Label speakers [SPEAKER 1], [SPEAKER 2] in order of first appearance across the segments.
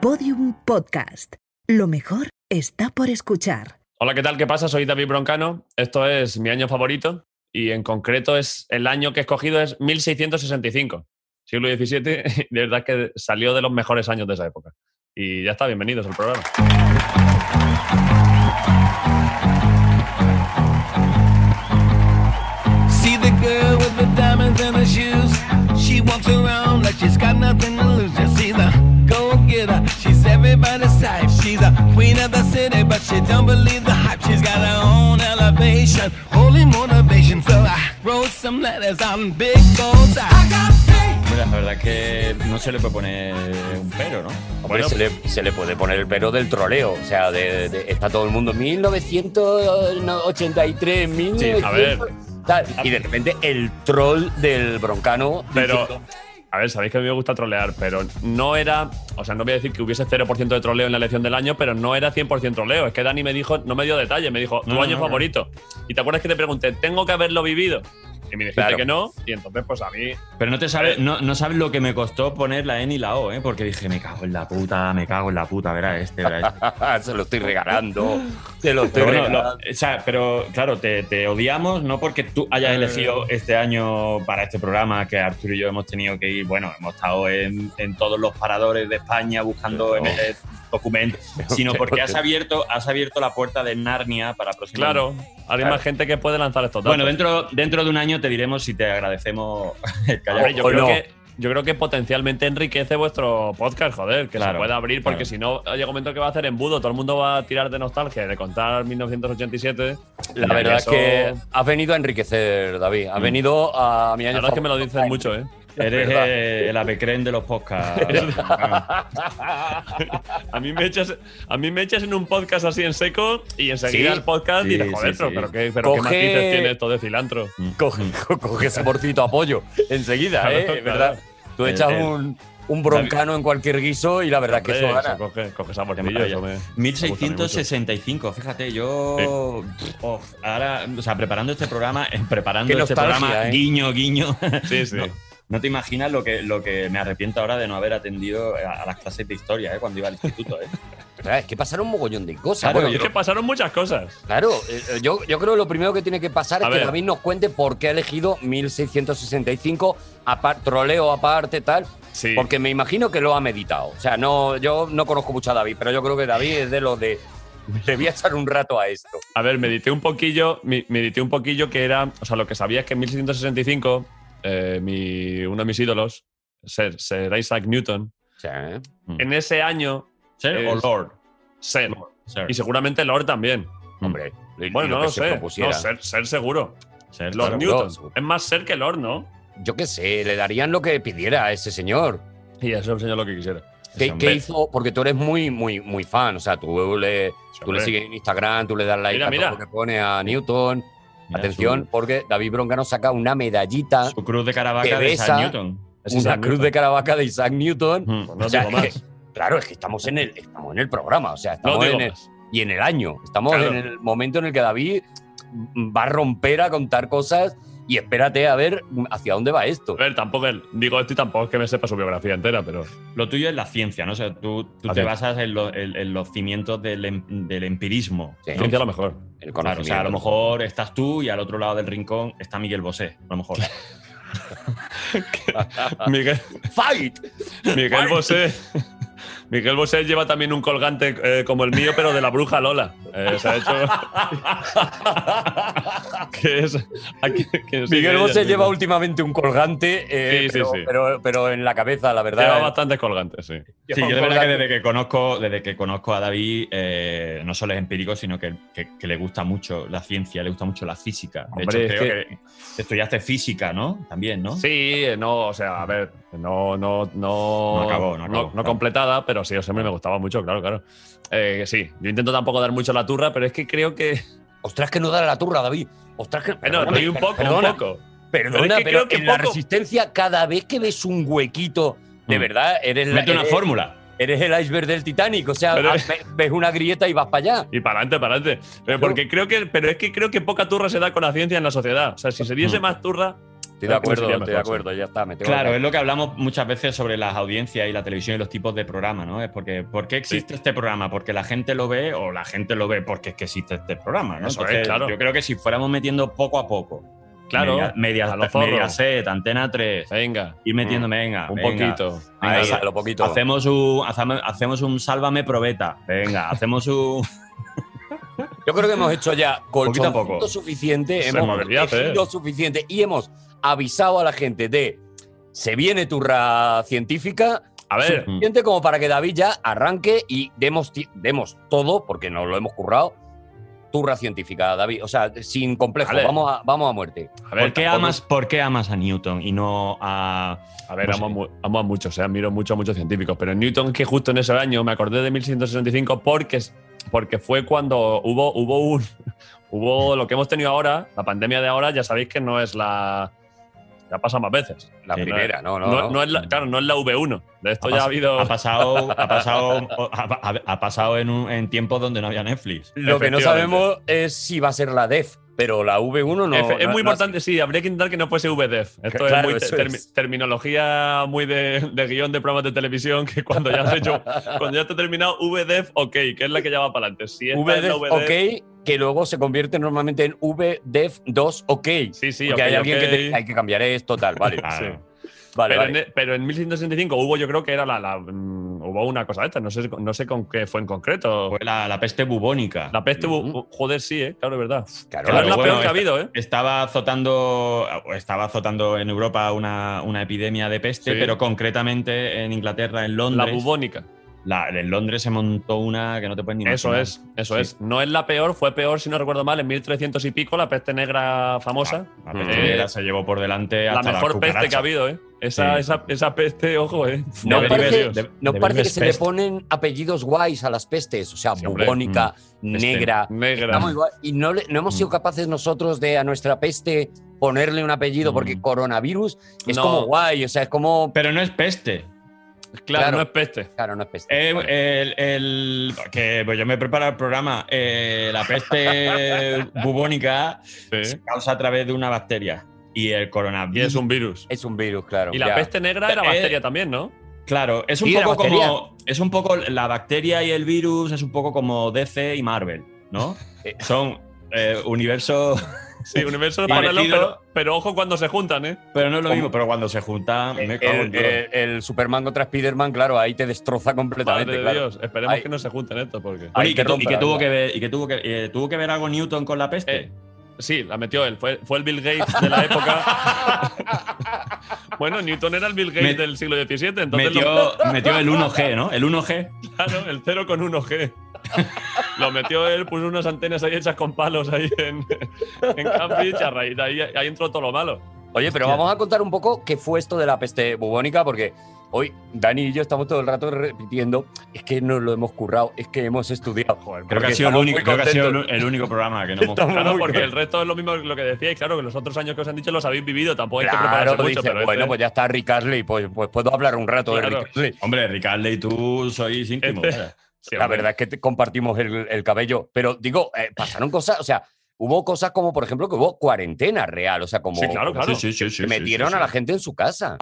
[SPEAKER 1] Podium Podcast. Lo mejor está por escuchar.
[SPEAKER 2] Hola, ¿qué tal? ¿Qué pasa? Soy David Broncano. Esto es mi año favorito y en concreto es el año que he escogido es 1665. Siglo XVII, de verdad que salió de los mejores años de esa época. Y ya está, bienvenidos al programa.
[SPEAKER 3] See the girl with the diamonds and the shoes. She walks around like she's got nothing to lose. Just see the go getter. She's everybody's type. She's a queen of the city, but she don't believe the hype. She's got her own elevation, holy motivation. So I wrote some letters on big goals. I got faith.
[SPEAKER 4] Hombre, la verdad es que no se le puede poner un pero, ¿no?
[SPEAKER 5] Hombre,
[SPEAKER 2] Bueno.
[SPEAKER 5] se, le, se le puede poner el pero del troleo. O sea, de, de- está todo el mundo 1983, 1900.
[SPEAKER 2] a ver.
[SPEAKER 5] tal, Y de repente el troll del broncano.
[SPEAKER 2] Pero,
[SPEAKER 5] diciendo,
[SPEAKER 2] a ver, sabéis que a mí me gusta trolear, pero no era, o sea, no voy a decir que hubiese 0% de troleo en la elección del año, pero no era 100% troleo. Es que Dani me dijo, no me dio detalle, me dijo, tu
[SPEAKER 4] No,
[SPEAKER 2] año
[SPEAKER 4] no, no.
[SPEAKER 2] favorito. Y te acuerdas que te pregunté, ¿tengo que haberlo vivido? Y me dijiste
[SPEAKER 5] Claro.
[SPEAKER 2] que no, y entonces pues a mí
[SPEAKER 4] Pero no te sabes, no, no sabes lo que me costó poner la E ni la O, ¿eh? Porque dije, me cago en la puta, me cago en la puta, verá este, verá este.
[SPEAKER 5] se lo estoy regalando. Se lo estoy
[SPEAKER 4] Pero bueno,
[SPEAKER 5] regalando.
[SPEAKER 4] lo- o sea, pero claro, te, te odiamos no porque tú hayas elegido este año para este programa que Arturo y yo hemos tenido que ir, bueno, hemos estado en, en todos los paradores de España buscando
[SPEAKER 5] Pero-
[SPEAKER 4] eh, documentos, sino porque has abierto, has abierto la puerta de Narnia para próximos
[SPEAKER 2] Claro, hay
[SPEAKER 5] Claro.
[SPEAKER 2] más gente que puede lanzar estos datos.
[SPEAKER 4] Bueno, dentro, dentro de un año te diremos si te agradecemos el que hayas-
[SPEAKER 2] Hombre, yo,
[SPEAKER 5] o
[SPEAKER 2] creo
[SPEAKER 5] no.
[SPEAKER 2] que, yo creo que potencialmente enriquece vuestro podcast, joder, que se
[SPEAKER 4] Claro,
[SPEAKER 2] pueda abrir, porque
[SPEAKER 4] claro.
[SPEAKER 2] si no, llega un momento que va a hacer embudo, todo el mundo va a tirar de nostalgia, y de contar 1987.
[SPEAKER 5] La
[SPEAKER 2] Y
[SPEAKER 5] verdad es
[SPEAKER 2] eso-
[SPEAKER 5] que has venido a enriquecer, David.
[SPEAKER 4] Mm.
[SPEAKER 5] Has venido a mi
[SPEAKER 2] La
[SPEAKER 5] año
[SPEAKER 2] verdad es que me lo
[SPEAKER 5] favorito.
[SPEAKER 2] dicen mucho, ¿eh?
[SPEAKER 4] Eres
[SPEAKER 5] verdad.
[SPEAKER 4] eh, el avecren de los podcasts.
[SPEAKER 2] A mí, me echas, a mí me echas en un podcast así en seco y enseguida
[SPEAKER 5] Sí,
[SPEAKER 2] el podcast
[SPEAKER 4] sí,
[SPEAKER 2] dices, joder,
[SPEAKER 4] sí,
[SPEAKER 2] pero-
[SPEAKER 4] sí.
[SPEAKER 2] pero, qué, pero qué
[SPEAKER 5] Coge-
[SPEAKER 2] matices tiene esto de cilantro.
[SPEAKER 5] Coge, coge ese morcito apoyo enseguida,
[SPEAKER 2] Claro,
[SPEAKER 5] ¿eh?
[SPEAKER 2] claro.
[SPEAKER 5] ¿Verdad? Tú
[SPEAKER 4] El-
[SPEAKER 5] echas
[SPEAKER 4] el-
[SPEAKER 5] un, un broncano en cualquier guiso y la verdad es que
[SPEAKER 2] Hombre,
[SPEAKER 5] eso gana.
[SPEAKER 2] eso coge, coge esa
[SPEAKER 4] Qué
[SPEAKER 2] morcilla,
[SPEAKER 4] maravilla.
[SPEAKER 2] eso me-
[SPEAKER 4] 1665, fíjate, yo oh, ahora, o sea, preparando este programa, eh, preparando
[SPEAKER 5] Qué
[SPEAKER 4] este
[SPEAKER 5] nostalgia,
[SPEAKER 4] programa,
[SPEAKER 5] ¿eh?
[SPEAKER 4] guiño, guiño.
[SPEAKER 2] Sí, sí.
[SPEAKER 4] No, no te imaginas lo que, lo que me arrepiento ahora de no haber atendido a, a las clases de historia, ¿eh? cuando iba al instituto, ¿eh?
[SPEAKER 5] ¿Verdad? Es que pasaron un mogollón de cosas.
[SPEAKER 4] Claro,
[SPEAKER 5] Bueno,
[SPEAKER 2] Es
[SPEAKER 4] yo-
[SPEAKER 2] que pasaron muchas cosas.
[SPEAKER 5] Claro, eh, eh, yo, yo creo que lo primero que tiene que pasar
[SPEAKER 2] A
[SPEAKER 5] es que
[SPEAKER 2] ver.
[SPEAKER 5] David nos cuente por qué ha elegido 1665, apar- troleo aparte, tal.
[SPEAKER 2] Sí.
[SPEAKER 5] Porque me imagino que lo ha meditado. O sea, no, yo no conozco mucho a David, pero yo creo que David es de los de. Le voy a echar un rato a esto.
[SPEAKER 2] A ver, medité un poquillo, mi- medité un poquillo que era, o sea, lo que sabía es que en 1665 eh, mi- uno de mis ídolos ser, será Isaac Newton.
[SPEAKER 5] O sea, ¿eh?
[SPEAKER 2] En ese año,
[SPEAKER 4] ¿Ser
[SPEAKER 2] Es-
[SPEAKER 4] o Lord?
[SPEAKER 2] ser.
[SPEAKER 4] Ser.
[SPEAKER 2] Y seguramente Lord también.
[SPEAKER 5] hombre. y- y
[SPEAKER 2] Mm. Bueno, no
[SPEAKER 5] que
[SPEAKER 2] lo
[SPEAKER 5] se
[SPEAKER 2] sé.
[SPEAKER 5] propusiera.
[SPEAKER 2] No, ser, ser seguro.
[SPEAKER 4] Ser,
[SPEAKER 2] Lord
[SPEAKER 4] claro.
[SPEAKER 2] Newton.
[SPEAKER 5] seguro.
[SPEAKER 2] Es más ser que Lord, ¿no?
[SPEAKER 5] Yo qué sé, le darían lo que pidiera a ese señor.
[SPEAKER 2] Y eso enseñó lo que quisiera.
[SPEAKER 5] ¿Qué,
[SPEAKER 4] hombre.
[SPEAKER 5] qué hizo? Porque tú eres muy, muy, muy fan. O sea, tú le, tú le
[SPEAKER 2] hombre.
[SPEAKER 5] sigues en Instagram, tú le das like
[SPEAKER 2] Mira,
[SPEAKER 5] a
[SPEAKER 2] mira.
[SPEAKER 5] todo lo que pone a Newton.
[SPEAKER 4] Mira,
[SPEAKER 5] Atención,
[SPEAKER 4] su-
[SPEAKER 5] porque David Broncano saca una medallita,
[SPEAKER 4] Su, cruz de Caravaca
[SPEAKER 5] que
[SPEAKER 4] de San
[SPEAKER 5] besa-
[SPEAKER 4] Newton.
[SPEAKER 2] Es
[SPEAKER 5] una
[SPEAKER 2] Isaac
[SPEAKER 5] cruz
[SPEAKER 2] Newton.
[SPEAKER 5] de Caravaca de Isaac Newton.
[SPEAKER 4] Mm.
[SPEAKER 2] Pues no
[SPEAKER 5] O sea,
[SPEAKER 2] digo más.
[SPEAKER 5] que- Claro, es que estamos en el, estamos en el programa, o sea,
[SPEAKER 2] No
[SPEAKER 5] estamos
[SPEAKER 2] digo
[SPEAKER 5] en el,
[SPEAKER 2] más.
[SPEAKER 5] y en el año. Estamos
[SPEAKER 2] Claro.
[SPEAKER 5] en el momento en el que David va a romper a contar cosas y espérate a ver hacia dónde va esto.
[SPEAKER 2] A ver, tampoco el- digo esto y tampoco es que me sepa su biografía entera, pero
[SPEAKER 4] Lo tuyo es la ciencia, ¿no? O sea, tú, tú
[SPEAKER 2] La
[SPEAKER 4] te
[SPEAKER 2] ciencia.
[SPEAKER 4] basas en, lo- en- en los cimientos del, em- del empirismo.
[SPEAKER 5] Sí.
[SPEAKER 2] ciencia a lo mejor.
[SPEAKER 5] El
[SPEAKER 4] Claro, o sea, a lo mejor estás tú y al otro lado del rincón está Miguel Bosé, a lo mejor.
[SPEAKER 2] Miguel,
[SPEAKER 5] ¡Fight!
[SPEAKER 2] Miguel Bosé. Miguel Bosé lleva también un colgante eh, como el mío, pero de la bruja Lola. Eh, se ha hecho. ¿Qué es? ¿A quién- quién sigue
[SPEAKER 5] Miguel
[SPEAKER 2] ella?
[SPEAKER 5] Bosé lleva últimamente un colgante, eh,
[SPEAKER 2] Sí, sí,
[SPEAKER 5] pero,
[SPEAKER 2] sí.
[SPEAKER 5] Pero, pero en la cabeza, la verdad.
[SPEAKER 2] Lleva bastantes colgantes, sí.
[SPEAKER 4] Sí, yo de verdad que desde que conozco, desde que conozco a David, eh, no solo es empírico, sino que, que- que le gusta mucho la ciencia, le gusta mucho la física. De
[SPEAKER 2] Hombre,
[SPEAKER 4] hecho,
[SPEAKER 2] es
[SPEAKER 4] creo que... estudiaste física, ¿no? También, ¿no?
[SPEAKER 2] Sí, eh, no, o sea, a ver, no, no, no,
[SPEAKER 4] No acabó, no acabó, claro.
[SPEAKER 2] completada, pero sí, o siempre me gustaba mucho, claro, claro. Eh, sí, yo intento tampoco dar mucho la turra, pero es que creo que,
[SPEAKER 5] Ostras, que no da la turra, David. Ostras, que.
[SPEAKER 2] bueno,
[SPEAKER 5] perdona,
[SPEAKER 2] doy Eh, un poco,
[SPEAKER 5] perdona,
[SPEAKER 2] un poco.
[SPEAKER 5] Perdona,
[SPEAKER 2] Pero
[SPEAKER 5] pero,
[SPEAKER 2] es que creo que
[SPEAKER 5] en la
[SPEAKER 2] poco-
[SPEAKER 5] resistencia, cada vez que ves un huequito, de
[SPEAKER 4] Mm.
[SPEAKER 5] verdad, eres, la-
[SPEAKER 4] Mete una
[SPEAKER 5] eres-
[SPEAKER 4] fórmula.
[SPEAKER 5] eres el iceberg del Titanic. O sea,
[SPEAKER 2] Pero-
[SPEAKER 5] ah, ve- ves una grieta y vas para allá.
[SPEAKER 2] Y para adelante, para adelante. Pero
[SPEAKER 5] Claro.
[SPEAKER 4] Mm.
[SPEAKER 2] porque creo que, pero es que creo que poca turra se da con la ciencia en la sociedad. O sea, si se diese más turra,
[SPEAKER 5] Estoy de
[SPEAKER 2] Creo que
[SPEAKER 5] acuerdo,
[SPEAKER 2] sería
[SPEAKER 5] estoy de
[SPEAKER 2] mejor, sí.
[SPEAKER 5] acuerdo, ya está. Me tengo
[SPEAKER 4] Claro,
[SPEAKER 5] que-
[SPEAKER 4] es lo que hablamos muchas veces sobre las audiencias y la televisión y los tipos de programa, ¿no? Es porque, ¿por qué existe este programa? ¿Porque la gente lo ve o la gente lo ve porque es que existe este programa, ¿no?
[SPEAKER 2] Eso es, claro.
[SPEAKER 4] Yo creo que si fuéramos metiendo poco a poco,
[SPEAKER 2] Claro,
[SPEAKER 4] media, media,
[SPEAKER 2] a lo zorro.
[SPEAKER 4] Mediaset, Antena 3,
[SPEAKER 2] venga,
[SPEAKER 4] ir metiendo, venga,
[SPEAKER 2] un
[SPEAKER 4] venga.
[SPEAKER 2] poquito.
[SPEAKER 5] Ahí,
[SPEAKER 4] Venga,
[SPEAKER 5] a lo poquito.
[SPEAKER 4] Hacemos un, hacemos, hacemos un sálvame probeta, venga, hacemos un...
[SPEAKER 5] Yo creo que hemos hecho ya
[SPEAKER 4] Poquito a
[SPEAKER 5] colchoncito
[SPEAKER 4] poco.
[SPEAKER 5] suficiente,
[SPEAKER 2] Se
[SPEAKER 5] hemos
[SPEAKER 2] movería,
[SPEAKER 5] tejido
[SPEAKER 2] eh.
[SPEAKER 5] suficiente y hemos avisado a la gente de se viene turra científica,
[SPEAKER 2] A ver,
[SPEAKER 5] suficiente como para que David ya arranque y demos, ti- demos todo, porque nos lo hemos currado, turra científica, David. O sea, sin complejo,
[SPEAKER 2] Vale.
[SPEAKER 5] vamos a, vamos a muerte.
[SPEAKER 2] a ver,
[SPEAKER 4] ¿Por, qué
[SPEAKER 2] tampoco-
[SPEAKER 4] amas, ¿Por qué amas a Newton y no a...
[SPEAKER 2] A ver, amo,
[SPEAKER 4] No sé.
[SPEAKER 2] a mu- amo a muchos, eh, admiro mucho a muchos científicos, pero Newton, que justo en ese año me acordé de 1165 porque, es- porque fue cuando hubo, hubo un. Hubo lo que hemos tenido ahora, la pandemia de ahora, ya sabéis que no es la. Ya pasa más veces.
[SPEAKER 5] La
[SPEAKER 4] Sí,
[SPEAKER 5] primera, no, no.
[SPEAKER 2] No,
[SPEAKER 5] no.
[SPEAKER 2] no es la, claro, no es la V1. De esto
[SPEAKER 4] Ha
[SPEAKER 2] ya ha
[SPEAKER 4] pas-
[SPEAKER 2] habido.
[SPEAKER 4] Ha pasado, ha pasado, ha, ha- ha pasado en, un- en tiempos donde no había Netflix.
[SPEAKER 5] Lo que no
[SPEAKER 2] Efectivamente.
[SPEAKER 5] sabemos es si va a ser la DEF, pero la V1 no.
[SPEAKER 2] F- es
[SPEAKER 5] no-
[SPEAKER 2] muy
[SPEAKER 5] no-
[SPEAKER 2] importante, sí, habría que intentar que no fuese VDEF. Esto
[SPEAKER 5] Claro,
[SPEAKER 2] es muy te-
[SPEAKER 5] eso
[SPEAKER 2] termi-
[SPEAKER 5] es.
[SPEAKER 2] terminología muy de, de guión de programas de televisión que cuando ya has hecho, cuando ya te has terminado VDEF, ok, que es la que ya va para adelante. Si esta es la E
[SPEAKER 5] VDEF,
[SPEAKER 2] VDEF,
[SPEAKER 5] E ok, que luego se convierte normalmente en VDEF 2, ok.
[SPEAKER 2] Sí, sí,
[SPEAKER 5] Porque
[SPEAKER 2] ok,
[SPEAKER 5] hay alguien
[SPEAKER 2] ok.
[SPEAKER 5] que te- hay que cambiar esto, tal, vale.
[SPEAKER 4] Claro.
[SPEAKER 5] Vale,
[SPEAKER 2] pero,
[SPEAKER 5] vale.
[SPEAKER 2] En, e, pero en 1165 hubo, yo creo que era la, la, mm, hubo una cosa de estas, no sé, no sé con qué fue en concreto.
[SPEAKER 4] Fue la, la peste bubónica.
[SPEAKER 2] la peste, bu-
[SPEAKER 5] Pues, Ujú.
[SPEAKER 2] joder, sí, ¿eh? claro, es verdad.
[SPEAKER 5] Claro,
[SPEAKER 2] Que no es la
[SPEAKER 4] bueno,
[SPEAKER 2] peor que ha
[SPEAKER 4] esta-
[SPEAKER 2] habido, ¿eh?
[SPEAKER 4] Estaba azotando, estaba azotando en Europa una, una epidemia de peste,
[SPEAKER 2] Sí.
[SPEAKER 4] pero concretamente en Inglaterra, en
[SPEAKER 2] La
[SPEAKER 4] Londres.
[SPEAKER 2] bubónica.
[SPEAKER 4] la- en Londres se montó una que no te puedes ni
[SPEAKER 2] Eso
[SPEAKER 4] imaginar.
[SPEAKER 2] es, eso
[SPEAKER 4] Sí.
[SPEAKER 2] es. No es la peor, fue peor, si no recuerdo mal, en 1300 y pico, la peste negra famosa.
[SPEAKER 4] La peste
[SPEAKER 2] Eh,
[SPEAKER 4] negra se llevó por delante
[SPEAKER 2] la
[SPEAKER 4] hasta las
[SPEAKER 2] mejor peste que
[SPEAKER 4] cucarachas.
[SPEAKER 2] ha habido, ¿eh? Esa,
[SPEAKER 4] Sí.
[SPEAKER 2] esa, esa peste, ojo, ¿eh?
[SPEAKER 5] No,
[SPEAKER 2] Madre
[SPEAKER 5] parece-
[SPEAKER 2] de Dios.
[SPEAKER 4] de-
[SPEAKER 5] Nos parece que
[SPEAKER 4] Best
[SPEAKER 5] se le
[SPEAKER 4] Pest.
[SPEAKER 5] ponen apellidos guays a las pestes, o sea,
[SPEAKER 2] Sí, hombre.
[SPEAKER 5] bubónica, negra.
[SPEAKER 2] negra.
[SPEAKER 5] Estamos igual- y no, le- no hemos sido
[SPEAKER 4] Mm.
[SPEAKER 5] capaces nosotros de a nuestra peste ponerle un apellido, porque
[SPEAKER 4] Mm.
[SPEAKER 5] coronavirus es
[SPEAKER 2] No.
[SPEAKER 5] como guay, o sea, es como.
[SPEAKER 4] Pero no es peste.
[SPEAKER 2] claro,
[SPEAKER 5] claro.
[SPEAKER 2] no es peste.
[SPEAKER 5] Claro, no es peste.
[SPEAKER 4] Eh,
[SPEAKER 5] Vale.
[SPEAKER 4] el, el- que pues yo me he preparado el programa. Eh, la peste bubónica se causa a través de una bacteria. Y el
[SPEAKER 2] Y
[SPEAKER 4] coronavirus.
[SPEAKER 2] es un virus.
[SPEAKER 5] es un virus, claro.
[SPEAKER 2] Y la
[SPEAKER 5] ya.
[SPEAKER 2] peste negra era
[SPEAKER 4] Eh,
[SPEAKER 2] bacteria también, ¿no?
[SPEAKER 4] Claro, es un
[SPEAKER 5] ¿Y la
[SPEAKER 4] poco
[SPEAKER 5] bacteria?
[SPEAKER 4] como. Es un poco. La bacteria y el virus es un poco como DC y Marvel, ¿no?
[SPEAKER 5] Eh.
[SPEAKER 4] Son eh, universos.
[SPEAKER 2] Sí, universo
[SPEAKER 4] Y
[SPEAKER 2] paralelo,
[SPEAKER 4] parecido-
[SPEAKER 2] pero, pero ojo cuando se juntan, ¿eh?
[SPEAKER 4] Pero no
[SPEAKER 5] Oh.
[SPEAKER 4] es lo mismo. Pero cuando se juntan.
[SPEAKER 5] Eh,
[SPEAKER 4] me cago en
[SPEAKER 5] El,
[SPEAKER 4] todo.
[SPEAKER 5] el- el Superman contra Spiderman, claro, ahí te destroza completamente.
[SPEAKER 2] Madre de
[SPEAKER 5] claro.
[SPEAKER 2] Dios, esperemos
[SPEAKER 5] Ay.
[SPEAKER 2] que no se junten estos porque.
[SPEAKER 5] Ay.
[SPEAKER 4] Oye,
[SPEAKER 5] ahí
[SPEAKER 4] ¿y, que
[SPEAKER 5] te
[SPEAKER 4] tu-
[SPEAKER 5] rompe
[SPEAKER 4] y que
[SPEAKER 5] la
[SPEAKER 4] tuvo
[SPEAKER 5] vida.
[SPEAKER 4] que ver, y que tuvo que, eh, tuvo que ver algo Newton con la peste.
[SPEAKER 2] Eh, sí, la metió él, fue, fue el Bill Gates de la época. bueno, Newton era el Bill Gates
[SPEAKER 4] Me-
[SPEAKER 2] del siglo XVII, entonces lo,
[SPEAKER 4] metió, metió el 1G, ¿no? El 1G.
[SPEAKER 2] claro, Ah, el 0 con 1G. lo metió él, puso unas antenas ahí hechas con palos ahí en, en Cambridge, a raíz de ahí, ahí entró todo lo malo.
[SPEAKER 5] Oye, pero
[SPEAKER 4] Hostia.
[SPEAKER 5] vamos a contar un poco qué fue esto de la peste bubónica, porque hoy Dani y yo estamos todo el rato repitiendo, es que nos lo hemos currado, es que hemos estudiado. Joder,
[SPEAKER 4] Creo que, ha
[SPEAKER 5] porque
[SPEAKER 4] sido el
[SPEAKER 5] estamos
[SPEAKER 4] único,
[SPEAKER 5] muy
[SPEAKER 4] creo que ha sido
[SPEAKER 5] contentos.
[SPEAKER 4] el el único programa que no hemos
[SPEAKER 5] Estamos
[SPEAKER 2] Claro,
[SPEAKER 5] muy
[SPEAKER 2] porque el
[SPEAKER 5] contentos.
[SPEAKER 2] resto es lo mismo que lo que decíais, claro, que los otros años que os han dicho los habéis vivido, tampoco hay que
[SPEAKER 5] Claro,
[SPEAKER 2] prepararse
[SPEAKER 5] pues
[SPEAKER 2] mucho,
[SPEAKER 5] dices,
[SPEAKER 2] pero
[SPEAKER 5] bueno,
[SPEAKER 2] este-
[SPEAKER 5] pues ya está Rick Astley, pues, pues puedo hablar un rato de
[SPEAKER 2] Claro.
[SPEAKER 5] Rick Astley.
[SPEAKER 4] Hombre, Ricardo y tú sois íntimos.
[SPEAKER 2] Este-
[SPEAKER 4] o sea.
[SPEAKER 2] sí,
[SPEAKER 5] la
[SPEAKER 2] hombre.
[SPEAKER 5] verdad es que te- compartimos el, el cabello, pero digo, eh, pasaron cosas, o sea, hubo cosas como, por ejemplo, que hubo cuarentena real, o sea, como
[SPEAKER 2] Sí, claro, claro.
[SPEAKER 4] Sí, sí, sí, sí,
[SPEAKER 5] que
[SPEAKER 4] sí,
[SPEAKER 5] metieron
[SPEAKER 4] sí,
[SPEAKER 5] a la
[SPEAKER 4] sí.
[SPEAKER 5] gente en su casa.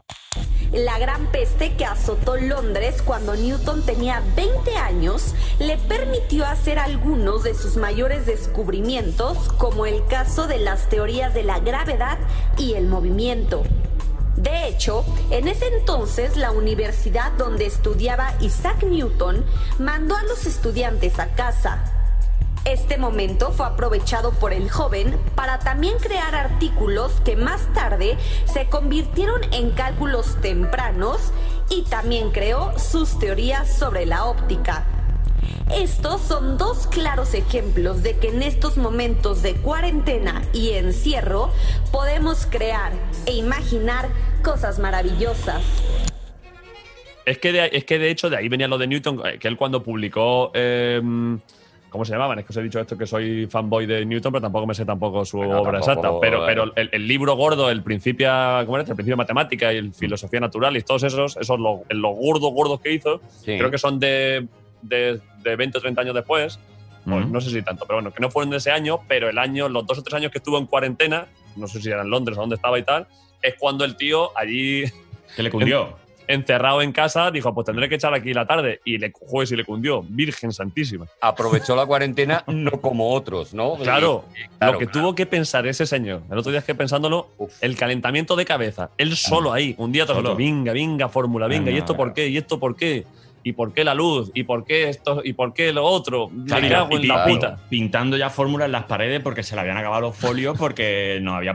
[SPEAKER 6] La gran peste que azotó Londres cuando Newton tenía 20 años le permitió hacer algunos de sus mayores descubrimientos, como el caso de las teorías de la gravedad y el movimiento. De hecho, en ese entonces la universidad donde estudiaba Isaac Newton mandó a los estudiantes a casa, este momento fue aprovechado por el joven para también crear artículos que más tarde se convirtieron en cálculos tempranos y también creó sus teorías sobre la óptica. Estos son dos claros ejemplos de que en estos momentos de cuarentena y encierro podemos crear e imaginar cosas maravillosas.
[SPEAKER 2] Es que, de, es que de hecho de ahí venía lo de Newton, eh, que él cuando publicó... eh, ¿Cómo se llamaban? Es que os he dicho esto, que soy fanboy de Newton, pero tampoco me sé tampoco su
[SPEAKER 5] Bueno,
[SPEAKER 2] obra
[SPEAKER 5] tampoco,
[SPEAKER 2] exacta. Pero,
[SPEAKER 5] eh.
[SPEAKER 2] pero el, el libro gordo, el principio, ¿cómo era? El principio de matemática y
[SPEAKER 5] Mm.
[SPEAKER 2] el filosofía natural y todos esos, esos lo- los gordos, gordos que hizo,
[SPEAKER 5] Sí.
[SPEAKER 2] creo que son de, de, de 20 o 30 años después. o
[SPEAKER 4] Ujú.
[SPEAKER 5] Mm.
[SPEAKER 2] no sé si tanto, pero bueno, que no fueron de ese año, pero el año, los dos o tres años que estuvo en cuarentena, no sé si era en Londres o dónde estaba y tal, es cuando el tío allí
[SPEAKER 4] Que le cundió.
[SPEAKER 2] encerrado en casa dijo, pues tendré que echar aquí la tarde y le juegues y le cundió, Virgen Santísima.
[SPEAKER 5] Aprovechó la cuarentena no como otros, ¿no?
[SPEAKER 2] Claro,
[SPEAKER 5] Y- y claro,
[SPEAKER 2] lo que
[SPEAKER 5] claro.
[SPEAKER 2] tuvo que pensar ese señor, el otro día es que pensándolo,
[SPEAKER 5] Uf.
[SPEAKER 2] el calentamiento de cabeza, él solo ahí, un día tras
[SPEAKER 4] Solo.
[SPEAKER 2] otro, venga, venga, fórmula, venga,
[SPEAKER 4] Ah,
[SPEAKER 2] ¿y esto por qué? ¿Y esto por qué? ¿Y por qué la luz? ¿Y por qué esto? ¿Y por qué lo otro? Me
[SPEAKER 4] Claro,
[SPEAKER 2] cago
[SPEAKER 4] y
[SPEAKER 2] en la
[SPEAKER 4] pi-
[SPEAKER 2] puta.
[SPEAKER 4] Pintando ya fórmulas en las paredes porque se le habían acabado los folios porque no había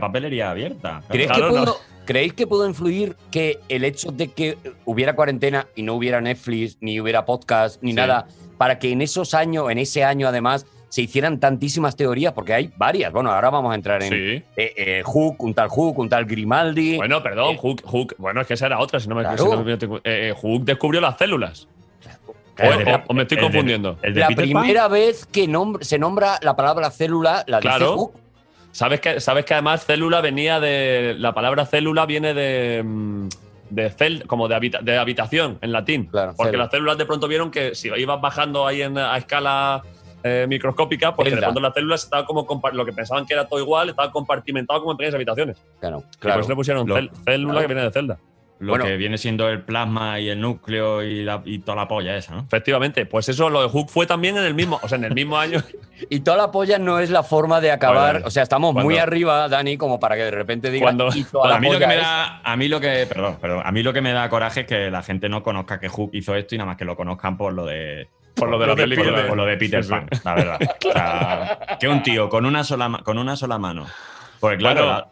[SPEAKER 4] papelería abierta. Claro.
[SPEAKER 5] ¿Creéis,
[SPEAKER 2] Claro,
[SPEAKER 5] que
[SPEAKER 2] no.
[SPEAKER 5] pudo, ¿Creéis que pudo influir que el hecho de que hubiera cuarentena y no hubiera Netflix, ni hubiera podcast, ni
[SPEAKER 4] Sí.
[SPEAKER 5] nada, para que en esos años, en ese año además, se hicieran tantísimas teorías? Porque hay varias. Bueno, ahora vamos a entrar en
[SPEAKER 2] Sí.
[SPEAKER 5] eh, eh, Hook, un tal Hook, un tal Grimaldi.
[SPEAKER 2] Bueno, perdón,
[SPEAKER 5] Eh.
[SPEAKER 2] Hook, Hook. Bueno, es que esa era otra, si no me
[SPEAKER 5] Claro.
[SPEAKER 2] si no me- eh, eh, Hook descubrió las células. O,
[SPEAKER 5] Claro,
[SPEAKER 2] o- o me estoy
[SPEAKER 4] el de-
[SPEAKER 2] confundiendo.
[SPEAKER 4] El de
[SPEAKER 5] la
[SPEAKER 4] Peter Pan.
[SPEAKER 5] primera vez que nom- se nombra la palabra célula, la dice
[SPEAKER 2] Claro.
[SPEAKER 5] Hook.
[SPEAKER 2] ¿Sabes que, sabes que además célula venía de. La palabra célula viene de. mm, de cel, como de, habita- de habitación en latín.
[SPEAKER 5] Claro,
[SPEAKER 2] porque
[SPEAKER 5] célula.
[SPEAKER 2] las células de pronto vieron que si ibas bajando ahí en, a escala eh, microscópica, porque de
[SPEAKER 5] Celda.
[SPEAKER 2] pronto las células estaban como. compar- Lo que pensaban que era todo igual, estaba compartimentado como en pequeñas habitaciones.
[SPEAKER 5] Claro,
[SPEAKER 4] Pues
[SPEAKER 2] Y por
[SPEAKER 5] claro.
[SPEAKER 2] eso le pusieron
[SPEAKER 4] Lo-
[SPEAKER 2] cel- célula
[SPEAKER 5] claro.
[SPEAKER 2] que viene de celda.
[SPEAKER 4] Lo
[SPEAKER 5] Bueno.
[SPEAKER 4] que viene siendo el plasma y el núcleo y, la- y toda la polla esa, ¿no?
[SPEAKER 2] Efectivamente. Pues eso, lo de Hook fue también en el mismo. O sea, en el mismo año.
[SPEAKER 5] Y toda la polla no es la forma de acabar.
[SPEAKER 4] Vale, vale.
[SPEAKER 5] O sea, estamos muy
[SPEAKER 2] Cuando-
[SPEAKER 5] arriba, Dani, como para que de repente digas.
[SPEAKER 2] Cuando-
[SPEAKER 5] y toda la
[SPEAKER 4] a mí lo que
[SPEAKER 5] polla
[SPEAKER 4] me
[SPEAKER 5] es-
[SPEAKER 4] da, a mí lo que, perdón, perdón, a mí lo que me da coraje es que la gente no conozca que Hook hizo esto y nada más que lo conozcan por lo de
[SPEAKER 2] Por lo de la
[SPEAKER 4] por
[SPEAKER 2] película.
[SPEAKER 4] por lo- por lo de Peter
[SPEAKER 2] Sí, sí.
[SPEAKER 4] Pan, la verdad. O sea, que un tío con una sola ma- con una sola mano. Porque claro,
[SPEAKER 2] Bueno,
[SPEAKER 4] la-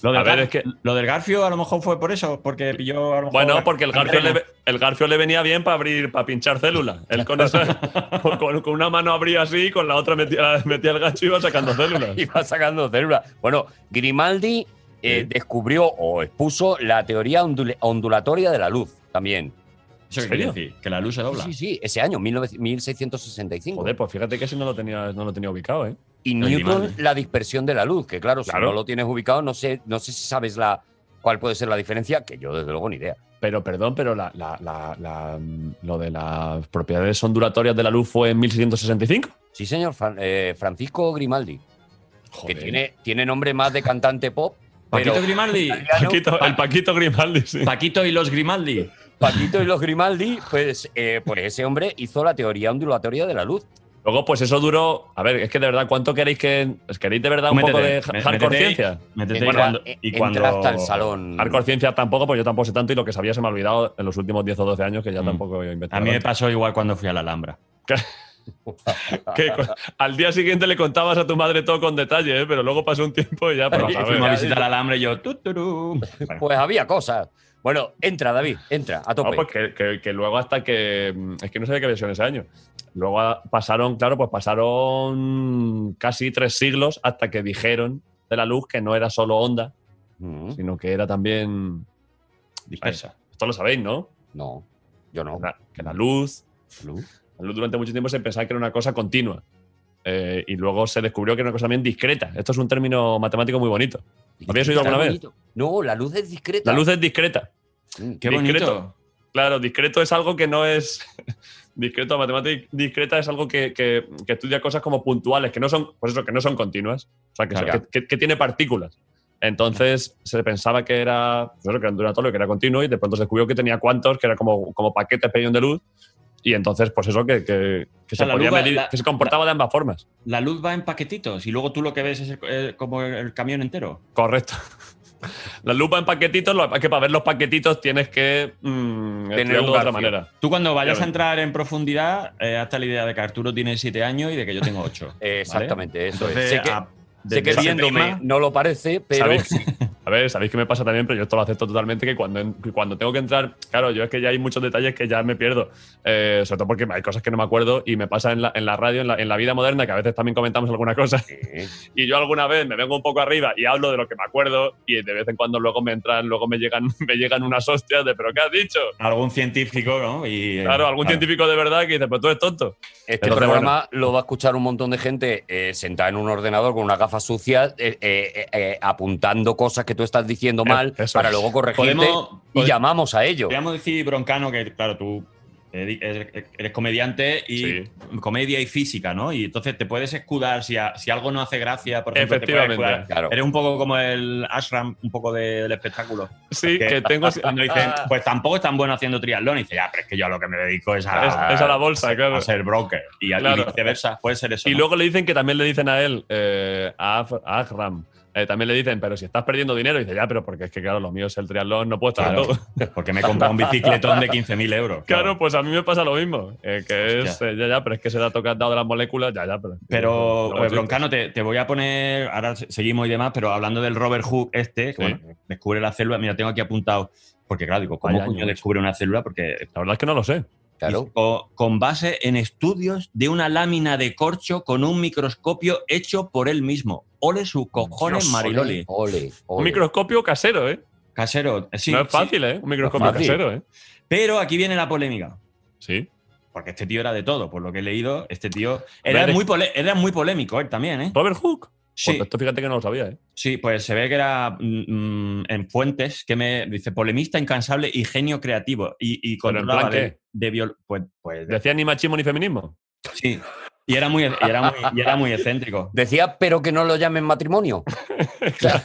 [SPEAKER 4] lo, del
[SPEAKER 2] a ver,
[SPEAKER 4] Gar-
[SPEAKER 2] es que-
[SPEAKER 4] lo del Garfio a lo mejor fue por eso, porque pilló a lo mejor
[SPEAKER 2] Bueno,
[SPEAKER 4] la-
[SPEAKER 2] porque el
[SPEAKER 4] la
[SPEAKER 2] Garfio,
[SPEAKER 4] antena.
[SPEAKER 2] le, el Garfio le venía bien para abrir, para pinchar células. Él con, esa, con, con una mano abría así y con la otra metía, metía el gancho y iba sacando células.
[SPEAKER 5] iba sacando células. Bueno, Grimaldi eh,
[SPEAKER 2] Sí.
[SPEAKER 5] descubrió o expuso la teoría ondul- ondulatoria de la luz también.
[SPEAKER 4] ¿Eso qué
[SPEAKER 2] ¿En
[SPEAKER 4] quiere
[SPEAKER 2] serio?
[SPEAKER 4] decir? Que la luz se dobla.
[SPEAKER 5] Sí, sí, ese año, 19- 1665.
[SPEAKER 2] Joder, pues fíjate que ese no lo tenía, no lo tenía ubicado, ¿eh?
[SPEAKER 5] y
[SPEAKER 4] el
[SPEAKER 5] Newton,
[SPEAKER 4] Grimaldi.
[SPEAKER 5] la dispersión de la luz, que claro, si
[SPEAKER 2] Claro.
[SPEAKER 5] no lo tienes ubicado, no sé, no sé si sabes la, cuál puede ser la diferencia, que yo desde luego ni idea.
[SPEAKER 2] Pero, perdón, pero la, la- la- la- mm, lo de las propiedades ondulatorias de la luz fue en 1665.
[SPEAKER 5] Sí, señor, Fran- eh, Francisco Grimaldi,
[SPEAKER 2] Joder.
[SPEAKER 5] que tiene, tiene nombre más de cantante pop.
[SPEAKER 4] Paquito
[SPEAKER 5] pero-
[SPEAKER 4] Grimaldi.
[SPEAKER 5] italiano,
[SPEAKER 2] Paquito- el Paquito Grimaldi, sí.
[SPEAKER 4] Paquito y los Grimaldi.
[SPEAKER 5] Paquito y los Grimaldi, pues, eh, pues ese hombre hizo la teoría ondulatoria de la luz.
[SPEAKER 2] Luego, pues eso duró. A ver, es que de verdad, ¿cuánto queréis que. ¿Queréis de verdad un
[SPEAKER 4] Métete,
[SPEAKER 2] poco de
[SPEAKER 4] me-
[SPEAKER 2] ha- hardcore
[SPEAKER 4] métete y-
[SPEAKER 2] ciencia?
[SPEAKER 4] Métete
[SPEAKER 5] Entra,
[SPEAKER 4] y cuando, y
[SPEAKER 5] entra
[SPEAKER 4] cuando-
[SPEAKER 5] hasta el eh, salón.
[SPEAKER 4] Mm.
[SPEAKER 2] Hardcore ciencia tampoco, pues yo tampoco sé tanto y lo que sabía se me ha olvidado en los últimos 10 o 12 años que ya
[SPEAKER 4] Mm.
[SPEAKER 2] tampoco he inventado.
[SPEAKER 4] A mí me pasó igual cuando fui a la Alhambra.
[SPEAKER 2] Que cu- al día siguiente le contabas a tu madre todo con detalle, ¿eh? pero luego pasó un tiempo y ya. Pues,
[SPEAKER 4] Cuando
[SPEAKER 2] a
[SPEAKER 4] fuimos a
[SPEAKER 2] ver.
[SPEAKER 4] visitar la Alhambra y yo. tuturú. Bueno,
[SPEAKER 5] Pues había cosas. Bueno, entra, David, entra, a
[SPEAKER 2] No,
[SPEAKER 5] tope.
[SPEAKER 2] pues que, que- que luego hasta que. mm, Es que no sabía qué versión ese año. Luego ah, pasaron, claro, pues pasaron casi tres siglos hasta que dijeron de la luz que no era solo onda,
[SPEAKER 5] Mm,
[SPEAKER 2] sino que era también.
[SPEAKER 4] dispersa.
[SPEAKER 2] Esto lo sabéis, ¿no?
[SPEAKER 5] No, yo no.
[SPEAKER 2] La- que la luz
[SPEAKER 5] Luz.
[SPEAKER 2] La luz durante mucho tiempo se pensaba que era una cosa continua. Eh, y luego se descubrió que era una cosa también discreta. Esto es un término matemático muy bonito. ¿Habías oído
[SPEAKER 5] Está
[SPEAKER 2] alguna vez?
[SPEAKER 5] bonito. No, la luz es discreta.
[SPEAKER 2] La luz es discreta.
[SPEAKER 5] Mm,
[SPEAKER 4] Qué
[SPEAKER 2] Discreto.
[SPEAKER 4] bonito.
[SPEAKER 2] Claro, discreto es algo que no es. discreto, matemática discreta es algo que, que- que estudia cosas como puntuales, que no son, pues eso, que no son continuas. O sea, que, son-
[SPEAKER 5] Claro.
[SPEAKER 2] que- que- que tiene partículas. Entonces se pensaba que era, pues eso, que era ondulatorio, que era continuo, y de pronto se descubrió que tenía cuantos, que era como, como paquetes pequeños de luz. Y entonces, pues eso, que, que- que
[SPEAKER 4] sea,
[SPEAKER 2] se
[SPEAKER 4] la
[SPEAKER 2] podía
[SPEAKER 4] luz va-
[SPEAKER 2] medir-
[SPEAKER 4] la-
[SPEAKER 2] que se comportaba de ambas formas.
[SPEAKER 4] La luz va en paquetitos y luego tú lo que ves es el- eh, como el camión entero.
[SPEAKER 2] Correcto. La lupa en paquetitos, lo es que para ver los paquetitos tienes que mm, estudiarlo
[SPEAKER 5] un
[SPEAKER 2] de otra
[SPEAKER 5] garfio.
[SPEAKER 2] manera.
[SPEAKER 4] Tú cuando vayas a
[SPEAKER 2] Obviamente.
[SPEAKER 4] entrar en profundidad, eh, hasta la idea de que Arturo tiene 7 años y de que yo tengo 8.
[SPEAKER 5] Exactamente, eso
[SPEAKER 4] Entonces,
[SPEAKER 5] es. Sé que,
[SPEAKER 4] a-
[SPEAKER 5] sé que
[SPEAKER 4] desde ese
[SPEAKER 5] viéndome
[SPEAKER 4] tema-
[SPEAKER 5] no lo parece, pero
[SPEAKER 2] ah, ¿Sabéis? A ver, sabéis que me pasa también, pero yo esto lo acepto totalmente, que cuando, en- que cuando tengo que entrar, claro, yo es que ya hay muchos detalles que ya me pierdo, Eh, sobre todo porque hay cosas que no me acuerdo y me pasa en la, en la radio, en la, en la vida moderna, que a veces también comentamos alguna cosa,
[SPEAKER 5] Sí.
[SPEAKER 2] y yo alguna vez me vengo un poco arriba y hablo de lo que me acuerdo y de vez en cuando luego me entran, luego me llegan, me llegan unas hostias de, pero ¿qué has dicho?
[SPEAKER 4] Algún científico, ¿no? Y, eh,
[SPEAKER 2] Claro, algún científico de verdad que dice, pero tú eres tonto.
[SPEAKER 5] Este
[SPEAKER 2] Entonces,
[SPEAKER 5] programa lo va a escuchar un montón de gente eh, sentada en un ordenador con una gafa sucia, eh, eh, eh, eh, apuntando cosas que tú estás diciendo mal
[SPEAKER 2] Eh, eso
[SPEAKER 5] para
[SPEAKER 2] es.
[SPEAKER 5] luego corregirte
[SPEAKER 4] Podemos,
[SPEAKER 5] y
[SPEAKER 4] podemos-
[SPEAKER 5] llamamos a ello.
[SPEAKER 4] podríamos decir, Broncano, que claro, tú Eres, eres- eres comediante y
[SPEAKER 2] Sí.
[SPEAKER 4] comedia y física, ¿no? Y entonces te puedes escudar si, a- si algo no hace gracia, por ejemplo, te puedes
[SPEAKER 2] Efectivamente.
[SPEAKER 4] escudar.
[SPEAKER 5] Claro.
[SPEAKER 4] Eres un poco como el ashram, un poco de- del espectáculo.
[SPEAKER 2] Sí,
[SPEAKER 4] Que-
[SPEAKER 2] que tengo. Ah.
[SPEAKER 4] Cuando dicen, pues tampoco es tan bueno haciendo triatlón, y dice, ya, pero es que yo a lo que me dedico es a,
[SPEAKER 2] Es- es a la bolsa, claro.
[SPEAKER 4] A ser broker. Y, a- y
[SPEAKER 2] Claro.
[SPEAKER 4] viceversa, puede ser eso.
[SPEAKER 2] Y
[SPEAKER 4] ¿no?
[SPEAKER 2] luego le dicen que también le dicen a él, eh, a, Af- a Akram, eh, también le dicen, pero si estás perdiendo dinero, y dice, ya, pero porque es que, claro, lo mío es el triatlón, no puedo estar en
[SPEAKER 4] Claro,
[SPEAKER 2] todo.
[SPEAKER 4] porque me he comprado un bicicletón de 15.000 euros.
[SPEAKER 2] Claro, pues a mí me pasa lo mismo. eh, que es,
[SPEAKER 4] Hostia.
[SPEAKER 2] eh, ya, ya, pero es que ese dato que has dado de las moléculas, ya, ya, pero.
[SPEAKER 4] Pero,
[SPEAKER 2] Luego
[SPEAKER 4] eh,
[SPEAKER 2] sí.
[SPEAKER 4] Broncano, te, te voy a poner. Ahora se- seguimos y demás, pero hablando del Robert Hooke este, que
[SPEAKER 2] Sí.
[SPEAKER 4] bueno, descubre la célula. Mira, tengo aquí apuntado. Porque, claro, digo, ¿cómo
[SPEAKER 2] Vaya
[SPEAKER 4] coño
[SPEAKER 2] año, macho.
[SPEAKER 4] descubre una célula? Porque
[SPEAKER 2] La verdad es que no lo sé.
[SPEAKER 5] Claro.
[SPEAKER 4] co- con base en estudios de una lámina de corcho con un microscopio hecho por él mismo. Ole sus cojones,
[SPEAKER 2] Dios,
[SPEAKER 4] Mariloli.
[SPEAKER 5] Ole,
[SPEAKER 2] Un
[SPEAKER 5] ole.
[SPEAKER 2] microscopio casero, ¿eh?
[SPEAKER 4] Casero. eh, sí,
[SPEAKER 2] no es
[SPEAKER 4] sí.
[SPEAKER 2] fácil, ¿eh? Un microscopio
[SPEAKER 5] fácil.
[SPEAKER 2] casero, ¿eh?
[SPEAKER 4] Pero aquí viene la polémica.
[SPEAKER 2] Sí.
[SPEAKER 4] Porque este tío era de todo, por lo que he leído. Este tío era,
[SPEAKER 2] Hombre,
[SPEAKER 4] muy, pole- era muy polémico él también, ¿eh?
[SPEAKER 2] Robert Hooke.
[SPEAKER 4] Sí.
[SPEAKER 2] Pues esto fíjate que no lo sabía, ¿eh?
[SPEAKER 4] Sí, pues se ve que era mm, mm, en Fuentes, que me dice polemista, incansable y genio creativo. Y, y
[SPEAKER 2] ¿Pero en
[SPEAKER 4] controlaba
[SPEAKER 2] plan
[SPEAKER 4] de,
[SPEAKER 2] qué?
[SPEAKER 4] de viol- Pues, pues de-
[SPEAKER 2] Decía ni machismo ni feminismo.
[SPEAKER 4] sí. Y era, muy, e, y, era muy, y era muy excéntrico.
[SPEAKER 5] Decía, pero que no lo llamen matrimonio. O sea,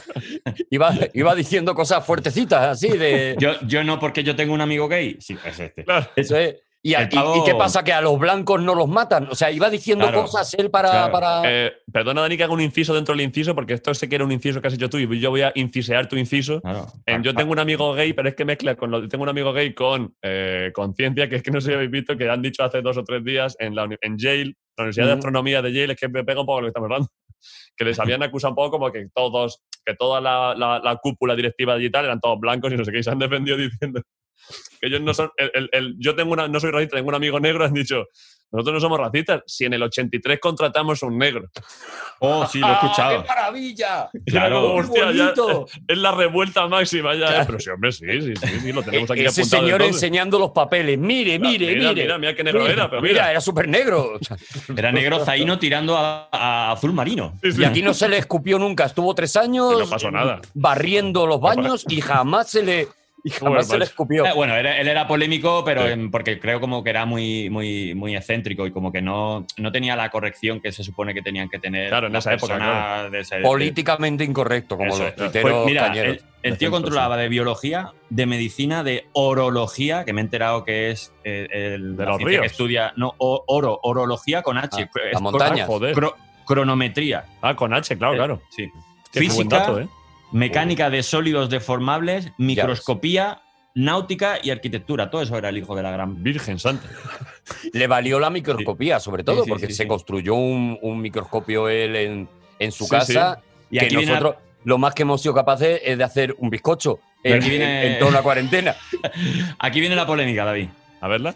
[SPEAKER 5] iba, iba diciendo cosas fuertecitas así de.
[SPEAKER 4] Yo, yo no, porque yo tengo un amigo gay. Sí, es este.
[SPEAKER 2] Claro.
[SPEAKER 5] eso es. ¿eh? Y, a-
[SPEAKER 4] El
[SPEAKER 5] y-
[SPEAKER 4] pavo-
[SPEAKER 5] ¿y qué pasa? Que a los blancos no los matan. O sea, iba diciendo
[SPEAKER 4] Claro,
[SPEAKER 5] cosas él para.
[SPEAKER 4] claro.
[SPEAKER 5] para-
[SPEAKER 2] Eh, perdona, Dani, que haga un inciso dentro del inciso, porque esto sé que era un inciso que has hecho tú y yo voy a incisear tu inciso.
[SPEAKER 4] Claro.
[SPEAKER 2] En Em, yo tengo un amigo gay, pero es que mezcla con lo de tengo un amigo gay con eh, conciencia, que es que no sé si habéis visto, que han dicho hace dos o tres días en, la uni- en Yale, la Universidad de
[SPEAKER 5] Ujú.
[SPEAKER 2] Astronomía de Yale, es que me pega un poco lo que estamos hablando, que les habían acusado un poco como que todos, que toda la, la- la cúpula directiva digital eran todos blancos y no sé qué, y se han defendido diciendo que ellos no son, el, el- el- yo tengo una, no soy racista, tengo un amigo negro, han dicho, nosotros no somos racistas, si en el 83 contratamos un negro.
[SPEAKER 4] Oh, sí, lo he
[SPEAKER 5] ¡Ah,
[SPEAKER 4] escuchado.
[SPEAKER 5] ¡Qué maravilla!
[SPEAKER 2] Era como,
[SPEAKER 4] Claro.
[SPEAKER 5] ¡Qué
[SPEAKER 2] hostia, ya-
[SPEAKER 5] bonito!
[SPEAKER 2] Es la revuelta máxima ya.
[SPEAKER 5] Claro. E,
[SPEAKER 2] eh, Pero sí, hombre, sí, sí, sí, sí, lo tenemos aquí
[SPEAKER 5] Ese
[SPEAKER 2] apuntado.
[SPEAKER 5] señor
[SPEAKER 2] entonces.
[SPEAKER 5] enseñando los papeles. Mire, mire,
[SPEAKER 2] mira,
[SPEAKER 5] mire.
[SPEAKER 2] Mira, mira qué negro era, pero
[SPEAKER 5] Mira,
[SPEAKER 2] mira.
[SPEAKER 5] era súper negro.
[SPEAKER 4] Era negro zaino tirando a, a azul marino.
[SPEAKER 2] Sí, sí.
[SPEAKER 5] Y aquí no se le escupió nunca. Estuvo tres años
[SPEAKER 2] Y no pasó nada.
[SPEAKER 5] barriendo los baños y jamás se le, y
[SPEAKER 2] Joder,
[SPEAKER 5] jamás se le
[SPEAKER 2] macho.
[SPEAKER 5] escupió.
[SPEAKER 4] Eh, Bueno, era- él era polémico, pero
[SPEAKER 2] Sí.
[SPEAKER 4] em, porque creo como que era muy, muy, muy excéntrico y como que no, no tenía la corrección que se supone que tenían que tener
[SPEAKER 2] Claro, en
[SPEAKER 4] las
[SPEAKER 2] esa época,
[SPEAKER 4] personas de ese- de-
[SPEAKER 5] Políticamente incorrecto, como
[SPEAKER 4] Este, Eso
[SPEAKER 5] los
[SPEAKER 4] es. Pues
[SPEAKER 5] tuiteros
[SPEAKER 4] mira,
[SPEAKER 5] cañeros.
[SPEAKER 4] el, el tío
[SPEAKER 2] Ejemplo,
[SPEAKER 4] controlaba de biología, de medicina, de orología, que me he enterado que es eh, el,
[SPEAKER 2] De
[SPEAKER 4] la
[SPEAKER 2] los
[SPEAKER 4] ciencia que
[SPEAKER 2] ríos.
[SPEAKER 4] estudia, no, o- oro, orología con H,
[SPEAKER 5] Ah,
[SPEAKER 4] es
[SPEAKER 5] la
[SPEAKER 4] cro-
[SPEAKER 5] montaña.
[SPEAKER 2] Joder.
[SPEAKER 4] cro- cronometría,
[SPEAKER 2] Ah, con H, claro,
[SPEAKER 4] Eh,
[SPEAKER 2] claro.
[SPEAKER 4] sí.
[SPEAKER 2] Qué buen
[SPEAKER 4] física,
[SPEAKER 2] dato, ¿eh?
[SPEAKER 4] mecánica de sólidos deformables, microscopía, náutica y arquitectura. Todo eso era el hijo de la gran.
[SPEAKER 2] Virgen Santa.
[SPEAKER 5] Le valió la microscopía, sobre todo,
[SPEAKER 4] eh, sí,
[SPEAKER 5] porque
[SPEAKER 4] sí,
[SPEAKER 5] se
[SPEAKER 4] sí.
[SPEAKER 5] construyó un, un microscopio él en, en su
[SPEAKER 2] Sí,
[SPEAKER 5] casa.
[SPEAKER 4] Y
[SPEAKER 5] que
[SPEAKER 4] aquí viene la-
[SPEAKER 5] nosotros lo más que hemos sido capaces es de hacer un bizcocho
[SPEAKER 4] Pero
[SPEAKER 5] en,
[SPEAKER 4] aquí viene-
[SPEAKER 5] en- en toda la cuarentena.
[SPEAKER 4] aquí viene la polémica, David.
[SPEAKER 2] A verla.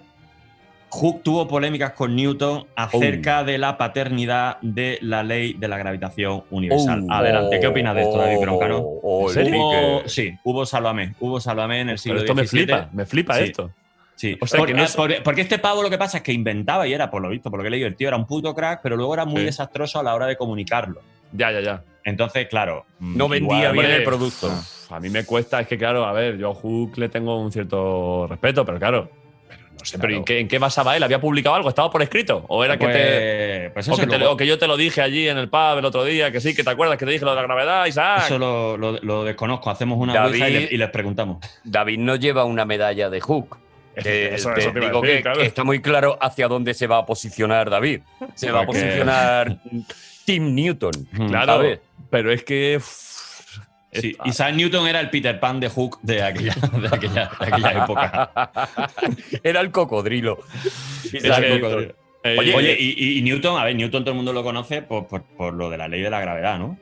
[SPEAKER 4] Hooke tuvo polémicas con Newton
[SPEAKER 2] Oh.
[SPEAKER 4] acerca de la paternidad de la ley de la gravitación universal.
[SPEAKER 5] Oh,
[SPEAKER 4] Adelante, ¿qué opinas de esto, David
[SPEAKER 5] oh,
[SPEAKER 4] Broncano?
[SPEAKER 5] oh,
[SPEAKER 2] ¿En serio?
[SPEAKER 5] Enrique.
[SPEAKER 4] Hubo, sí, hubo Salomé, hubo Salomé en el
[SPEAKER 2] Pero
[SPEAKER 4] siglo
[SPEAKER 2] esto me
[SPEAKER 4] XVII.
[SPEAKER 2] flipa, me flipa
[SPEAKER 4] Sí.
[SPEAKER 2] esto.
[SPEAKER 4] Sí.
[SPEAKER 2] O sea,
[SPEAKER 4] Por-
[SPEAKER 2] que no
[SPEAKER 4] ah,
[SPEAKER 2] es-
[SPEAKER 4] por- porque este pavo lo que pasa es que inventaba y era, por lo visto, por lo que he leído, el tío era un puto crack, pero luego era muy
[SPEAKER 2] Sí.
[SPEAKER 4] desastroso a la hora de comunicarlo.
[SPEAKER 2] Ya, ya, ya.
[SPEAKER 4] Entonces, claro. mm,
[SPEAKER 5] No vendía
[SPEAKER 2] hombre.
[SPEAKER 5] bien el producto.
[SPEAKER 2] Uf, A mí me cuesta, es que claro, a ver, yo a Hook le tengo un cierto respeto, pero claro. Pero no sé, pero
[SPEAKER 5] Claro.
[SPEAKER 2] ¿en qué, en qué basaba él? ¿Había publicado algo? ¿Estaba por escrito? ¿O era que te.?
[SPEAKER 4] Pues, pues
[SPEAKER 2] O
[SPEAKER 4] eso,
[SPEAKER 2] que, te-
[SPEAKER 4] luego-
[SPEAKER 2] o que yo te lo dije allí en el pub el otro día, que sí, que te acuerdas que te dije lo de la gravedad, Isaac.
[SPEAKER 4] eso lo, lo- lo desconozco. Hacemos una
[SPEAKER 5] David-
[SPEAKER 4] ouija y, le- y les preguntamos.
[SPEAKER 5] David no lleva una medalla de Hook. Que
[SPEAKER 2] Eso-
[SPEAKER 5] te
[SPEAKER 2] eso te iba a
[SPEAKER 5] digo
[SPEAKER 2] decir,
[SPEAKER 5] que,
[SPEAKER 2] claro.
[SPEAKER 5] que está muy claro hacia dónde se va a posicionar David. Se va a
[SPEAKER 4] Porque-
[SPEAKER 5] posicionar Tim Newton.
[SPEAKER 4] Mm.
[SPEAKER 2] Claro,
[SPEAKER 5] ¿sabes?
[SPEAKER 2] pero es que. uff,
[SPEAKER 4] Sí,
[SPEAKER 2] esta-
[SPEAKER 4] Isaac Newton era el Peter Pan de Hook de aquella, de aquella, de aquella época.
[SPEAKER 5] Era el cocodrilo.
[SPEAKER 4] Era el
[SPEAKER 2] Isaac
[SPEAKER 4] Coco
[SPEAKER 2] Newton. Eh,
[SPEAKER 4] Oye, y, y- y Newton, a ver, Newton todo el mundo lo conoce por, por- por lo de la ley de la gravedad, ¿no?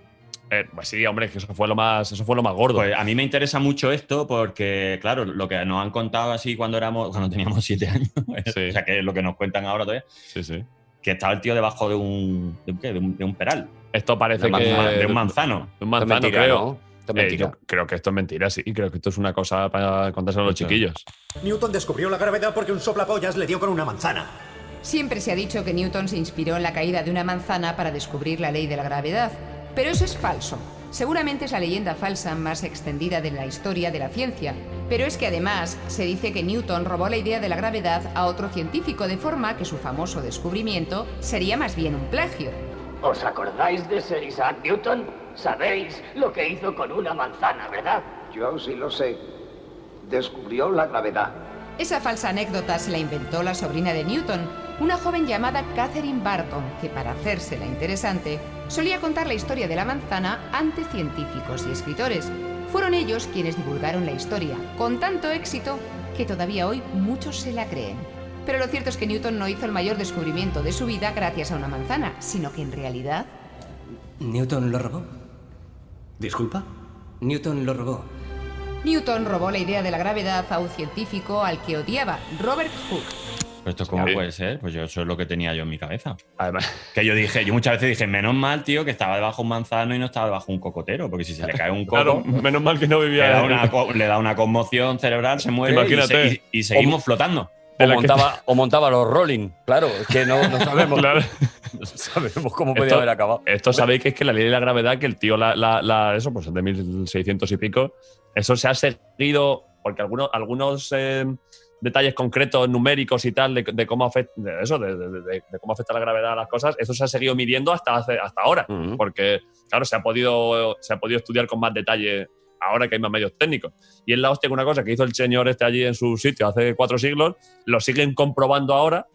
[SPEAKER 2] eh, pues sí, hombre, es que eso fue lo más, eso fue lo más gordo.
[SPEAKER 4] Pues a mí me interesa mucho esto porque, claro, lo que nos han contado así cuando éramos, cuando teníamos siete años,
[SPEAKER 2] Sí.
[SPEAKER 4] o sea, que es lo que nos cuentan ahora todavía,
[SPEAKER 2] sí, sí.
[SPEAKER 4] que estaba el tío debajo de un, ¿de un, qué? De un, de un peral,
[SPEAKER 2] Esto parece
[SPEAKER 4] de,
[SPEAKER 5] Una
[SPEAKER 2] que.
[SPEAKER 5] manzana,
[SPEAKER 4] un
[SPEAKER 2] de
[SPEAKER 4] manzano.
[SPEAKER 2] un
[SPEAKER 5] Esto es
[SPEAKER 2] manzano,
[SPEAKER 5] mentira,
[SPEAKER 2] creo.
[SPEAKER 5] ¿no? Esto es
[SPEAKER 2] Eh,
[SPEAKER 5] mentira.
[SPEAKER 2] yo creo que esto es mentira, sí. Y creo que esto es una cosa para contárselo a los
[SPEAKER 4] Sí.
[SPEAKER 2] chiquillos.
[SPEAKER 7] Newton descubrió la gravedad porque un soplapollas le dio con una manzana.
[SPEAKER 8] Siempre se ha dicho que Newton se inspiró en la caída de una manzana para descubrir la ley de la gravedad, pero eso es falso. Seguramente es la leyenda falsa más extendida de la historia de la ciencia, Pero es que además se dice que Newton robó la idea de la gravedad a otro científico de forma que su famoso descubrimiento sería más bien un plagio.
[SPEAKER 9] ¿Os acordáis de Sir Isaac Newton? Sabéis lo que hizo con una manzana, ¿verdad?
[SPEAKER 10] Yo sí lo sé. Descubrió la gravedad.
[SPEAKER 8] Esa falsa anécdota se la inventó la sobrina de Newton, una joven llamada Catherine Barton, que para hacérsela interesante, solía contar la historia de la manzana ante científicos y escritores. Fueron ellos quienes divulgaron la historia, con tanto éxito que todavía hoy muchos se la creen. Pero lo cierto es que Newton no hizo el mayor descubrimiento de su vida gracias a una manzana, sino que en realidad...
[SPEAKER 11] ¿Newton lo robó?
[SPEAKER 7] ¿Disculpa?
[SPEAKER 11] Newton lo robó.
[SPEAKER 8] Newton robó la idea de la gravedad a un científico al que odiaba, Robert Hooke.
[SPEAKER 4] Pero esto cómo puede ser, pues yo eso es lo que tenía yo en mi cabeza.
[SPEAKER 2] Además,
[SPEAKER 4] Que yo dije, yo muchas veces dije, menos mal, tío, que estaba debajo un manzano y no estaba debajo un cocotero, porque si se le cae un coco,
[SPEAKER 2] claro, menos mal que no
[SPEAKER 4] le,
[SPEAKER 2] vivía
[SPEAKER 4] da
[SPEAKER 2] en-
[SPEAKER 4] una, co- le da una conmoción cerebral, se muere y,
[SPEAKER 2] Imagínate.
[SPEAKER 4] se- y- y seguimos flotando.
[SPEAKER 5] O
[SPEAKER 2] la que-
[SPEAKER 5] montaba, o montaba los rolling, claro, es que no, no sabemos,
[SPEAKER 2] Claro.
[SPEAKER 5] no sabemos cómo podía
[SPEAKER 2] Esto-
[SPEAKER 5] haber acabado.
[SPEAKER 2] Esto sabéis que es que la ley de la gravedad, que el tío, la, la- la- eso, pues de 1600 y pico, eso se ha seguido, porque algunos, algunos eh, detalles concretos, numéricos y tal, de, de cómo afecta, de eso, de, de- de- de cómo afecta la gravedad a las cosas, eso se ha seguido midiendo hasta, hace- hasta ahora,
[SPEAKER 5] Ujú.
[SPEAKER 2] porque, claro, se ha, podido, se ha podido estudiar con más detalle ahora que hay más medios técnicos. Y es la hostia que una cosa que hizo el señor este allí en su sitio hace cuatro siglos, lo siguen comprobando ahora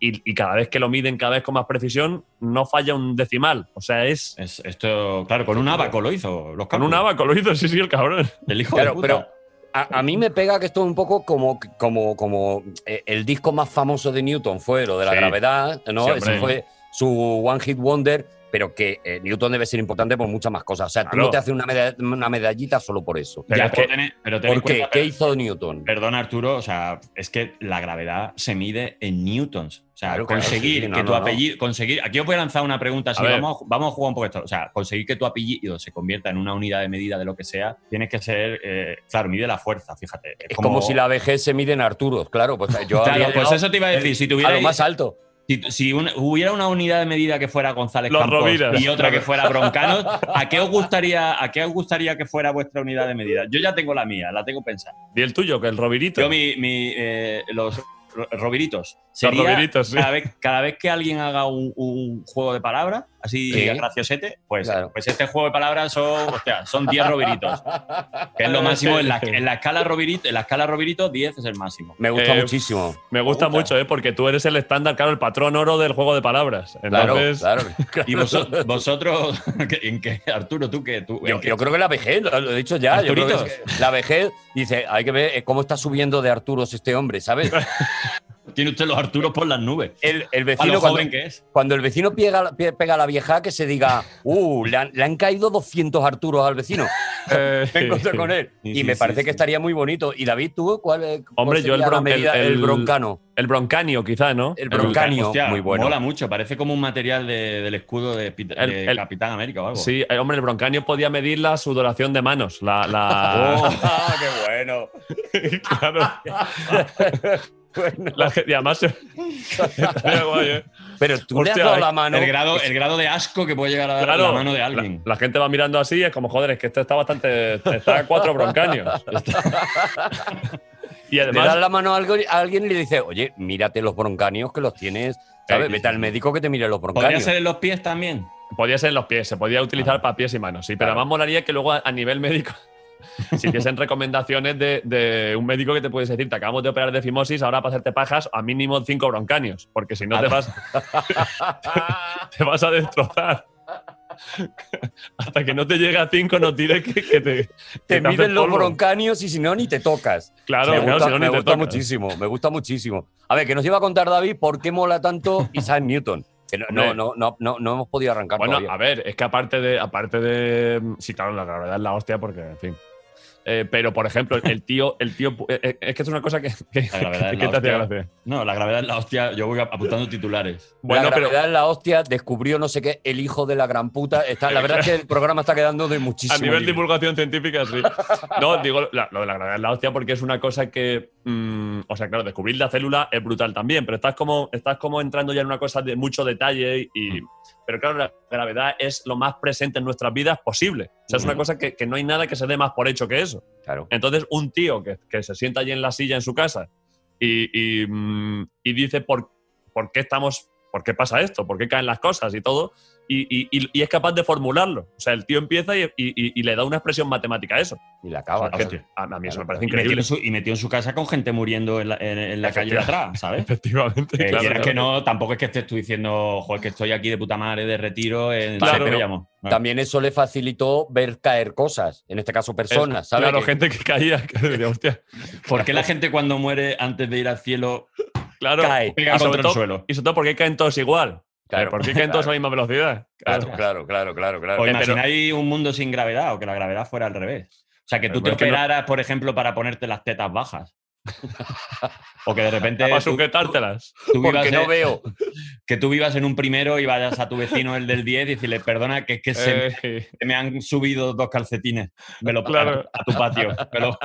[SPEAKER 2] y, y cada vez que lo miden, cada vez con más precisión, no falla un decimal. O sea, es
[SPEAKER 4] Es- esto, claro, con un abaco lo hizo. Los
[SPEAKER 2] con un
[SPEAKER 4] cálculos.
[SPEAKER 2] abaco lo hizo, sí, sí, el cabrón.
[SPEAKER 4] El hijo de
[SPEAKER 5] Claro,
[SPEAKER 4] puta.
[SPEAKER 5] pero a, a mí me pega que esto es un poco como, como, como eh, el disco más famoso de Newton fue lo de la
[SPEAKER 2] Sí.
[SPEAKER 5] gravedad, ¿no?
[SPEAKER 2] Sí, hombre.
[SPEAKER 5] Ese fue su One Hit Wonder, pero que eh, Newton debe ser importante por muchas más cosas. O sea, tú
[SPEAKER 2] Claro.
[SPEAKER 5] no te haces una, medall- una medallita solo por eso.
[SPEAKER 2] Pero
[SPEAKER 4] Ya,
[SPEAKER 2] es
[SPEAKER 4] pero
[SPEAKER 2] que-
[SPEAKER 4] ten- pero ten en
[SPEAKER 5] ¿Por qué?
[SPEAKER 4] cuenta-
[SPEAKER 5] ¿Qué hizo Newton?
[SPEAKER 2] Eh,
[SPEAKER 4] Perdón, Arturo, o sea, es que la gravedad se mide en newtons. O sea,
[SPEAKER 5] Claro, claro,
[SPEAKER 4] conseguir
[SPEAKER 5] sí, sí, no,
[SPEAKER 4] que tu
[SPEAKER 5] no, no.
[SPEAKER 4] apellido. Conseguir. Aquí os voy a lanzar una pregunta así.
[SPEAKER 2] A ver.
[SPEAKER 4] Vamos, a ju- vamos a jugar un poco esto. O sea, conseguir que tu apellido se convierta en una unidad de medida de lo que sea, tienes que ser. eh, claro, mide la fuerza, fíjate.
[SPEAKER 5] Es como, si la vejez se mide en Arturos, claro. Pues yo
[SPEAKER 4] Claro,
[SPEAKER 5] habría
[SPEAKER 4] pues
[SPEAKER 5] llegado
[SPEAKER 4] eso te iba a decir. Si
[SPEAKER 5] a
[SPEAKER 4] tuviera.
[SPEAKER 5] lo más alto.
[SPEAKER 4] Si, si un- hubiera una unidad de medida que fuera González
[SPEAKER 2] Los
[SPEAKER 4] Campos
[SPEAKER 2] Roviras.
[SPEAKER 4] y otra que fuera Broncanos, ¿a qué, os gustaría, ¿a qué os gustaría que fuera vuestra unidad de medida? Yo ya tengo la mía, la tengo pensada.
[SPEAKER 2] Y el tuyo, que el Robirito.
[SPEAKER 4] Yo, mi, mi, eh, los ro- roviritos. Sería
[SPEAKER 2] roviritos, sí.
[SPEAKER 4] cada, vez, cada vez que alguien haga un, un juego de palabras, así
[SPEAKER 5] Sí.
[SPEAKER 4] graciosete, pues,
[SPEAKER 5] Claro.
[SPEAKER 4] pues este juego de palabras son, hostia, son 10 roviritos. Que es lo máximo. En la, en la escala rovirito, en la escala rovirito, 10 es el máximo.
[SPEAKER 5] Me gusta
[SPEAKER 2] Eh,
[SPEAKER 5] muchísimo.
[SPEAKER 2] me gusta
[SPEAKER 4] me gusta.
[SPEAKER 2] mucho, ¿eh? porque tú eres el estándar, claro, el patrón oro del juego de palabras. Entonces,
[SPEAKER 5] claro, claro.
[SPEAKER 4] ¿Y vosotros, vosotros en qué? Arturo, tú que tú. eh, en
[SPEAKER 5] Yo,
[SPEAKER 4] qué-
[SPEAKER 5] yo creo que la vejez, lo lo he dicho ya, yo creo que es
[SPEAKER 4] Arturitos.
[SPEAKER 5] que la vejez dice, hay que ver eh, cómo está subiendo de Arturos este hombre, ¿sabes?
[SPEAKER 4] Tiene usted los Arturos por las nubes.
[SPEAKER 5] El, el
[SPEAKER 4] A
[SPEAKER 5] vecino,
[SPEAKER 4] lo
[SPEAKER 5] cuando,
[SPEAKER 4] joven que es.
[SPEAKER 5] cuando el vecino pega, pe- pega a la vieja, que se diga, uh, le han, le han caído 200 Arturos al vecino.
[SPEAKER 2] eh,
[SPEAKER 5] Me encuentro con él.
[SPEAKER 4] Sí,
[SPEAKER 5] y
[SPEAKER 4] sí,
[SPEAKER 5] me
[SPEAKER 4] sí,
[SPEAKER 5] parece
[SPEAKER 4] sí.
[SPEAKER 5] que estaría muy bonito. Y David, ¿tú cuál es?
[SPEAKER 2] Hombre, yo el bron- el-
[SPEAKER 5] el,
[SPEAKER 2] el-
[SPEAKER 5] broncano.
[SPEAKER 2] el broncanio, quizá, ¿no?
[SPEAKER 5] El broncanio,
[SPEAKER 4] Hostia,
[SPEAKER 5] muy bueno.
[SPEAKER 4] Mola mucho, parece como un material de- del escudo de, Pit-
[SPEAKER 2] El-
[SPEAKER 4] de
[SPEAKER 2] el-
[SPEAKER 4] Capitán América o algo.
[SPEAKER 2] Sí, eh, hombre, el broncanio podía medir la sudoración de manos. La, la,
[SPEAKER 4] Oh.
[SPEAKER 5] Ah, qué bueno. Bueno,
[SPEAKER 2] la- y además, eh, se- Estaría guay, ¿eh?
[SPEAKER 5] pero tú le
[SPEAKER 2] Hostia,
[SPEAKER 5] has dado
[SPEAKER 2] el-
[SPEAKER 5] la mano.
[SPEAKER 4] el, grado, el grado de asco que puede llegar a dar
[SPEAKER 2] Ah, Claro,
[SPEAKER 4] la mano de alguien.
[SPEAKER 2] La, la gente va mirando así y es como, joder, es que este está bastante. Está a cuatro broncanios. Está- y
[SPEAKER 5] Le das
[SPEAKER 2] además,
[SPEAKER 5] la mano a alguien a alguien y le dices, oye, mírate los broncanios que los tienes. ¿Sabes?
[SPEAKER 2] Sí,
[SPEAKER 5] Vete al médico que te mire los
[SPEAKER 4] ¿Podría
[SPEAKER 5] broncanios.
[SPEAKER 4] ser en los pies también?
[SPEAKER 2] podía ser en los pies, se podía utilizar para pies y manos. Sí, pero
[SPEAKER 5] Claro.
[SPEAKER 2] además molaría que luego a, a nivel médico. Si hiciesen recomendaciones de, de un médico que te puedes decir, te acabamos de operar de fimosis, ahora para hacerte pajas, a mínimo cinco broncanios, porque si no te vas, te vas a destrozar. Hasta que no te llegue a cinco, no tires que, que te. que
[SPEAKER 5] Te
[SPEAKER 2] haces
[SPEAKER 5] miden los
[SPEAKER 2] polvo.
[SPEAKER 5] broncanios y si no, ni te tocas.
[SPEAKER 2] Claro,
[SPEAKER 5] me
[SPEAKER 2] claro,
[SPEAKER 5] gusta,
[SPEAKER 2] si no, ni
[SPEAKER 5] me
[SPEAKER 2] te
[SPEAKER 5] gusta
[SPEAKER 2] tocas.
[SPEAKER 5] muchísimo, me gusta muchísimo. A ver, que nos lleva a contar David por qué mola tanto Isaac Newton. Que no, no,
[SPEAKER 2] Hombre.
[SPEAKER 5] no, no, no, no hemos podido arrancar
[SPEAKER 2] Bueno,
[SPEAKER 5] todavía.
[SPEAKER 2] a ver, es que aparte de, aparte de. Sí, claro, la gravedad es la hostia, porque, en fin. Eh, pero, por ejemplo, el tío, el tío. eh, eh, Es que es una cosa que, que-
[SPEAKER 4] La gravedad es
[SPEAKER 2] que
[SPEAKER 4] la
[SPEAKER 2] te hace
[SPEAKER 4] hostia.
[SPEAKER 2] gracia.
[SPEAKER 4] No, la gravedad es la hostia. Yo voy apuntando titulares.
[SPEAKER 5] la gravedad en la hostia descubrió no sé qué, el hijo de la gran puta. Está, la verdad es que el programa está quedando de muchísimo.
[SPEAKER 2] A nivel
[SPEAKER 5] nivel.
[SPEAKER 2] divulgación científica, sí. No, digo la- lo de la gravedad es la hostia porque es una cosa que. mm, o sea, claro, descubrir la célula es brutal también, pero estás como, estás como entrando ya en una cosa de mucho detalle
[SPEAKER 4] Mm.
[SPEAKER 2] y. Pero claro, la gravedad es lo más presente en nuestras vidas posible. O sea, es una
[SPEAKER 4] Mm.
[SPEAKER 5] Ujú.
[SPEAKER 2] cosa que, que no hay nada que se dé más por hecho que eso.
[SPEAKER 5] Claro.
[SPEAKER 2] Entonces, un tío que, que se sienta allí en la silla en su casa y, y, mm, y dice por, por qué estamos, por qué pasa esto, por qué caen las cosas y todo, y, y- y- y es capaz de formularlo. O sea, el tío empieza y, y- y- y le da una expresión matemática a eso.
[SPEAKER 5] Y la acaba.
[SPEAKER 2] O sea,
[SPEAKER 5] claro.
[SPEAKER 2] que a, a mí eso
[SPEAKER 5] Claro,
[SPEAKER 2] me parece
[SPEAKER 4] Y metió,
[SPEAKER 2] increíble.
[SPEAKER 4] en su, y metió en su casa con gente muriendo en la, en- en la calle de
[SPEAKER 2] Efectivamente.
[SPEAKER 4] atrás, ¿sabes?
[SPEAKER 2] Efectivamente.
[SPEAKER 4] Que
[SPEAKER 2] claro,
[SPEAKER 4] quieras
[SPEAKER 2] claro.
[SPEAKER 4] que no, tampoco es que estés tú diciendo, joder, que estoy aquí de puta madre de retiro en
[SPEAKER 2] Claro,
[SPEAKER 4] San
[SPEAKER 2] pero
[SPEAKER 4] Pellamo". No.
[SPEAKER 5] También eso le facilitó ver caer cosas, en este caso personas,
[SPEAKER 2] Es-
[SPEAKER 5] ¿sabes?
[SPEAKER 2] Claro,
[SPEAKER 5] Que-
[SPEAKER 2] gente que caía. que decía, hostia,
[SPEAKER 4] ¿Por qué la gente cuando muere antes de ir al cielo
[SPEAKER 2] claro.
[SPEAKER 4] cae, pega
[SPEAKER 2] y, sobre
[SPEAKER 4] contra el
[SPEAKER 2] todo,
[SPEAKER 4] suelo?
[SPEAKER 2] y sobre todo, ¿por qué caen todos igual?
[SPEAKER 5] Claro,
[SPEAKER 2] ¿Por qué caen todos a la misma velocidad? Pues
[SPEAKER 5] Claro, claro, claro, claro, claro.
[SPEAKER 4] O
[SPEAKER 5] Eh, pero-
[SPEAKER 4] imagináis un mundo sin gravedad o que la gravedad fuera al revés. O sea, que
[SPEAKER 2] Pero
[SPEAKER 4] tú te
[SPEAKER 2] es que no-
[SPEAKER 4] operaras, por ejemplo, para ponerte las tetas bajas. o que de repente
[SPEAKER 2] Para
[SPEAKER 4] tú,
[SPEAKER 2] sujetártelas.
[SPEAKER 4] tú vivas
[SPEAKER 5] porque no
[SPEAKER 4] en-
[SPEAKER 5] veo.
[SPEAKER 4] que tú vivas en un primero y vayas a tu vecino, el del 10, y decirle, perdona, que es que se,
[SPEAKER 2] Eh,
[SPEAKER 4] se me han subido dos calcetines me lo,
[SPEAKER 2] Claro.
[SPEAKER 4] a, a tu patio. Me lo-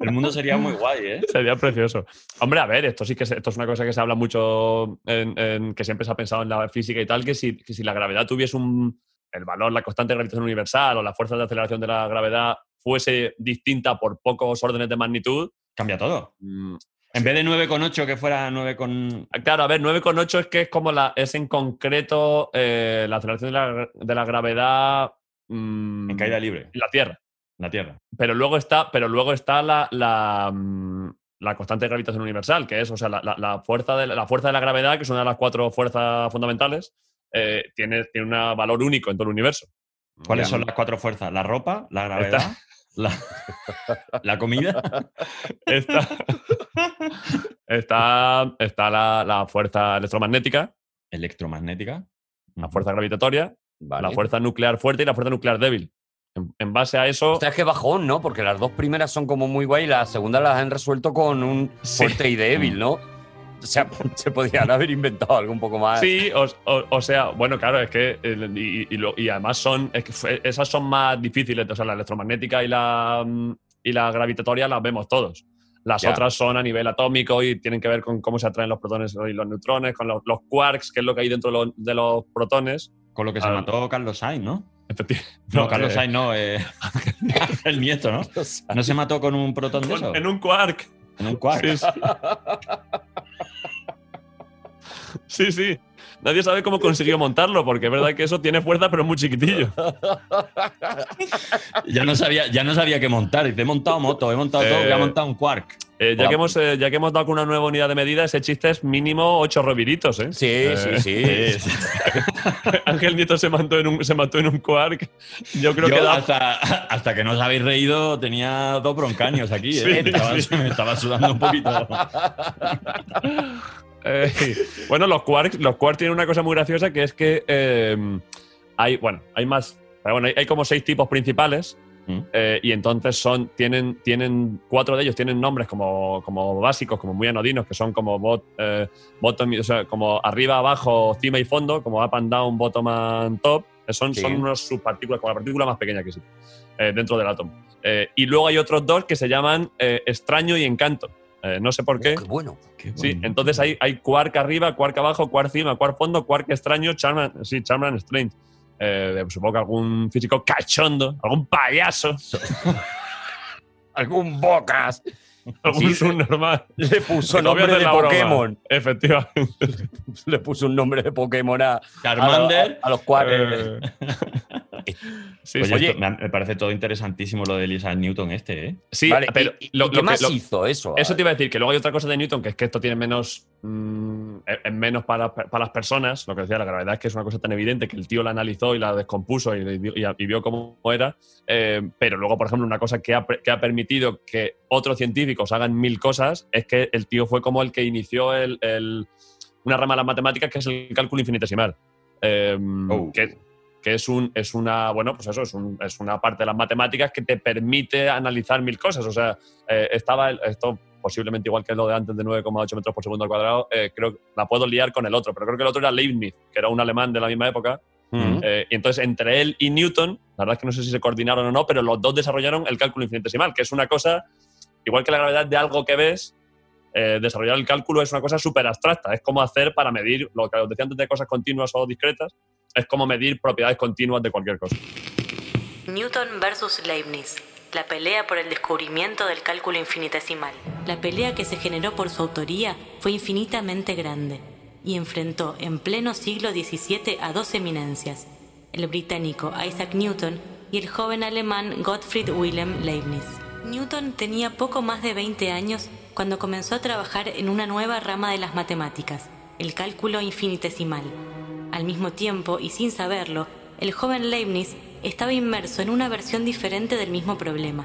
[SPEAKER 4] el mundo sería muy guay, ¿eh?
[SPEAKER 2] Sería precioso. Hombre, a ver, esto sí que se- esto es una cosa que se habla mucho, en, en- que siempre se ha pensado en la física y tal, que si, que si la gravedad tuviese un, el valor, la constante de gravitación universal o la fuerza de aceleración de la gravedad fuese distinta por pocos órdenes de magnitud.
[SPEAKER 4] Cambia todo.
[SPEAKER 2] mm,
[SPEAKER 4] En vez de 9,8, que fuera 9, con...
[SPEAKER 2] Claro, a ver, 9,8 es que es como la, es en concreto eh, la aceleración de la, de la gravedad mm,
[SPEAKER 4] en caída libre,
[SPEAKER 2] en la Tierra.
[SPEAKER 4] la Tierra.
[SPEAKER 2] Pero luego está, pero luego está la, la, mm, la constante de gravitación universal, que es, o sea, la, la- la fuerza de la, la fuerza de la gravedad, que es una de las cuatro fuerzas fundamentales, eh, tiene, tiene un valor único en todo el universo.
[SPEAKER 4] ¿Cuáles
[SPEAKER 2] Mm, Ya.
[SPEAKER 4] son las cuatro fuerzas? La ropa, la gravedad, la, la comida.
[SPEAKER 2] Está, está, está la, la fuerza electromagnética,
[SPEAKER 4] Electromagnética.
[SPEAKER 2] la fuerza gravitatoria,
[SPEAKER 5] Vale.
[SPEAKER 2] la fuerza nuclear fuerte y la fuerza nuclear débil. En, en base a eso,
[SPEAKER 5] O sea, es que bajón, ¿no? Porque las dos primeras son como muy guay y la segunda las han resuelto con un fuerte y débil, ¿no? O sea, se podrían haber inventado algo un poco más.
[SPEAKER 2] Sí, o, o- o sea, bueno, claro, es que. eh, Y, y- y lo- y además son. es que fue- esas son más difíciles, o sea, la electromagnética y la, mm, y la gravitatoria las vemos todos. Las
[SPEAKER 5] Ya.
[SPEAKER 2] otras son a nivel atómico y tienen que ver con cómo se atraen los protones y los neutrones, con los, los quarks, que es lo que hay dentro de los, de los protones.
[SPEAKER 4] Con lo que se
[SPEAKER 2] Ah.
[SPEAKER 4] mató Carlos Sainz, ¿no?
[SPEAKER 2] Efecti-
[SPEAKER 4] No,
[SPEAKER 2] no,
[SPEAKER 4] Carlos
[SPEAKER 2] eh,
[SPEAKER 4] Sainz no, eh, el nieto, ¿no? ¿No se mató con un protón de eso?
[SPEAKER 2] con- en un quark.
[SPEAKER 4] En un quark.
[SPEAKER 2] Sí, sí. Sí, sí. Nadie sabe cómo consiguió montarlo, porque es verdad que eso tiene fuerza, pero es muy chiquitillo.
[SPEAKER 4] Ya no sabía, ya no sabía qué montar. Dice, He montado moto, he montado todo,
[SPEAKER 2] Eh,
[SPEAKER 4] voy a montar un quark.
[SPEAKER 2] Eh, ya,
[SPEAKER 5] Hola.
[SPEAKER 2] que hemos, eh, ya que hemos dado con una nueva unidad de medida, ese chiste es mínimo ocho reviritos, ¿eh?
[SPEAKER 5] Sí,
[SPEAKER 2] Eh,
[SPEAKER 5] sí, sí.
[SPEAKER 2] Ángel Nieto se mató en un, se mató en un quark. Yo creo
[SPEAKER 4] Yo
[SPEAKER 2] que da-
[SPEAKER 4] hasta, hasta que no os habéis reído tenía dos broncaños aquí. ¿eh?
[SPEAKER 2] Sí,
[SPEAKER 4] me, estaba,
[SPEAKER 2] sí.
[SPEAKER 4] me estaba sudando un poquito.
[SPEAKER 2] eh, bueno, los quarks, los quarks tienen una cosa muy graciosa que es que eh, hay, bueno, hay más. Pero bueno, hay, hay como seis tipos principales.
[SPEAKER 4] Mm.
[SPEAKER 2] eh, y entonces son, tienen, tienen, cuatro de ellos tienen nombres como, como básicos, como muy anodinos, que son como bot, eh, bottom, o sea, como arriba, abajo, cima y fondo, como up and down, bottom and top. Eh, Son,
[SPEAKER 5] Sí.
[SPEAKER 2] son unas subpartículas, como la partícula más pequeña que existe eh, dentro del átomo. Eh, y luego hay otros dos que se llaman eh, extraño y encanto. Eh, no sé por qué.
[SPEAKER 5] bueno.
[SPEAKER 2] Sí, entonces hay, hay quark arriba, quark abajo, quark cima, quark fondo, quark extraño, Charman, sí, Charman Strange. Eh, supongo que algún físico cachondo, algún payaso,
[SPEAKER 5] Algún bocas
[SPEAKER 2] algún
[SPEAKER 5] Sí.
[SPEAKER 2] subnormal.
[SPEAKER 5] le puso
[SPEAKER 2] Que no voy a
[SPEAKER 5] nombre
[SPEAKER 2] hacer
[SPEAKER 5] de
[SPEAKER 2] la broma.
[SPEAKER 5] Pokémon.
[SPEAKER 2] Efectivamente.
[SPEAKER 5] Le puso un nombre de Pokémon a, a,
[SPEAKER 4] Charmander.
[SPEAKER 5] a los cuatro.
[SPEAKER 2] Eh, Ah, sí,
[SPEAKER 5] Pues
[SPEAKER 4] Oye,
[SPEAKER 2] sí.
[SPEAKER 4] esto me me parece todo interesantísimo lo de Elisa Newton este, ¿eh?
[SPEAKER 2] Sí,
[SPEAKER 5] Vale,
[SPEAKER 2] pero
[SPEAKER 5] ¿y- y-
[SPEAKER 2] lo-
[SPEAKER 5] y
[SPEAKER 2] lo
[SPEAKER 5] ¿Qué
[SPEAKER 2] que-
[SPEAKER 5] más
[SPEAKER 2] lo-
[SPEAKER 5] hizo eso?
[SPEAKER 2] Eso te iba a decir, que luego hay otra cosa de Newton, que es que esto tiene menos. mm, es es menos para, para las personas. Lo que decía, la gravedad es que es una cosa tan evidente que el tío la analizó y la descompuso y, le dio- y a- y vio cómo era. Eh, pero luego, por ejemplo, una cosa que ha, pre- que ha permitido que otros científicos hagan mil cosas es que el tío fue como el que inició el- el- una rama de las matemáticas que es el cálculo infinitesimal. Eh,
[SPEAKER 4] Oh.
[SPEAKER 2] que, que es, un, es una bueno pues eso es, un- es una parte de las matemáticas que te permite analizar mil cosas o sea eh, estaba el- esto posiblemente igual que lo de antes de 9,8 metros por segundo al cuadrado, eh, creo que la puedo liar con el otro, pero creo que el otro era Leibniz, que era un alemán de la misma época.
[SPEAKER 5] Ujú.
[SPEAKER 2] Eh, y entonces, entre él y Newton, la verdad es que no sé si se coordinaron o no, pero los dos desarrollaron el cálculo infinitesimal, que es una cosa, igual que la gravedad de algo que ves, eh, desarrollar el cálculo es una cosa súper abstracta. Es como hacer para medir, lo que os decía antes de cosas continuas o discretas, es como medir propiedades continuas de cualquier cosa.
[SPEAKER 12] Newton versus Leibniz. La pelea por el descubrimiento del cálculo infinitesimal. La pelea que se generó por su autoría fue infinitamente grande y enfrentó en pleno siglo XVII a dos eminencias, el británico Isaac Newton y el joven alemán Gottfried Wilhelm Leibniz. Newton tenía poco más de 20 años cuando comenzó a trabajar en una nueva rama de las matemáticas, el cálculo infinitesimal. Al mismo tiempo, y sin saberlo, el joven Leibniz estaba inmerso en una versión diferente del mismo problema.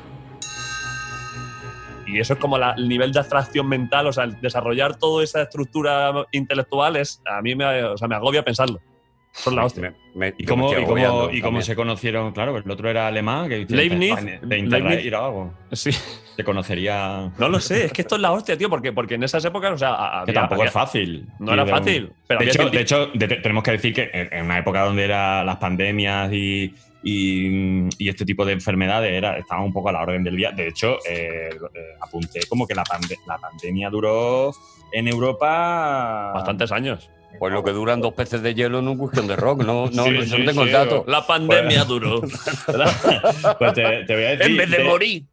[SPEAKER 2] Y eso es como la- el nivel de abstracción mental, o sea, el desarrollar toda esa estructura intelectual es, a mí me, o sea, me agobia pensarlo. Son la hostia.
[SPEAKER 4] ¿Y
[SPEAKER 2] yo me
[SPEAKER 4] cómo,
[SPEAKER 2] estoy
[SPEAKER 4] y cómo-
[SPEAKER 2] agobiando
[SPEAKER 4] y cómo
[SPEAKER 2] también.
[SPEAKER 4] se conocieron? Claro, el otro era alemán. Que
[SPEAKER 2] Leibniz-
[SPEAKER 4] De,
[SPEAKER 2] Leibniz- Pues
[SPEAKER 4] Interrail o algo.
[SPEAKER 2] Sí.
[SPEAKER 4] Te conocería.
[SPEAKER 2] No lo sé, es que esto es la hostia, tío, porque, porque en esas épocas, o sea, a-
[SPEAKER 4] Que
[SPEAKER 2] había-
[SPEAKER 4] tampoco
[SPEAKER 2] había-
[SPEAKER 4] es fácil.
[SPEAKER 2] No era
[SPEAKER 4] Y de un-
[SPEAKER 2] fácil, pero
[SPEAKER 4] de,
[SPEAKER 2] había
[SPEAKER 4] hecho,
[SPEAKER 2] cienti-
[SPEAKER 4] de hecho, de- de- tenemos que decir que en en una época donde era las pandemias y, y- y este tipo de enfermedades era, estaban un poco a la orden del día. De hecho, eh, eh, apunté como que la, pande- la pandemia duró en Europa.
[SPEAKER 2] Bastantes años.
[SPEAKER 5] Pues lo que duran dos peces de hielo en un cuestión de rock, no, no,
[SPEAKER 4] Sí,
[SPEAKER 5] no, yo
[SPEAKER 4] sí,
[SPEAKER 5] no tengo el
[SPEAKER 4] sí,
[SPEAKER 5] dato.
[SPEAKER 2] La pandemia
[SPEAKER 4] Pues-
[SPEAKER 2] duró.
[SPEAKER 4] Pues te, te voy a decir.
[SPEAKER 2] en vez de, morir.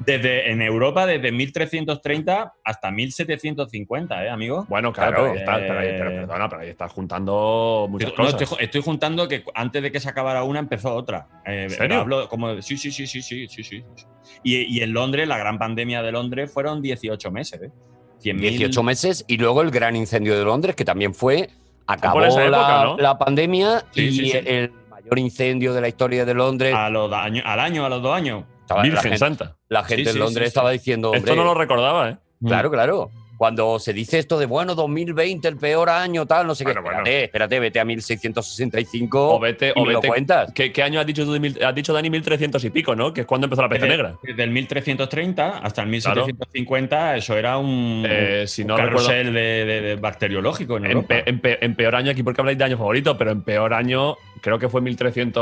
[SPEAKER 4] Desde, en Europa, desde 1330 hasta 1750, ¿eh, amigo?
[SPEAKER 2] Bueno, claro, ahí está, pero ahí- pero perdona, pero ahí estás juntando muchas
[SPEAKER 4] Pero, no,
[SPEAKER 2] cosas.
[SPEAKER 4] estoy, ju- estoy juntando que cu- antes de que se acabara una empezó otra. Eh,
[SPEAKER 2] ¿En serio?
[SPEAKER 4] pero Hablo como de- sí, sí, sí, sí, sí, sí, sí. sí. Y, y en Londres, la gran pandemia de Londres fueron 18 meses. ¿eh? 100.000
[SPEAKER 5] 18 meses y luego el gran incendio de Londres, que también fue,
[SPEAKER 2] Ah,
[SPEAKER 5] acabó
[SPEAKER 4] esa época,
[SPEAKER 5] la,
[SPEAKER 4] ¿no?
[SPEAKER 5] la pandemia
[SPEAKER 4] Sí,
[SPEAKER 5] y
[SPEAKER 4] sí, sí.
[SPEAKER 5] el mayor incendio de la historia de Londres.
[SPEAKER 4] A los da- año- al año, a los dos años.
[SPEAKER 5] Estaba- la
[SPEAKER 2] Ah, Virgen
[SPEAKER 5] gente-
[SPEAKER 2] Santa.
[SPEAKER 5] La gente
[SPEAKER 4] Sí, sí,
[SPEAKER 5] en Londres
[SPEAKER 4] sí, sí.
[SPEAKER 5] estaba diciendo, hombre,
[SPEAKER 2] Esto no lo recordaba, ¿eh?
[SPEAKER 5] claro, claro. Cuando se dice esto de, bueno, 2020, el peor año, tal, no sé
[SPEAKER 2] Bueno,
[SPEAKER 5] qué.
[SPEAKER 2] bueno.
[SPEAKER 5] Espérate, espérate, vete a 1665
[SPEAKER 2] O vete,
[SPEAKER 5] y
[SPEAKER 2] o
[SPEAKER 5] me lo
[SPEAKER 2] vete.
[SPEAKER 5] cuentas.
[SPEAKER 2] ¿Qué, qué año has dicho tú? de mil- has dicho Dani 1300 y pico, ¿no? Que es cuando empezó la peste
[SPEAKER 4] Desde-
[SPEAKER 2] negra.
[SPEAKER 4] Desde el 1330 hasta el 1750, eso era un,
[SPEAKER 2] Eh, si no
[SPEAKER 4] un
[SPEAKER 2] recuerdo-
[SPEAKER 4] carrusel de, de- de bacteriológico en
[SPEAKER 2] En,
[SPEAKER 4] Europa.
[SPEAKER 2] pe- en pe- en peor año, aquí porque habláis de año favorito, pero en peor año creo que fue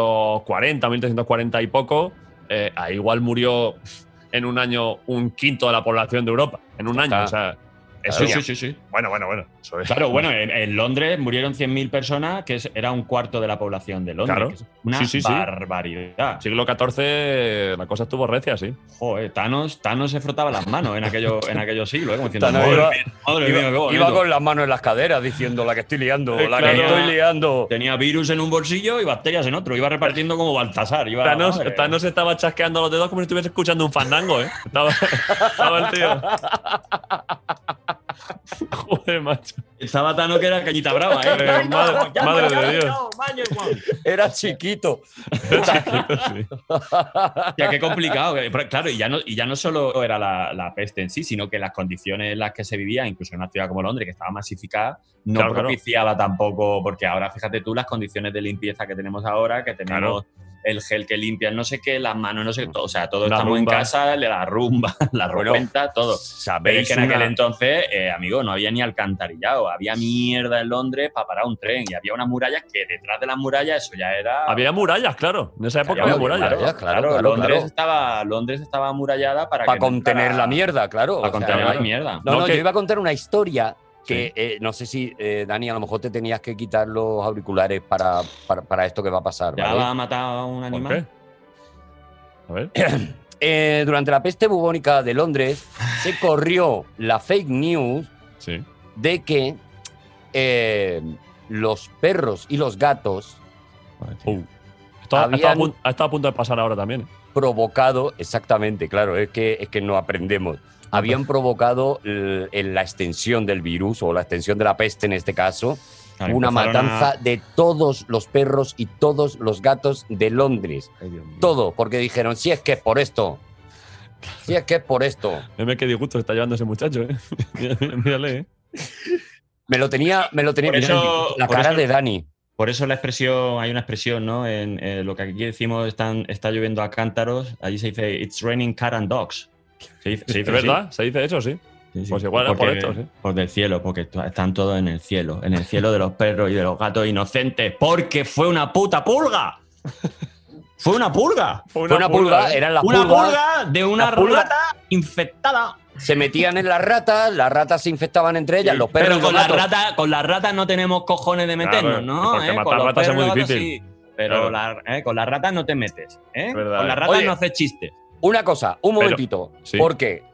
[SPEAKER 2] 1340, 1340 y poco. eh, ahí igual murió en un año un quinto de la población de Europa. En un
[SPEAKER 5] está.
[SPEAKER 2] año, o sea. Eso
[SPEAKER 4] Sí,
[SPEAKER 2] ya-
[SPEAKER 4] sí, sí, sí.
[SPEAKER 2] Bueno, bueno, bueno. eso es-
[SPEAKER 4] Claro, bueno, en, en Londres murieron 100.000 personas, que es- era un cuarto de la población de Londres.
[SPEAKER 2] Claro.
[SPEAKER 4] que es Una
[SPEAKER 2] Sí, sí, sí.
[SPEAKER 4] barbaridad.
[SPEAKER 2] Siglo XIV, la cosa estuvo recia, sí.
[SPEAKER 4] Joder, Thanos, Thanos se frotaba las manos en aquellos en aquellos siglos, ¿eh? Como diciendo,
[SPEAKER 5] Thanos
[SPEAKER 4] madre
[SPEAKER 5] iba-
[SPEAKER 4] mía, madre
[SPEAKER 5] Iba,
[SPEAKER 4] mía, qué bonito".
[SPEAKER 5] iba con las manos en las caderas diciendo, la que estoy liando,
[SPEAKER 2] Eh,
[SPEAKER 5] la
[SPEAKER 2] claro.
[SPEAKER 5] que estoy liando.
[SPEAKER 4] Tenía virus en un bolsillo y bacterias en otro. Iba repartiendo como Baltasar. Iba,
[SPEAKER 2] Thanos,
[SPEAKER 4] madre.
[SPEAKER 2] Thanos estaba chasqueando los dedos como si estuviese escuchando un fandango, ¿eh? Estaba, estaba el tío. Joder, macho.
[SPEAKER 4] Estaba Thanos que era cañita brava, ¿eh?
[SPEAKER 2] Eh, madre-
[SPEAKER 4] Ya,
[SPEAKER 2] madre
[SPEAKER 4] ya,
[SPEAKER 2] de
[SPEAKER 4] ya,
[SPEAKER 2] Dios.
[SPEAKER 4] ya, baño, Juan.
[SPEAKER 5] Era chiquito.
[SPEAKER 4] Ya, qué complicado. eh, pero Claro, y ya no, y ya no solo era la, la peste en sí, sino que las condiciones en las que se vivía, incluso en una ciudad como Londres, que estaba masificada, no
[SPEAKER 2] Claro, claro.
[SPEAKER 4] propiciaba tampoco, porque ahora fíjate tú las condiciones de limpieza que tenemos ahora, que tenemos el gel que limpia, el no sé qué, las manos, no sé qué, todo. O sea, todo
[SPEAKER 2] La
[SPEAKER 4] estamos en
[SPEAKER 2] rumba.
[SPEAKER 4] casa, la rumba, la
[SPEAKER 5] Bueno,
[SPEAKER 4] reventa, todo. Pero es
[SPEAKER 5] Sabéis
[SPEAKER 4] que en aquel
[SPEAKER 5] una-
[SPEAKER 4] entonces, eh, amigo, no había ni alcantarillado, había mierda en Londres para parar un tren y había unas murallas que detrás de las murallas eso ya era
[SPEAKER 2] Había murallas, claro. En esa época había
[SPEAKER 5] Había
[SPEAKER 2] murallas.
[SPEAKER 5] murallas.
[SPEAKER 4] claro,
[SPEAKER 5] claro, claro,
[SPEAKER 4] Londres,
[SPEAKER 5] claro.
[SPEAKER 4] Estaba, Londres estaba amurallada para,
[SPEAKER 5] para
[SPEAKER 4] que no
[SPEAKER 5] contener
[SPEAKER 4] entrara-
[SPEAKER 5] la mierda, claro.
[SPEAKER 4] Para
[SPEAKER 5] o sea,
[SPEAKER 4] contener
[SPEAKER 5] no-
[SPEAKER 4] la mierda.
[SPEAKER 5] No,
[SPEAKER 2] No,
[SPEAKER 5] no,
[SPEAKER 2] que-
[SPEAKER 5] yo iba a contar una historia que eh, no sé si, eh, Dani, a lo mejor te tenías que quitar los auriculares para, para, para esto que va a pasar.
[SPEAKER 4] Ya
[SPEAKER 5] ¿vale?
[SPEAKER 4] va a matar a un
[SPEAKER 2] ¿Por
[SPEAKER 4] animal.
[SPEAKER 2] qué? A ver.
[SPEAKER 5] Eh, durante la peste bubónica de Londres se corrió la fake news
[SPEAKER 2] Sí.
[SPEAKER 5] de que eh, los perros y los gatos
[SPEAKER 2] Uh. Esto, ha- esto
[SPEAKER 5] Habían-
[SPEAKER 2] ha pun- ha estado a punto de pasar ahora también. ¿eh?
[SPEAKER 5] provocado, exactamente, claro, es que, es que no aprendemos. Habían provocado el- el- la extensión del virus o la extensión de la peste en este caso,
[SPEAKER 4] Claro,
[SPEAKER 5] una
[SPEAKER 4] empezaron a-
[SPEAKER 5] matanza de todos los perros y todos los gatos de Londres.
[SPEAKER 4] Mm.
[SPEAKER 5] Todo, porque dijeron, si es que es por esto, si es que es por esto.
[SPEAKER 2] Mira qué disgusto se está llevando ese muchacho, ¿eh? Mírale, Mírale, ¿eh?
[SPEAKER 5] Me lo tenía, me lo tenía.
[SPEAKER 4] Por
[SPEAKER 5] mira,
[SPEAKER 4] eso-
[SPEAKER 5] la
[SPEAKER 4] por
[SPEAKER 5] cara
[SPEAKER 4] eso-
[SPEAKER 5] de Dani.
[SPEAKER 4] Por eso la expresión, hay una expresión, ¿no? En eh, lo que aquí decimos están, está lloviendo a cántaros, allí se dice it's raining cat and dogs. Se dice, se dice
[SPEAKER 2] ¿Es
[SPEAKER 4] así.
[SPEAKER 2] verdad? ¿Se dice eso? Sí.
[SPEAKER 4] Sí, sí.
[SPEAKER 2] Pues igual era por
[SPEAKER 4] Porque-
[SPEAKER 2] esto, sí.
[SPEAKER 4] Por del cielo, porque to- están todos en el cielo. En el cielo de los perros y de los gatos inocentes. Porque fue una puta pulga. Fue una pulga.
[SPEAKER 5] Fue una pulga,
[SPEAKER 2] ¿eh?
[SPEAKER 5] eran las
[SPEAKER 4] Una
[SPEAKER 5] pulgas.
[SPEAKER 4] pulga de una
[SPEAKER 5] Las pulgas.
[SPEAKER 4] rata infectada.
[SPEAKER 5] Se metían en las ratas, las ratas se infectaban entre ellas, los perros.
[SPEAKER 4] Pero
[SPEAKER 5] y los
[SPEAKER 4] con las
[SPEAKER 5] gatos.
[SPEAKER 4] ratas con las ratas no tenemos cojones de meternos,
[SPEAKER 5] Claro,
[SPEAKER 4] ¿no?
[SPEAKER 5] porque
[SPEAKER 4] ¿Eh?
[SPEAKER 5] matar
[SPEAKER 4] Con los
[SPEAKER 5] ratas es
[SPEAKER 4] perros,
[SPEAKER 5] muy
[SPEAKER 4] gatos,
[SPEAKER 5] difícil.
[SPEAKER 4] sí. Pero
[SPEAKER 5] Claro.
[SPEAKER 4] la- eh, con las ratas no te metes. ¿eh? Con las
[SPEAKER 5] eh.
[SPEAKER 4] ratas
[SPEAKER 5] Oye,
[SPEAKER 4] no haces chistes.
[SPEAKER 5] Una cosa, un
[SPEAKER 4] Pero-
[SPEAKER 5] momentito.
[SPEAKER 4] sí.
[SPEAKER 5] Porque,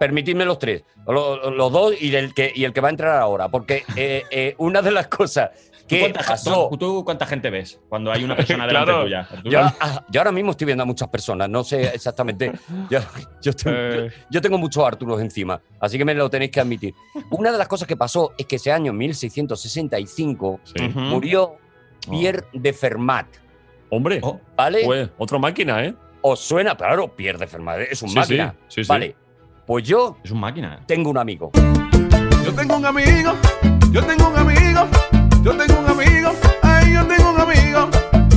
[SPEAKER 5] permitidme los tres, lo- lo- los, dos y el, que, y el que va a entrar ahora. Porque eh, eh, una de las cosas
[SPEAKER 4] ¿Tú
[SPEAKER 5] que
[SPEAKER 4] cuánta, ge-
[SPEAKER 5] pasó.
[SPEAKER 4] tú- tú cuánta gente ves cuando hay una persona delante
[SPEAKER 5] Claro.
[SPEAKER 4] tuya?
[SPEAKER 5] Yo, ah, yo ahora mismo estoy viendo a muchas personas, no sé exactamente. Yo, yo tengo,
[SPEAKER 2] Eh.
[SPEAKER 5] yo tengo muchos Arturos encima, así que me lo tenéis que admitir. Una de las cosas que pasó es que ese año, 1665,
[SPEAKER 2] Ujú.
[SPEAKER 5] murió Pierre de Fermat.
[SPEAKER 2] Hombre,
[SPEAKER 5] Oh, ¿vale?
[SPEAKER 2] Oh. Pues, otra máquina, ¿eh?
[SPEAKER 5] ¿Os suena? Claro, Pierre de Fermat, es un
[SPEAKER 2] Sí,
[SPEAKER 5] máquina.
[SPEAKER 2] sí, sí, sí.
[SPEAKER 5] Vale, pues yo
[SPEAKER 4] Es un máquina.
[SPEAKER 5] tengo un amigo.
[SPEAKER 13] Yo tengo un amigo, yo tengo un amigo, yo tengo un amigo, ay, yo tengo un amigo,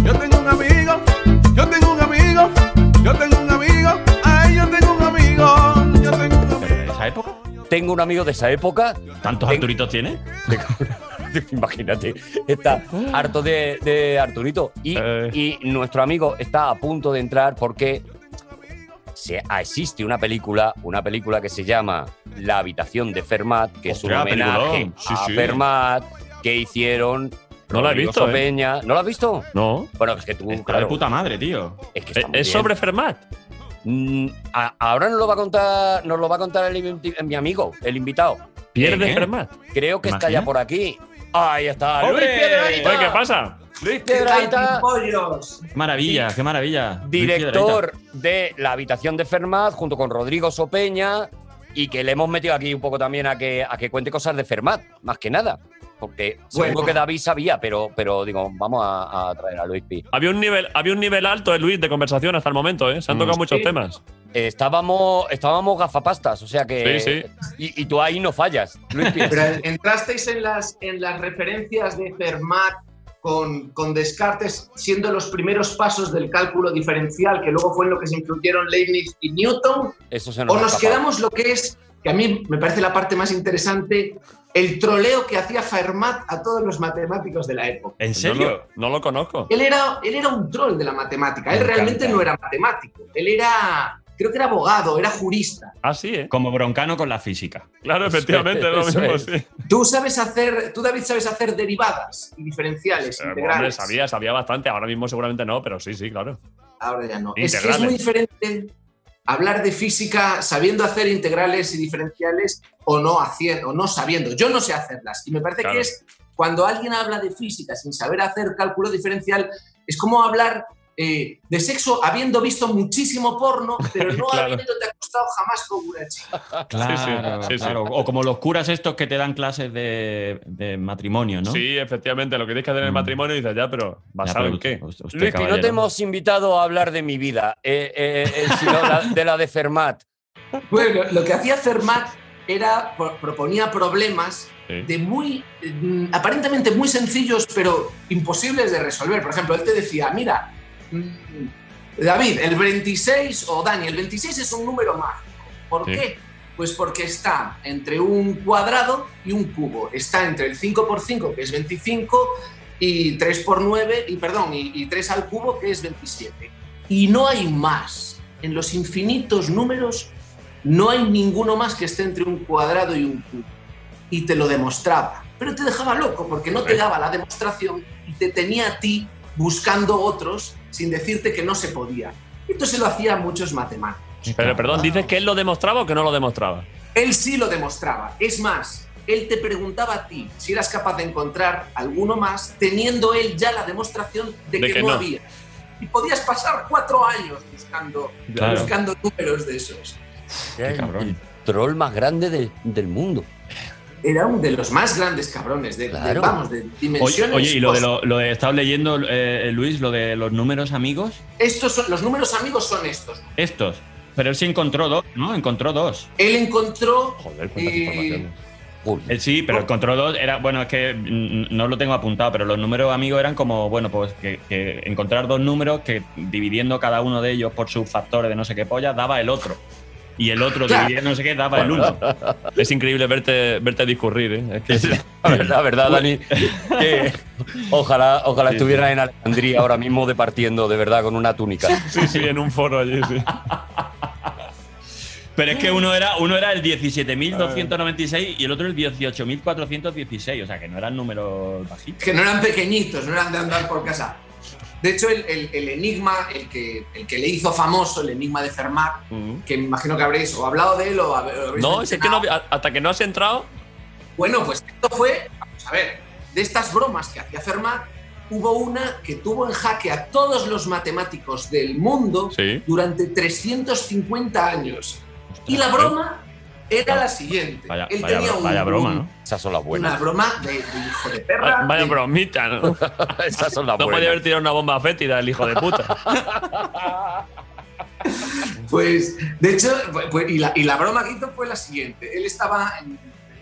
[SPEAKER 13] yo tengo un amigo, yo tengo un amigo, yo tengo un amigo, ay, yo tengo un amigo, yo tengo un amigo.
[SPEAKER 4] esa época?
[SPEAKER 5] Tengo un amigo de esa época.
[SPEAKER 4] ¿Tantos Arturitos tiene?
[SPEAKER 5] Imagínate, está harto de, de Arturito. Y,
[SPEAKER 2] Eh.
[SPEAKER 5] y nuestro amigo está a punto de entrar porque se, ah, existe una película, una película que se llama La habitación de Fermat, que es un
[SPEAKER 2] Ostras,
[SPEAKER 5] homenaje
[SPEAKER 2] peliculón. Sí,
[SPEAKER 5] a
[SPEAKER 2] sí.
[SPEAKER 5] Fermat que hicieron.
[SPEAKER 2] No la he
[SPEAKER 5] Rodrigo
[SPEAKER 2] visto, eh.
[SPEAKER 5] Peña. ¿No la has visto?
[SPEAKER 2] No.
[SPEAKER 5] Bueno, es que tú,
[SPEAKER 4] Uh, Claro.
[SPEAKER 5] claro.
[SPEAKER 4] de puta madre, tío.
[SPEAKER 5] Es que está muy
[SPEAKER 2] Eh, ¿Es
[SPEAKER 5] bien.
[SPEAKER 2] sobre Fermat?
[SPEAKER 5] Mm, a- ahora nos lo va a contar, nos lo va a contar el invi- mi amigo, el invitado.
[SPEAKER 2] ¿Pierre
[SPEAKER 5] ¿eh?
[SPEAKER 2] de Fermat?
[SPEAKER 5] Creo que está
[SPEAKER 2] ¿Imagina?
[SPEAKER 5] ya por aquí. Ahí está.
[SPEAKER 2] ¡Hombre!
[SPEAKER 5] Luis Piedrahita.
[SPEAKER 2] Oye, ¿Qué pasa?
[SPEAKER 5] Luis Piedrahita,
[SPEAKER 4] Maravilla, qué maravilla.
[SPEAKER 5] director de la habitación de Fermat, junto con Rodrigo Sopeña, y que le hemos metido aquí un poco también a que, a que cuente cosas de Fermat, más que nada. Porque seguro
[SPEAKER 2] Bueno.
[SPEAKER 5] que David sabía, pero, pero digo, vamos a, a traer a Luis Pi.
[SPEAKER 2] Había un nivel, había un nivel alto, eh, Luis, de conversación hasta el momento, ¿eh? Se han
[SPEAKER 5] Mm.
[SPEAKER 2] tocado muchos
[SPEAKER 5] Sí.
[SPEAKER 2] temas.
[SPEAKER 5] Estábamos, estábamos gafapastas, o sea que.
[SPEAKER 2] Sí,
[SPEAKER 5] Y, y tú ahí no fallas. Luis Pi.
[SPEAKER 14] Pero entrasteis en las, en las referencias de Fermat con, con Descartes siendo los primeros pasos del cálculo diferencial, que luego fue en lo que se influyeron Leibniz y Newton,
[SPEAKER 5] Eso se nos
[SPEAKER 14] o
[SPEAKER 5] ha
[SPEAKER 14] nos
[SPEAKER 5] escapado.
[SPEAKER 14] quedamos lo que es, que a mí me parece la parte más interesante, el troleo que hacía Fermat a todos los matemáticos de la época.
[SPEAKER 4] ¿En
[SPEAKER 2] serio? No lo, conozco.
[SPEAKER 14] Él era, él era un troll de la matemática, él
[SPEAKER 4] Me
[SPEAKER 14] realmente
[SPEAKER 4] encanta.
[SPEAKER 14] no era matemático, él era, creo que era abogado, era jurista.
[SPEAKER 2] Así, ¿eh?
[SPEAKER 4] Como broncano con la física.
[SPEAKER 2] Claro, efectivamente, es lo mismo, sí. Eh,
[SPEAKER 14] Tú sabes hacer, tú David sabes hacer derivadas y diferenciales,
[SPEAKER 2] Eh, hombre,
[SPEAKER 14] integrales.
[SPEAKER 2] sabía, sabía bastante. Ahora mismo seguramente no, pero sí, sí, claro.
[SPEAKER 14] Ahora ya no. Es que es
[SPEAKER 2] Integrales.
[SPEAKER 14] muy diferente hablar de física sabiendo hacer integrales y diferenciales o no haciendo, o no sabiendo. Yo no sé hacerlas y me parece
[SPEAKER 2] Claro.
[SPEAKER 14] que es cuando alguien habla de física sin saber hacer cálculo diferencial es como hablar eh, de sexo habiendo visto muchísimo porno, pero no
[SPEAKER 4] Claro.
[SPEAKER 14] habiéndote acostado jamás con una chica.
[SPEAKER 4] Claro,
[SPEAKER 2] Sí, sí, sí, sí.
[SPEAKER 4] claro. O como los curas estos que te dan clases de, de matrimonio, ¿no?
[SPEAKER 2] Sí, efectivamente, lo que tienes que hacer en el matrimonio dices Mm. ya, pero ¿basado
[SPEAKER 4] pero
[SPEAKER 2] en qué?
[SPEAKER 5] Luis
[SPEAKER 4] Este
[SPEAKER 5] Pi, no te hemos invitado a hablar de mi vida, eh, eh, eh, sino la- de la de Fermat.
[SPEAKER 14] Bueno, lo que hacía Fermat era pro- proponía problemas
[SPEAKER 2] Sí.
[SPEAKER 14] de muy eh, aparentemente muy sencillos pero imposibles de resolver. Por ejemplo, él te decía, mira, mm, David, el 26 o Dani, el 26 es un número mágico. ¿Por
[SPEAKER 2] Sí.
[SPEAKER 14] qué? Pues porque está entre un cuadrado y un cubo. Está entre el 5 por 5, que es 25, y 3 por 9, y perdón, y, y 3 al cubo, que es 27. Y no hay más. En los infinitos números no hay ninguno más que esté entre un cuadrado y un cubo. Y te lo demostraba. Pero te dejaba loco porque no te daba la demostración y te tenía a ti buscando otros sin decirte que no se podía. Esto se lo hacía a muchos matemáticos.
[SPEAKER 2] Pero perdón, ¿dices que él lo demostraba o que no lo demostraba?
[SPEAKER 14] Él sí lo demostraba. Es más, él te preguntaba a ti si eras capaz de encontrar alguno más, teniendo él ya la demostración de,
[SPEAKER 2] De
[SPEAKER 14] que,
[SPEAKER 2] que
[SPEAKER 14] no,
[SPEAKER 2] no.
[SPEAKER 14] había. Y podías pasar cuatro años buscando,
[SPEAKER 5] Claro.
[SPEAKER 14] buscando números de esos.
[SPEAKER 5] El troll más grande del, del mundo.
[SPEAKER 14] Era uno de los más grandes cabrones, de, de-
[SPEAKER 5] Claro.
[SPEAKER 14] vamos, de
[SPEAKER 4] Oye,
[SPEAKER 14] dimensiones. Pues,
[SPEAKER 4] oye, y lo de
[SPEAKER 14] cosas.
[SPEAKER 4] lo, lo de estaba leyendo, eh, Luis, lo de los números amigos,
[SPEAKER 14] Estos son, los números amigos son estos.
[SPEAKER 4] estos. Pero él sí encontró dos, ¿no? Encontró dos.
[SPEAKER 14] Él encontró.
[SPEAKER 4] Joder,
[SPEAKER 14] cuántas Eh, informaciones.
[SPEAKER 4] Eh, sí,
[SPEAKER 2] Oh.
[SPEAKER 4] pero el control 2 era, bueno, es que mm, no lo tengo apuntado, pero los números amigos eran como, bueno, pues que, que encontrar dos números que dividiendo cada uno de ellos por sus factores de no sé qué polla daba el otro. y el otro
[SPEAKER 2] Claro.
[SPEAKER 4] dividía no sé qué daba el
[SPEAKER 2] Bueno,
[SPEAKER 4] 1.
[SPEAKER 2] Es increíble verte, verte discurrir, ¿eh? Es que es-
[SPEAKER 5] La verdad, verdad, Dani. que ojalá ojalá
[SPEAKER 2] Sí, sí.
[SPEAKER 5] estuvieran en Alejandría ahora mismo departiendo, de verdad, con una túnica.
[SPEAKER 2] Sí, sí, en un foro allí, sí.
[SPEAKER 4] Pero es que uno era, uno era el
[SPEAKER 2] Ah.
[SPEAKER 4] 17.296 y el otro el 18.416, o sea que no eran números bajitos.
[SPEAKER 14] que no eran pequeñitos, no eran de andar por casa. De hecho, el, el- el enigma, el que, el que le hizo famoso, el enigma de Fermat, que me imagino que habréis o hablado de él o habe- o habréis
[SPEAKER 2] Mm. No, si es que no había- hasta que no has entrado.
[SPEAKER 14] Bueno, pues esto fue, vamos a ver, de estas bromas que hacía Fermat, hubo una que tuvo en jaque a todos los matemáticos del mundo
[SPEAKER 2] Sí.
[SPEAKER 14] durante 350 años. y la
[SPEAKER 5] ¿eh?
[SPEAKER 14] broma era la siguiente.
[SPEAKER 5] Vaya,
[SPEAKER 14] Él
[SPEAKER 5] vaya
[SPEAKER 14] tenía
[SPEAKER 5] bro-
[SPEAKER 14] un-
[SPEAKER 5] vaya broma,
[SPEAKER 14] un-
[SPEAKER 5] ¿no? Esas son las buenas.
[SPEAKER 14] una broma de, de hijo de perra.
[SPEAKER 2] Vaya, Ah, vaya
[SPEAKER 14] de-
[SPEAKER 2] bromita, ¿no?
[SPEAKER 5] Esas son las
[SPEAKER 2] No
[SPEAKER 5] buenas.
[SPEAKER 2] podía haber tirado una bomba fétida el hijo de puta.
[SPEAKER 14] Pues, de hecho, pues, y, la, y la broma que hizo fue la siguiente. Él estaba en-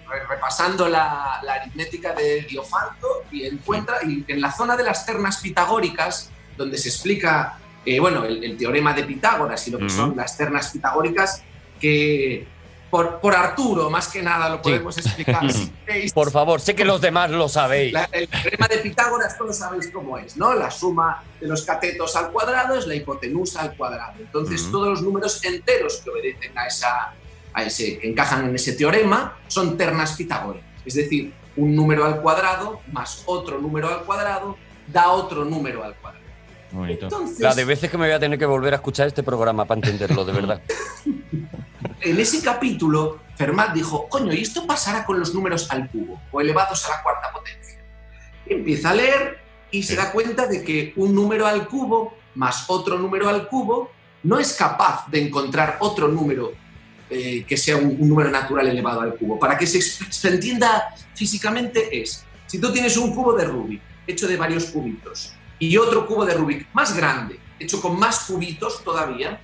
[SPEAKER 14] re- repasando la, la aritmética de Diofanto y encuentra, y en la zona de las ternas pitagóricas, donde se explica, eh, bueno, el, el teorema de Pitágoras y lo que
[SPEAKER 15] Ujú.
[SPEAKER 14] son las ternas pitagóricas, que por, por Arturo, más que nada, lo podemos explicar. si queréis.
[SPEAKER 5] Por favor, sé que los demás lo sabéis.
[SPEAKER 14] La- el teorema de Pitágoras todos sabéis cómo es, ¿no? La suma de los catetos al cuadrado es la hipotenusa al cuadrado. Entonces,
[SPEAKER 5] Ujú.
[SPEAKER 14] todos los números enteros que obedecen a esa, a ese, que encajan en ese teorema son ternas pitagóricas. Es decir, un número al cuadrado más otro número al cuadrado da otro número al cuadrado. Entonces-
[SPEAKER 5] La de veces que me voy a tener que volver a escuchar este programa para entenderlo, de verdad.
[SPEAKER 14] En ese capítulo, Fermat dijo, coño, ¿y esto pasará con los números al cubo o elevados a la cuarta potencia? Y empieza a leer y se da cuenta de que un número al cubo más otro número al cubo no es capaz de encontrar otro número eh, que sea un, un número natural elevado al cubo. Para que se, exp- se entienda físicamente es, si tú tienes un cubo de Rubik hecho de varios cubitos y otro cubo de Rubik más grande, hecho con más cubitos todavía,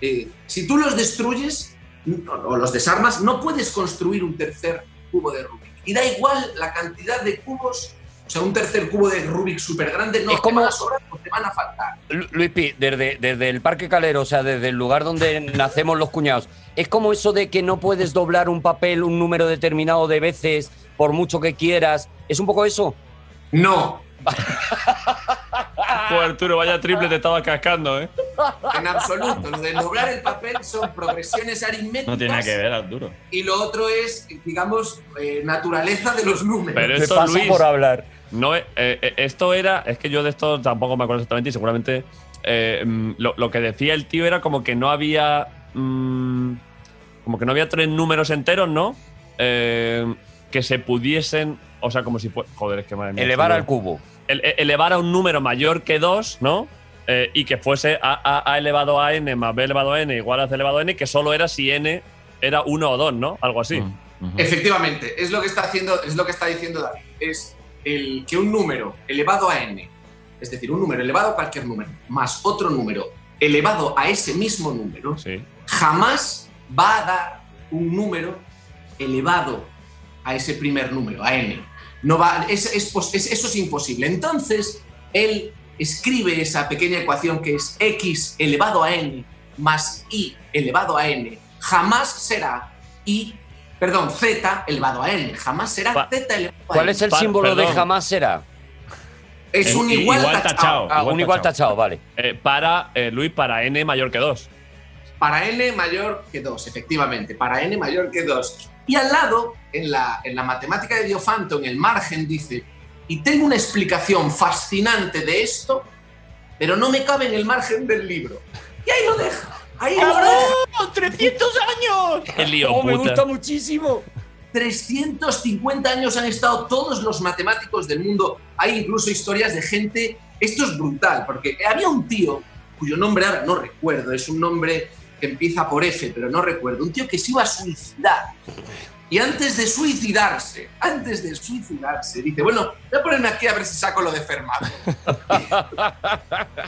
[SPEAKER 14] eh, si tú los destruyes no- o los desarmas, no puedes construir un tercer cubo de Rubik. Y da igual la cantidad de cubos, o sea, un tercer cubo de Rubik súper grande no te van a sobrar o te van a faltar.
[SPEAKER 5] Lu- Luis Pi, desde, desde el Parque Calero, o sea, desde el lugar donde nacemos los cuñados, es como eso de que no puedes doblar un papel un número determinado de veces, por mucho que quieras. ¿Es un poco eso?
[SPEAKER 14] No.
[SPEAKER 2] Pues Arturo, vaya triple te estaba cascando, ¿eh?
[SPEAKER 14] En absoluto, lo de doblar el papel son progresiones aritméticas.
[SPEAKER 4] No tiene nada que ver, Arturo.
[SPEAKER 14] Y lo otro es, digamos, eh, naturaleza de los números.
[SPEAKER 2] Pero esto, Luis, No, es- eh, eh, esto era. Es que yo de esto tampoco me acuerdo exactamente y seguramente eh, mm, lo, lo que decía el tío era como que no había. mm, como que no había tres números enteros, ¿no? Eh, que se pudiesen. O sea, como si fuera. Joder, es que madre mía.
[SPEAKER 5] Elevar
[SPEAKER 2] estoy-
[SPEAKER 5] al cubo.
[SPEAKER 2] el- e- elevar a un número mayor que 2, ¿no? Eh, y que fuese a, a- a elevado a n más b elevado a n igual a c elevado a n, que solo era si n era 1 o 2, ¿no? Algo así.
[SPEAKER 14] Efectivamente, es lo que está haciendo, es lo que está diciendo David. Es el que un número elevado a n, es decir, un número elevado a cualquier número, más otro número elevado a ese mismo número, jamás va a dar un número elevado a ese primer número, a n. No va, es- es pos- es- eso es imposible. Entonces, él escribe esa pequeña ecuación que es x elevado a n más i elevado a n. Jamás será i, perdón, z elevado a n. Jamás será z elevado a n.
[SPEAKER 5] ¿Cuál es el símbolo de jamás será?
[SPEAKER 14] Es
[SPEAKER 4] Eh,
[SPEAKER 14] un igual, tachado.
[SPEAKER 5] Ah, un igual tachado, vale.
[SPEAKER 2] Eh, para, eh, Luis, para n mayor que 2.
[SPEAKER 14] Para n mayor que 2, efectivamente, para n mayor que 2. Y al lado, en la, en la matemática de Diofanto, en el margen, dice, y tengo una explicación fascinante de esto, pero no me cabe en el margen del libro. Y ahí lo deja. Ahí lo deja. ¡300 años!
[SPEAKER 2] Qué lío, Oh, me puta. gusta
[SPEAKER 5] muchísimo.
[SPEAKER 14] 350 años han estado todos los matemáticos del mundo. Hay incluso historias de gente. Esto es brutal, porque había un tío cuyo nombre ahora no recuerdo, es un nombre que empieza por F, pero no recuerdo. Un tío que se iba a suicidar. Y antes de suicidarse, antes de suicidarse, dice: Bueno, voy a ponerme aquí a ver si saco lo de Fermat.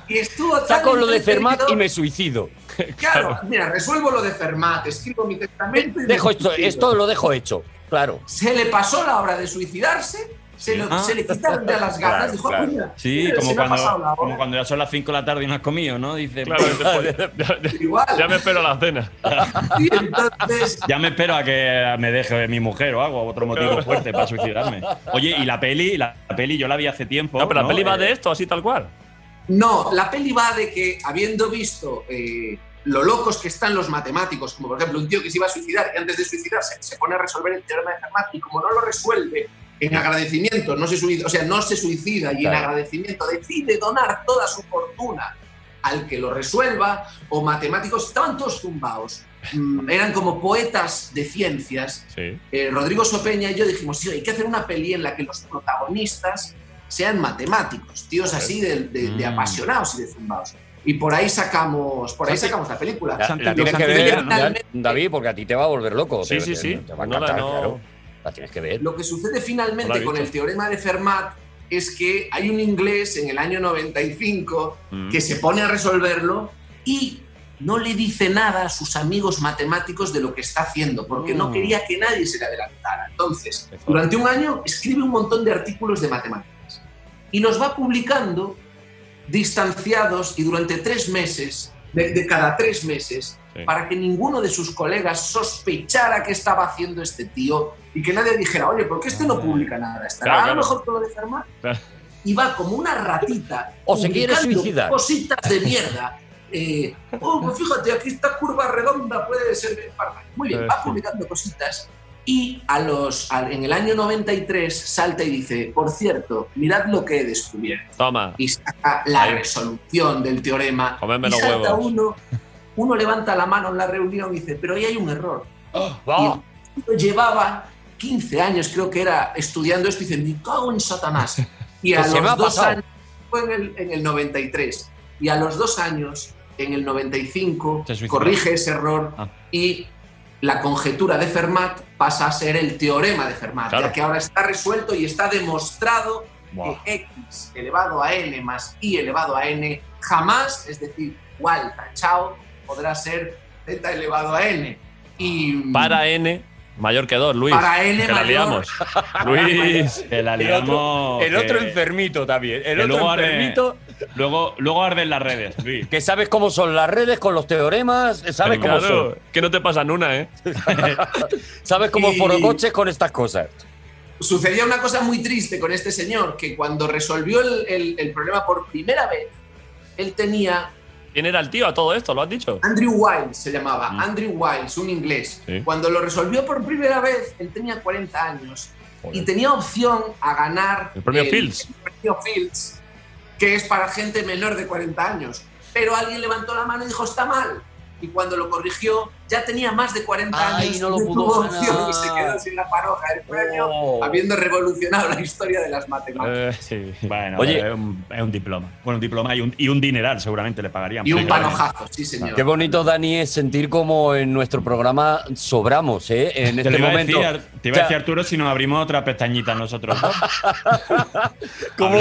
[SPEAKER 14] y estuvo tan
[SPEAKER 5] Saco lo de
[SPEAKER 14] entretenido-
[SPEAKER 5] Fermat y me suicido.
[SPEAKER 14] Claro, mira, resuelvo lo de Fermat, escribo mi testamento y me
[SPEAKER 5] Dejo esto,
[SPEAKER 14] suicido.
[SPEAKER 5] esto lo dejo hecho, claro.
[SPEAKER 14] Se le pasó la hora de suicidarse Se, lo-
[SPEAKER 4] Ah.
[SPEAKER 14] se le quitaron ya las ganas.
[SPEAKER 4] Claro,
[SPEAKER 14] dijo,
[SPEAKER 4] claro.
[SPEAKER 14] "Ah, mira,
[SPEAKER 4] Sí,
[SPEAKER 14] mira, se
[SPEAKER 4] como
[SPEAKER 14] me ha pasado
[SPEAKER 4] cuando,
[SPEAKER 14] la
[SPEAKER 4] como
[SPEAKER 14] hora".
[SPEAKER 4] cuando ya son las 5 de la tarde y no has comido, ¿no? Dice, pues,
[SPEAKER 2] Claro,
[SPEAKER 5] pues,
[SPEAKER 14] Igual.
[SPEAKER 2] Ya me espero la cena.
[SPEAKER 14] Y entonces,
[SPEAKER 4] Ya me espero a que me deje mi mujer o algo, otro motivo fuerte para suicidarme. Oye, y la peli, la peli yo la vi hace tiempo. No, Eh,
[SPEAKER 2] pero la peli
[SPEAKER 5] eh,
[SPEAKER 2] va de
[SPEAKER 4] esto, así tal cual.
[SPEAKER 14] no, la peli va de que habiendo visto eh, lo locos que están los matemáticos, como por ejemplo un tío que se iba a suicidar y antes de suicidarse se pone a resolver el teorema de Fermat y como no lo resuelve, en agradecimiento, no se suicida, o sea, no se suicida y en
[SPEAKER 15] Claro.
[SPEAKER 14] agradecimiento decide donar toda su fortuna al que lo resuelva, o matemáticos, estaban todos tumbados, Mm, eran como poetas de ciencias,
[SPEAKER 2] Sí.
[SPEAKER 14] eh, Rodrigo Sopeña y yo dijimos, "Tío, hay que hacer una peli en la que los protagonistas sean matemáticos, tíos así de, de-
[SPEAKER 5] Mm.
[SPEAKER 14] de apasionados y de zumbados. Y por ahí sacamos, por ahí
[SPEAKER 5] Santi-
[SPEAKER 14] sacamos la película.
[SPEAKER 5] La, la
[SPEAKER 14] Los
[SPEAKER 5] tienes que
[SPEAKER 14] Santi
[SPEAKER 5] ver,
[SPEAKER 14] Villarreal,
[SPEAKER 5] David, porque a ti te va a volver loco.
[SPEAKER 2] Sí,
[SPEAKER 5] te-
[SPEAKER 2] sí,
[SPEAKER 5] te-
[SPEAKER 2] sí.
[SPEAKER 5] Te va a
[SPEAKER 2] No la-
[SPEAKER 5] encantar,
[SPEAKER 2] no-
[SPEAKER 5] claro. La tienes que ver.
[SPEAKER 14] Lo que sucede
[SPEAKER 5] No la
[SPEAKER 14] finalmente
[SPEAKER 5] he
[SPEAKER 14] con
[SPEAKER 5] visto.
[SPEAKER 14] el teorema de Fermat es que hay un inglés en el año 95
[SPEAKER 5] Mm.
[SPEAKER 14] que se pone a resolverlo y no le dice nada a sus amigos matemáticos de lo que está haciendo, porque no
[SPEAKER 15] Mm.
[SPEAKER 14] quería que nadie se le adelantara. Entonces, durante un año escribe un montón de artículos de matemáticas y los va publicando distanciados y durante tres meses, de, de cada tres meses,
[SPEAKER 15] Sí.
[SPEAKER 14] para que ninguno de sus colegas sospechara que estaba haciendo este tío y que nadie dijera, oye, ¿por qué este no publica nada? Estará
[SPEAKER 15] Ah. Claro,
[SPEAKER 14] a
[SPEAKER 15] claro.
[SPEAKER 14] lo mejor que lo de Fermat. Y va como una ratita.
[SPEAKER 15] O se quiere
[SPEAKER 14] publicando
[SPEAKER 15] suicidar.
[SPEAKER 14] Cositas de mierda. Eh, oh, pues fíjate, aquí esta curva redonda puede ser parda. Muy bien, va publicando cositas. Y a los, al- en el año 93 salta y dice, por cierto, mirad lo que he descubierto.
[SPEAKER 2] Toma.
[SPEAKER 14] Y saca la
[SPEAKER 2] Ahí.
[SPEAKER 14] resolución del teorema.
[SPEAKER 2] Comedme
[SPEAKER 14] y
[SPEAKER 2] los
[SPEAKER 14] salta
[SPEAKER 2] huevos.
[SPEAKER 14] uno, uno levanta la mano en la reunión y dice, pero ahí hay un error.
[SPEAKER 2] Oh,
[SPEAKER 14] Y el tío llevaba 15 años, creo que era, estudiando esto y dice, me cago en Satanás. Y a
[SPEAKER 5] Pues se me ha
[SPEAKER 14] los dos
[SPEAKER 5] pasado.
[SPEAKER 14] años, fue en el, en el 93, y a los dos años, en el 95, corrige ese error
[SPEAKER 5] Ah.
[SPEAKER 14] y la conjetura de Fermat pasa a ser el teorema de Fermat,
[SPEAKER 15] Claro.
[SPEAKER 14] ya que ahora está resuelto y está demostrado
[SPEAKER 15] Buah.
[SPEAKER 14] que x elevado a n más y elevado a n jamás, es decir, igual tachao, podrá ser z elevado a n. Y
[SPEAKER 2] Para N, mayor que 2, Luis.
[SPEAKER 14] Para N
[SPEAKER 2] que la
[SPEAKER 14] mayor.
[SPEAKER 2] liamos. Luis.
[SPEAKER 4] Que la liamos.
[SPEAKER 5] el otro
[SPEAKER 4] que-
[SPEAKER 5] enfermito también. El
[SPEAKER 4] que
[SPEAKER 5] otro
[SPEAKER 4] luego arde-
[SPEAKER 5] enfermito.
[SPEAKER 4] Luego, luego arden las redes, Luis.
[SPEAKER 5] Que sabes cómo son las redes con los teoremas, sabes cómo
[SPEAKER 2] Claro,
[SPEAKER 5] son.
[SPEAKER 2] que no te pasan una, ¿eh?
[SPEAKER 5] Sabes cómo
[SPEAKER 14] Y-
[SPEAKER 5] forocoches con estas cosas.
[SPEAKER 14] sucedía una cosa muy triste con este señor, que cuando resolvió el, el- el problema por primera vez, él tenía,
[SPEAKER 2] ¿Quién era el tío a todo esto? ¿Lo has dicho?
[SPEAKER 14] Andrew Wiles se llamaba, Andrew Wiles, un inglés.
[SPEAKER 2] Sí.
[SPEAKER 14] Cuando lo resolvió por primera vez, él tenía 40 años y
[SPEAKER 2] Joder.
[SPEAKER 14] tenía opción a ganar
[SPEAKER 2] El premio Fields.
[SPEAKER 14] el premio Fields, que es para gente menor de 40 años. Pero alguien levantó la mano y dijo, está mal. Y cuando lo corrigió, ya tenía más de 40
[SPEAKER 5] Ay,
[SPEAKER 14] años
[SPEAKER 5] no lo
[SPEAKER 14] y
[SPEAKER 5] pudo
[SPEAKER 14] tuvo
[SPEAKER 5] ganar.
[SPEAKER 14] opción y se quedó sin la paroja del premio,
[SPEAKER 5] Oh.
[SPEAKER 14] habiendo revolucionado la historia de las matemáticas.
[SPEAKER 2] Eh,
[SPEAKER 4] Bueno,
[SPEAKER 5] Oye.
[SPEAKER 4] es, un, es un diploma. Bueno, un diploma y un, y un dineral seguramente le
[SPEAKER 2] Eh,
[SPEAKER 4] pagarían.
[SPEAKER 14] Y un
[SPEAKER 4] Pero-
[SPEAKER 14] panojazo, sí, señor.
[SPEAKER 5] Qué bonito, Dani, es sentir como en nuestro programa sobramos, ¿eh? En
[SPEAKER 4] Te
[SPEAKER 5] este
[SPEAKER 4] lo iba a
[SPEAKER 5] momento.
[SPEAKER 4] decir, Ar- te
[SPEAKER 5] O
[SPEAKER 4] iba
[SPEAKER 5] sea,
[SPEAKER 4] a decir, Arturo, si nos abrimos otra pestañita nosotros. dos.
[SPEAKER 5] como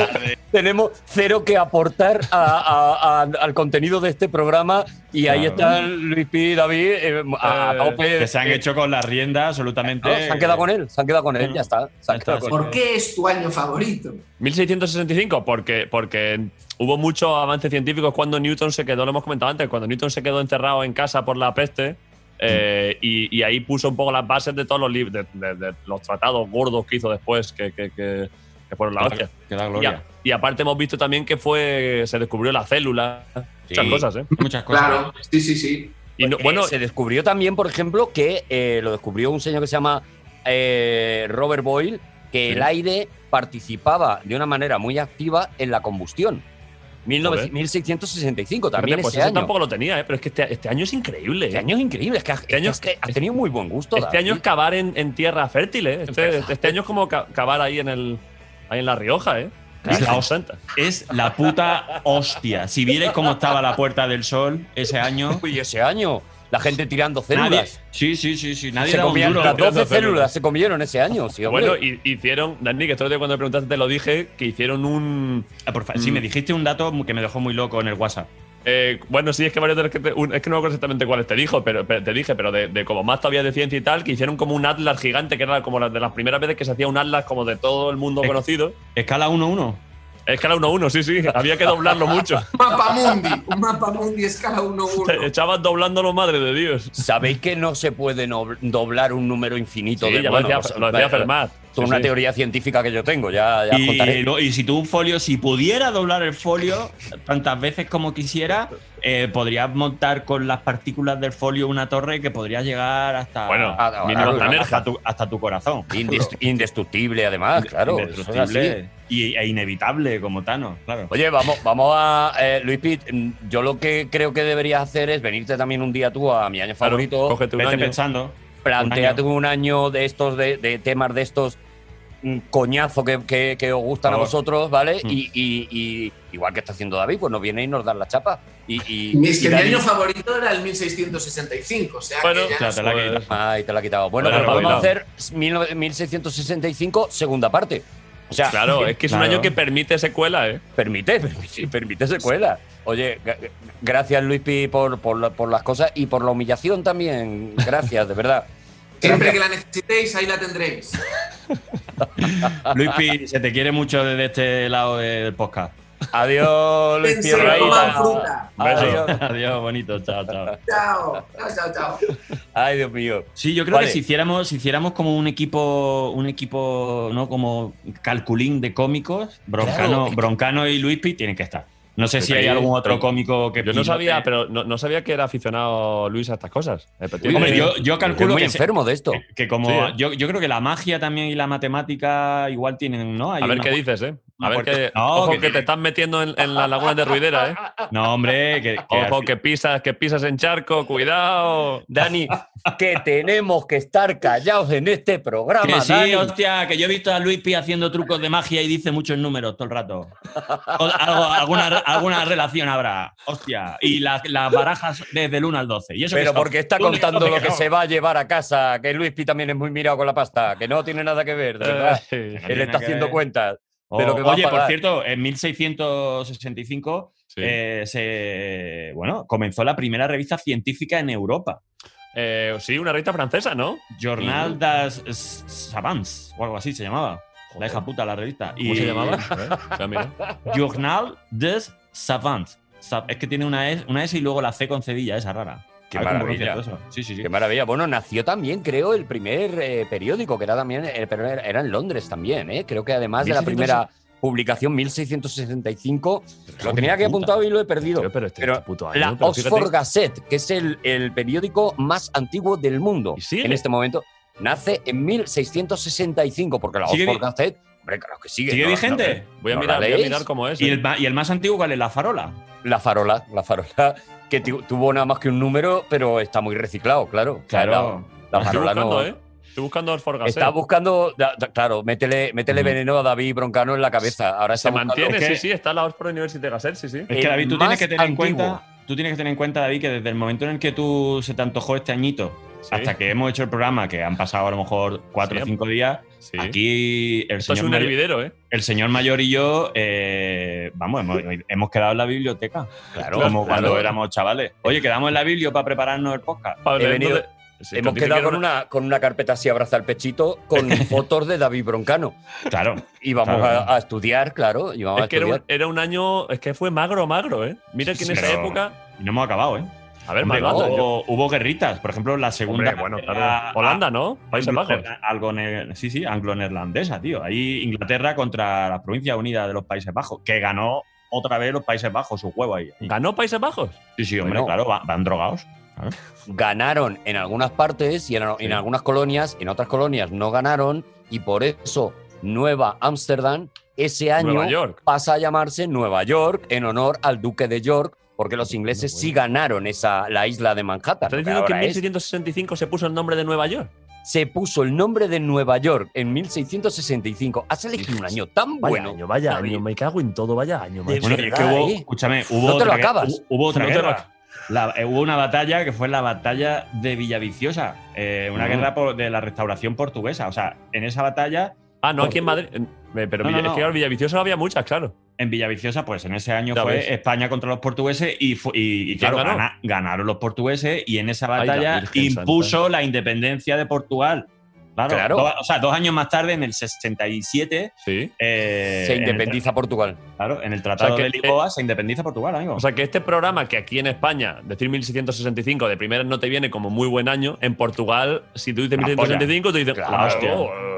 [SPEAKER 5] tenemos cero que aportar a- a- a- al contenido de este programa y ahí
[SPEAKER 4] Claro.
[SPEAKER 5] están Luis P. y David eh, a
[SPEAKER 4] Eh,
[SPEAKER 5] tope.
[SPEAKER 4] que se han
[SPEAKER 5] Eh,
[SPEAKER 4] hecho con la rienda absolutamente.
[SPEAKER 5] no, se han
[SPEAKER 2] Eh.
[SPEAKER 5] quedado con él, se han quedado con
[SPEAKER 2] Mm.
[SPEAKER 5] él, ya está. Se han quedado con
[SPEAKER 14] ¿Por
[SPEAKER 5] él.
[SPEAKER 14] qué es tu año favorito?
[SPEAKER 2] 1665, porque, porque hubo muchos avances científicos cuando Newton se quedó, lo hemos comentado antes, cuando Newton se quedó encerrado en casa por la peste eh, y, y ahí puso un poco las bases de todos los libros, de, de- de los tratados gordos que hizo después, que, que- que- que fueron la
[SPEAKER 4] Que da-
[SPEAKER 2] hostia.
[SPEAKER 4] que da
[SPEAKER 2] Y, a-
[SPEAKER 4] gloria.
[SPEAKER 2] y aparte hemos visto también que fue se descubrió la célula, muchas
[SPEAKER 5] Sí.
[SPEAKER 2] cosas, ¿eh?
[SPEAKER 4] Muchas cosas.
[SPEAKER 14] sí, sí, sí.
[SPEAKER 2] Y no-
[SPEAKER 5] Eh,
[SPEAKER 2] bueno,
[SPEAKER 5] se descubrió también, por ejemplo, que eh, lo descubrió un señor que se llama eh, Robert Boyle, que
[SPEAKER 2] Sí.
[SPEAKER 5] el aire participaba de una manera muy activa en la combustión. 19-
[SPEAKER 2] Joder.
[SPEAKER 5] 1665 también
[SPEAKER 2] Fíjate, pues
[SPEAKER 5] ese
[SPEAKER 2] eso
[SPEAKER 5] año.
[SPEAKER 2] tampoco lo tenía, ¿eh? pero es que este, este año es increíble.
[SPEAKER 5] Este
[SPEAKER 2] ¿eh?
[SPEAKER 5] año es increíble, es que has,
[SPEAKER 2] Este año
[SPEAKER 5] es que has tenido muy buen gusto.
[SPEAKER 2] Este
[SPEAKER 5] David.
[SPEAKER 2] año es cavar en, en tierra fértil, ¿eh? Este, este año es como ca- cavar ahí en, el, ahí en La Rioja, ¿eh?
[SPEAKER 4] Claro.
[SPEAKER 2] La ausenta.
[SPEAKER 4] Es la puta hostia. Si vierais cómo estaba la Puerta del Sol ese año.
[SPEAKER 5] Uy, ese año, la gente tirando células.
[SPEAKER 4] Nadie, sí, sí, sí, sí. Nadie
[SPEAKER 5] se
[SPEAKER 4] daba un
[SPEAKER 5] comían,
[SPEAKER 4] duro.
[SPEAKER 5] las 12
[SPEAKER 4] Tirando
[SPEAKER 5] células, se comieron ese año. Sí, hombre.
[SPEAKER 2] Bueno, y- hicieron, Dani, que esto de cuando me preguntaste te lo dije, que hicieron un.
[SPEAKER 5] Mm.
[SPEAKER 4] Ah, por fa- Sí, me dijiste un dato que me dejó muy loco en el WhatsApp.
[SPEAKER 2] Eh, bueno, sí, es que varios de los que te- un- es que no me acuerdo exactamente cuáles te dijo, pero, pero- te dije, pero de, de como más todavía de ciencia y tal, que hicieron como un atlas gigante, que era como la- de las primeras veces que se hacía un atlas como de todo el mundo conocido.
[SPEAKER 4] Escala 1-1.
[SPEAKER 2] Escala 1-1, sí, sí. Había que doblarlo mucho.
[SPEAKER 14] Mapa mundi, un mapa mundi escala 1-1.
[SPEAKER 2] Echabas doblándolo, madre de Dios.
[SPEAKER 5] ¿Sabéis que no se puede no- doblar un número infinito?
[SPEAKER 2] Sí,
[SPEAKER 5] de,
[SPEAKER 2] ya lo decía- lo decía
[SPEAKER 5] pues, vale,
[SPEAKER 2] Fermat.
[SPEAKER 5] Es
[SPEAKER 2] Sí,
[SPEAKER 5] una
[SPEAKER 2] sí.
[SPEAKER 5] teoría científica que yo tengo, ya, ya os
[SPEAKER 4] Y,
[SPEAKER 5] contaré.
[SPEAKER 4] Eh, no, y si tú un folio, si pudiera doblar el folio tantas veces como quisiera, eh, podrías montar con las partículas del folio una torre que podría llegar hasta,
[SPEAKER 2] Bueno,
[SPEAKER 5] Ah,
[SPEAKER 4] a- a-
[SPEAKER 2] mínimo hasta
[SPEAKER 4] hasta
[SPEAKER 2] Nerja.
[SPEAKER 4] tu, hasta tu corazón.
[SPEAKER 5] Indest- Indestructible, además, claro. eso es así.
[SPEAKER 4] Indestructible y- e inevitable como Thanos, claro.
[SPEAKER 5] Oye, vamos, vamos a. eh, Luis Pit, mm, yo lo que creo que deberías hacer es venirte también un día tú a mi año
[SPEAKER 4] Claro,
[SPEAKER 5] favorito.
[SPEAKER 4] cógete un Vete año. pensando, un
[SPEAKER 5] Planteate un año de estos, de, de temas de estos mm, coñazo que, que- que os gustan a
[SPEAKER 4] Por favor.
[SPEAKER 5] vosotros, ¿vale?
[SPEAKER 4] Mm.
[SPEAKER 5] Y, y- y igual que está haciendo David, pues nos viene y nos dan la chapa. Y, y,
[SPEAKER 14] Es que
[SPEAKER 5] y
[SPEAKER 14] mi
[SPEAKER 5] David-
[SPEAKER 14] este año favorito era el 1665, o sea que ya
[SPEAKER 5] Ay, Ah, te la
[SPEAKER 14] Joder.
[SPEAKER 5] ha quitado. Bueno,
[SPEAKER 2] Bueno,
[SPEAKER 5] pero
[SPEAKER 2] bueno.
[SPEAKER 5] vamos a hacer 19- 1665, segunda parte. O sea,
[SPEAKER 2] claro, es que es un año que permite secuela, ¿eh?
[SPEAKER 5] Permite, permite, permite secuela. Oye, gra- gracias Luispi por, por, la- por las cosas y por la humillación también. Gracias, de verdad.
[SPEAKER 14] siempre que la necesitéis, ahí la tendréis.
[SPEAKER 4] Luis Pi, se te quiere mucho desde este lado del podcast.
[SPEAKER 5] Adiós, Luis Pi
[SPEAKER 14] Pensé que
[SPEAKER 5] Herrera.
[SPEAKER 14] coman fruta.
[SPEAKER 4] Adiós.
[SPEAKER 5] Adiós.
[SPEAKER 4] Adiós, bonito. Chao, chao.
[SPEAKER 14] Chao, chao, chao, chao.
[SPEAKER 5] Ay, Dios mío.
[SPEAKER 4] Sí, yo creo
[SPEAKER 5] Vale.
[SPEAKER 4] que si hiciéramos, si hiciéramos como un equipo, un equipo, ¿no? Como calculín de cómicos, Broncano,
[SPEAKER 2] Claro. Pues
[SPEAKER 4] Broncano y Luispi tienen que estar. No sé si hay
[SPEAKER 2] Sí,
[SPEAKER 4] algún otro
[SPEAKER 2] sí.
[SPEAKER 4] cómico que
[SPEAKER 2] Yo no
[SPEAKER 4] pilote.
[SPEAKER 2] sabía, pero no, no sabía que era aficionado Luis a estas cosas. Eh,
[SPEAKER 4] Hombre, yo, yo calculo
[SPEAKER 5] muy
[SPEAKER 4] que se-
[SPEAKER 5] enfermo de esto.
[SPEAKER 4] que como
[SPEAKER 2] Sí, ¿eh?
[SPEAKER 4] yo, yo creo que la magia también y la matemática igual tienen, ¿no? Hay
[SPEAKER 2] A ver
[SPEAKER 4] una-
[SPEAKER 2] qué dices, ¿eh? A
[SPEAKER 4] una
[SPEAKER 2] ver
[SPEAKER 4] puerta-
[SPEAKER 2] que.
[SPEAKER 4] No,
[SPEAKER 2] ojo
[SPEAKER 4] que-
[SPEAKER 2] que, te estás metiendo en, en la laguna de Ruidera, ¿eh?
[SPEAKER 4] No, hombre, que, que al
[SPEAKER 2] Ojo
[SPEAKER 4] fin-
[SPEAKER 2] que pisas, que pisas en charco, cuidado.
[SPEAKER 5] Dani, que tenemos que estar callados en este programa,
[SPEAKER 4] Que sí,
[SPEAKER 5] Dani.
[SPEAKER 4] hostia, que yo he visto a Luis Pi haciendo trucos de magia y dice muchos números todo el rato. O- algo- alguna, alguna relación habrá, hostia. Y las, las barajas desde el 1 al 12. Y eso
[SPEAKER 5] Pero
[SPEAKER 4] que son-
[SPEAKER 5] porque está
[SPEAKER 4] tú le
[SPEAKER 5] contando
[SPEAKER 4] dices
[SPEAKER 5] lo que
[SPEAKER 4] no.
[SPEAKER 5] se va a llevar a casa, que Luispi también es muy mirado con la pasta, que no tiene nada que ver, de verdad.
[SPEAKER 2] Eh,
[SPEAKER 4] no
[SPEAKER 5] Él
[SPEAKER 4] tiene
[SPEAKER 5] está
[SPEAKER 4] que
[SPEAKER 5] haciendo
[SPEAKER 4] ver.
[SPEAKER 5] cuentas de
[SPEAKER 4] Oh,
[SPEAKER 5] lo que va
[SPEAKER 4] oye,
[SPEAKER 5] a pagar.
[SPEAKER 4] por cierto, en 1665
[SPEAKER 2] Sí.
[SPEAKER 4] eh, se, bueno, comenzó la primera revista científica en Europa,
[SPEAKER 2] Eh, sí, una revista francesa, ¿no?
[SPEAKER 4] Journal
[SPEAKER 2] Sí.
[SPEAKER 4] das S- Savants, o algo así se llamaba. La hija puta la revista.
[SPEAKER 2] ¿Cómo
[SPEAKER 4] Y-
[SPEAKER 2] se llamaba? A ver, eh, o sea, mira.
[SPEAKER 4] Journal des Savants. Sa- Es que tiene una S, una S y luego la C con cedilla, esa rara.
[SPEAKER 5] Qué
[SPEAKER 4] A ver cómo
[SPEAKER 5] maravilla.
[SPEAKER 4] concepto eso. Sí, sí, sí.
[SPEAKER 5] Qué maravilla. Bueno, nació también, creo, el primer eh, periódico, que era también, eh, pero era era en Londres también, ¿eh? Creo que además de la
[SPEAKER 4] 1600.
[SPEAKER 5] primera publicación, 1665,
[SPEAKER 2] Pero
[SPEAKER 5] lo tenía aquí
[SPEAKER 2] puta.
[SPEAKER 5] apuntado y lo he perdido.
[SPEAKER 2] Tío, pero este,
[SPEAKER 5] Pero
[SPEAKER 2] este puto año.
[SPEAKER 5] la
[SPEAKER 2] pero fíjate-
[SPEAKER 5] Oxford Gazette, que es el, el periódico más antiguo del mundo
[SPEAKER 2] sigue?
[SPEAKER 5] en este momento, nace en 1665, porque la
[SPEAKER 4] ¿Sigue vi-
[SPEAKER 5] Oxford Gazette, hombre, claro que sigue.
[SPEAKER 4] ¿Sigue
[SPEAKER 5] ¿no?
[SPEAKER 4] vigente?
[SPEAKER 5] ¿No-
[SPEAKER 2] Voy a,
[SPEAKER 5] no la
[SPEAKER 2] mirar, voy a
[SPEAKER 5] leéis?
[SPEAKER 2] mirar cómo es.
[SPEAKER 4] ¿Y
[SPEAKER 2] eh.
[SPEAKER 4] el, ma- ¿Y el más antiguo cuál es? La farola.
[SPEAKER 5] La farola, la farola, que tu- tuvo nada más que un número, pero está muy reciclado, claro. O sea,
[SPEAKER 4] Claro.
[SPEAKER 5] La, la
[SPEAKER 2] Estoy
[SPEAKER 5] farola
[SPEAKER 2] buscando,
[SPEAKER 5] no.
[SPEAKER 2] ¿eh? Estoy buscando Oxford Gazette.
[SPEAKER 5] Está buscando, da- da- claro, métele, métele
[SPEAKER 4] Ujú.
[SPEAKER 5] veneno a David Broncano en la cabeza. Ahora
[SPEAKER 2] Se
[SPEAKER 5] está buscando-
[SPEAKER 2] mantiene,
[SPEAKER 4] Es que-
[SPEAKER 2] sí, sí, está la Oxford University Gazette, sí, sí.
[SPEAKER 4] Es que
[SPEAKER 5] El
[SPEAKER 4] David, tú tienes
[SPEAKER 5] más
[SPEAKER 4] que tener en
[SPEAKER 5] antiguo.
[SPEAKER 4] cuenta. Tú tienes que tener en cuenta, David, que desde el momento en el que tú se te antojó este añito, hasta que hemos hecho el programa, que han pasado a lo mejor cuatro
[SPEAKER 2] Sí.
[SPEAKER 4] o cinco días,
[SPEAKER 2] Sí.
[SPEAKER 4] aquí el
[SPEAKER 2] Esto es
[SPEAKER 4] señor,
[SPEAKER 2] un
[SPEAKER 4] mayor,
[SPEAKER 2] hervidero, ¿eh?
[SPEAKER 4] el señor mayor y yo, eh, vamos, hemos, hemos quedado en la biblioteca.
[SPEAKER 5] Claro,
[SPEAKER 4] como
[SPEAKER 5] claro.
[SPEAKER 4] cuando éramos chavales. Oye, quedamos en la biblioteca para prepararnos el podcast.
[SPEAKER 2] Pablo,
[SPEAKER 5] He venido-
[SPEAKER 2] entonces- Sí,
[SPEAKER 5] Hemos
[SPEAKER 2] entonces
[SPEAKER 5] quedado
[SPEAKER 2] quiero
[SPEAKER 5] con una, con una carpeta así abrazar el pechito con fotos de David Broncano.
[SPEAKER 4] Claro.
[SPEAKER 5] Y vamos
[SPEAKER 4] Claro.
[SPEAKER 5] a, a estudiar, claro. Y vamos a
[SPEAKER 2] Es que era un,
[SPEAKER 5] estudiar.
[SPEAKER 2] era un año. Es que fue magro, magro, ¿eh? Mira que en
[SPEAKER 4] Sí,
[SPEAKER 2] esa
[SPEAKER 4] pero-
[SPEAKER 2] época.
[SPEAKER 4] Y no hemos acabado, ¿eh?
[SPEAKER 2] A ver,
[SPEAKER 4] Hombre,
[SPEAKER 2] Maganda, yo-
[SPEAKER 4] hubo, hubo guerritas. Por ejemplo, la segunda.
[SPEAKER 2] Hombre, bueno, claro.
[SPEAKER 5] Ah,
[SPEAKER 4] era-
[SPEAKER 2] Holanda, ¿no? Países
[SPEAKER 4] Anglo-
[SPEAKER 2] Bajos.
[SPEAKER 4] algo ne- sí, sí, anglo-neerlandesa, tío. Ahí Inglaterra contra la Provincia Unida de los Países Bajos, que ganó otra vez los Países Bajos, su huevo ahí.
[SPEAKER 2] ¿Ganó Países Bajos?
[SPEAKER 5] Este
[SPEAKER 4] Sí, sí, hombre,
[SPEAKER 5] Bueno.
[SPEAKER 4] claro, va- van, drogados.
[SPEAKER 5] Ganaron en algunas partes y en, en algunas colonias, en otras colonias no ganaron. Y por eso Nueva Ámsterdam ese año
[SPEAKER 2] Nueva York.
[SPEAKER 5] pasa a llamarse Nueva York en honor al Duque de York, porque los ingleses sí ganaron esa, la isla de Manhattan. lo
[SPEAKER 2] ¿Estás
[SPEAKER 5] que
[SPEAKER 2] diciendo que en
[SPEAKER 5] ahora es.
[SPEAKER 2] 1665 se puso el nombre de Nueva York?
[SPEAKER 5] se puso el nombre de Nueva York en 1665. Has elegido un año tan
[SPEAKER 2] Vaya
[SPEAKER 5] bueno.
[SPEAKER 2] año, vaya
[SPEAKER 5] David.
[SPEAKER 2] año. Me cago en todo, vaya año, macho.
[SPEAKER 4] Bueno, y es que
[SPEAKER 5] verdad,
[SPEAKER 4] hubo,
[SPEAKER 5] ¿eh?
[SPEAKER 4] escúchame, hubo
[SPEAKER 5] No te lo
[SPEAKER 4] otra, guerra-
[SPEAKER 5] acabas.
[SPEAKER 4] hubo otra
[SPEAKER 2] No te lo
[SPEAKER 4] guerra.
[SPEAKER 2] acabas.
[SPEAKER 4] La- eh, hubo una batalla que fue la batalla de Villaviciosa, eh, una
[SPEAKER 2] Mm.
[SPEAKER 4] guerra por- de la restauración portuguesa. O sea, en esa batalla
[SPEAKER 2] Ah, no, aquí en Madrid. Eh, Pero
[SPEAKER 4] No, no,
[SPEAKER 2] Villa- es que
[SPEAKER 4] no.
[SPEAKER 2] claro, Villaviciosa había muchas, claro.
[SPEAKER 4] en Villaviciosa, pues en ese año
[SPEAKER 2] Ya
[SPEAKER 4] fue
[SPEAKER 2] ves.
[SPEAKER 4] España contra los portugueses y, fu- y- y
[SPEAKER 2] ¿Quién
[SPEAKER 4] claro,
[SPEAKER 2] ganó?
[SPEAKER 4] gana- ganaron los portugueses y en esa
[SPEAKER 2] Ay, la
[SPEAKER 4] batalla
[SPEAKER 2] Virgen
[SPEAKER 4] impuso la independencia de Portugal. Claro,
[SPEAKER 5] Claro.
[SPEAKER 4] dos- o sea, dos años más tarde, en el 67, eh,
[SPEAKER 5] Se
[SPEAKER 4] en el
[SPEAKER 5] independiza Portugal.
[SPEAKER 4] Claro, en el Tratado
[SPEAKER 2] que-
[SPEAKER 4] de Lisboa se independiza Portugal, amigo.
[SPEAKER 2] O sea que este programa que aquí en España, decir 1665 de primeras no te viene como muy buen año, en Portugal, si tú dices
[SPEAKER 5] La
[SPEAKER 2] 1665, tú dices,
[SPEAKER 5] Claro.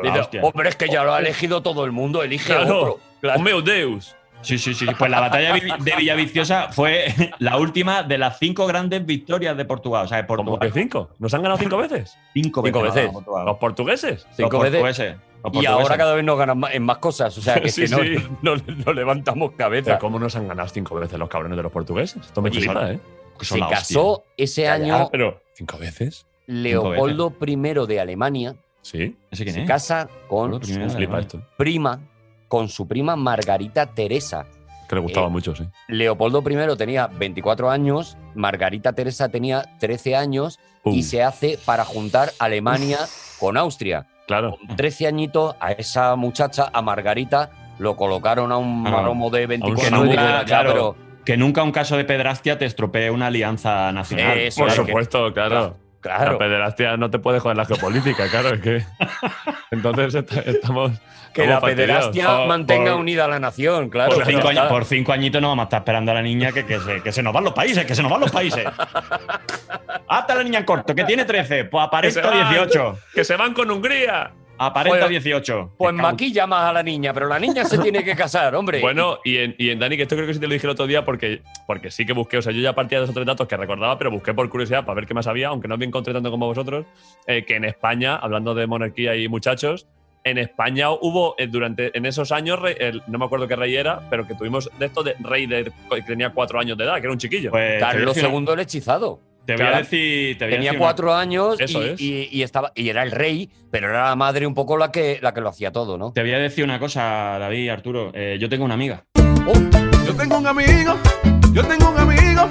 [SPEAKER 5] Dice, "Oh, pero es que ya lo ha elegido todo el mundo, elige a
[SPEAKER 2] eh, Claro.
[SPEAKER 5] otro.
[SPEAKER 2] meu Deus.
[SPEAKER 4] Sí, sí, sí. Pues la batalla de Vi- de Villaviciosa fue la última de las cinco grandes victorias de Portugal. O sea, de Portugal.
[SPEAKER 2] ¿Por qué cinco? ¿Nos han ganado cinco veces?
[SPEAKER 4] Cinco veces.
[SPEAKER 5] Cinco
[SPEAKER 4] nos ha ganado
[SPEAKER 5] veces.
[SPEAKER 4] Portugal.
[SPEAKER 2] ¿Los portugueses?
[SPEAKER 5] Cinco
[SPEAKER 4] Los
[SPEAKER 5] veces.
[SPEAKER 4] portugueses, los
[SPEAKER 5] Y
[SPEAKER 4] portugueses.
[SPEAKER 5] ahora cada vez nos ganan más- en más cosas. O sea, que, es
[SPEAKER 2] eh. Sí,
[SPEAKER 5] que no,
[SPEAKER 2] sí.
[SPEAKER 5] no- no levantamos cabeza.
[SPEAKER 2] Pero ¿Cómo nos han ganado cinco veces los cabrones de los portugueses? Esto me
[SPEAKER 5] Oye,
[SPEAKER 2] flipa,
[SPEAKER 5] son-
[SPEAKER 2] ¿eh?
[SPEAKER 5] se casó ese
[SPEAKER 2] Ya, ya,
[SPEAKER 5] Este año
[SPEAKER 2] pero ¿Cinco veces?
[SPEAKER 5] Leopoldo I de Alemania.
[SPEAKER 2] Sí.
[SPEAKER 4] ¿Ese quién
[SPEAKER 5] se
[SPEAKER 4] es?
[SPEAKER 5] casa con
[SPEAKER 2] Leopoldo I de
[SPEAKER 5] su
[SPEAKER 2] Alemania. Flipa esto.
[SPEAKER 5] prima, con su prima Margarita Teresa.
[SPEAKER 2] Que le gustaba
[SPEAKER 5] Eh,
[SPEAKER 2] mucho, sí.
[SPEAKER 5] Leopoldo I tenía 24 años, Margarita Teresa tenía 13 años y se hace para juntar Alemania con Austria.
[SPEAKER 2] Claro.
[SPEAKER 5] Con 13 añitos a esa muchacha, a Margarita, lo colocaron a un
[SPEAKER 2] Ah.
[SPEAKER 4] Claro.
[SPEAKER 5] maromo de
[SPEAKER 4] que
[SPEAKER 5] 24
[SPEAKER 4] nunca,
[SPEAKER 5] años.
[SPEAKER 4] claro,
[SPEAKER 5] pero
[SPEAKER 4] que nunca un caso de pedrastia te estropee una alianza nacional.
[SPEAKER 5] Eso
[SPEAKER 2] Eh, Por
[SPEAKER 5] es, que-
[SPEAKER 2] supuesto, claro.
[SPEAKER 5] Claro.
[SPEAKER 2] La pederastia no te puede joder la geopolítica, claro. Es que... Entonces est- estamos.
[SPEAKER 5] que
[SPEAKER 2] estamos
[SPEAKER 5] la
[SPEAKER 2] fastidiados.
[SPEAKER 5] pederastia
[SPEAKER 2] Por-
[SPEAKER 5] mantenga
[SPEAKER 2] Oh, por-
[SPEAKER 5] unida a la nación, claro. pues
[SPEAKER 4] por, cinco
[SPEAKER 5] Ya
[SPEAKER 4] años-
[SPEAKER 5] está.
[SPEAKER 4] por cinco añitos no vamos a estar esperando a la niña que, que se, que se nos van los países, que se nos van los países. Hasta la niña en corto, que tiene 13, pues
[SPEAKER 2] que se
[SPEAKER 4] aparenta
[SPEAKER 2] van,
[SPEAKER 4] 18.
[SPEAKER 2] Que se van con Hungría.
[SPEAKER 4] Aparenta
[SPEAKER 5] Pues-
[SPEAKER 4] 18.
[SPEAKER 5] Pues
[SPEAKER 4] Me cago en
[SPEAKER 5] maquilla más a la niña, pero la niña se tiene que casar, hombre.
[SPEAKER 2] Bueno, y en, y en Dani, que esto creo que sí te lo dije el otro día porque, porque sí que busqué, o sea, yo ya partía de esos tres datos que recordaba, pero busqué por curiosidad para ver qué más había, aunque no me encontré tanto como vosotros, eh, que en España, hablando de monarquía y muchachos, en España hubo eh, durante en esos años, re- el- no me acuerdo qué rey era, pero que tuvimos de esto de rey de- que tenía cuatro años de edad, que era un chiquillo.
[SPEAKER 4] Pues-
[SPEAKER 5] Carlos
[SPEAKER 4] te voy a decir-
[SPEAKER 5] II el hechizado.
[SPEAKER 4] Te voy a
[SPEAKER 2] Claro.
[SPEAKER 4] decir. Te voy a
[SPEAKER 5] Tenía
[SPEAKER 4] decir una-
[SPEAKER 5] cuatro años y-
[SPEAKER 2] Eso
[SPEAKER 5] y,
[SPEAKER 2] es.
[SPEAKER 5] y estaba, y era el rey, pero era la madre un poco la que, la que lo hacía todo, ¿no?
[SPEAKER 4] Te voy a decir una cosa, David y Arturo. Eh, yo tengo una amiga.
[SPEAKER 13] Yo tengo un amigo, yo tengo un amigo,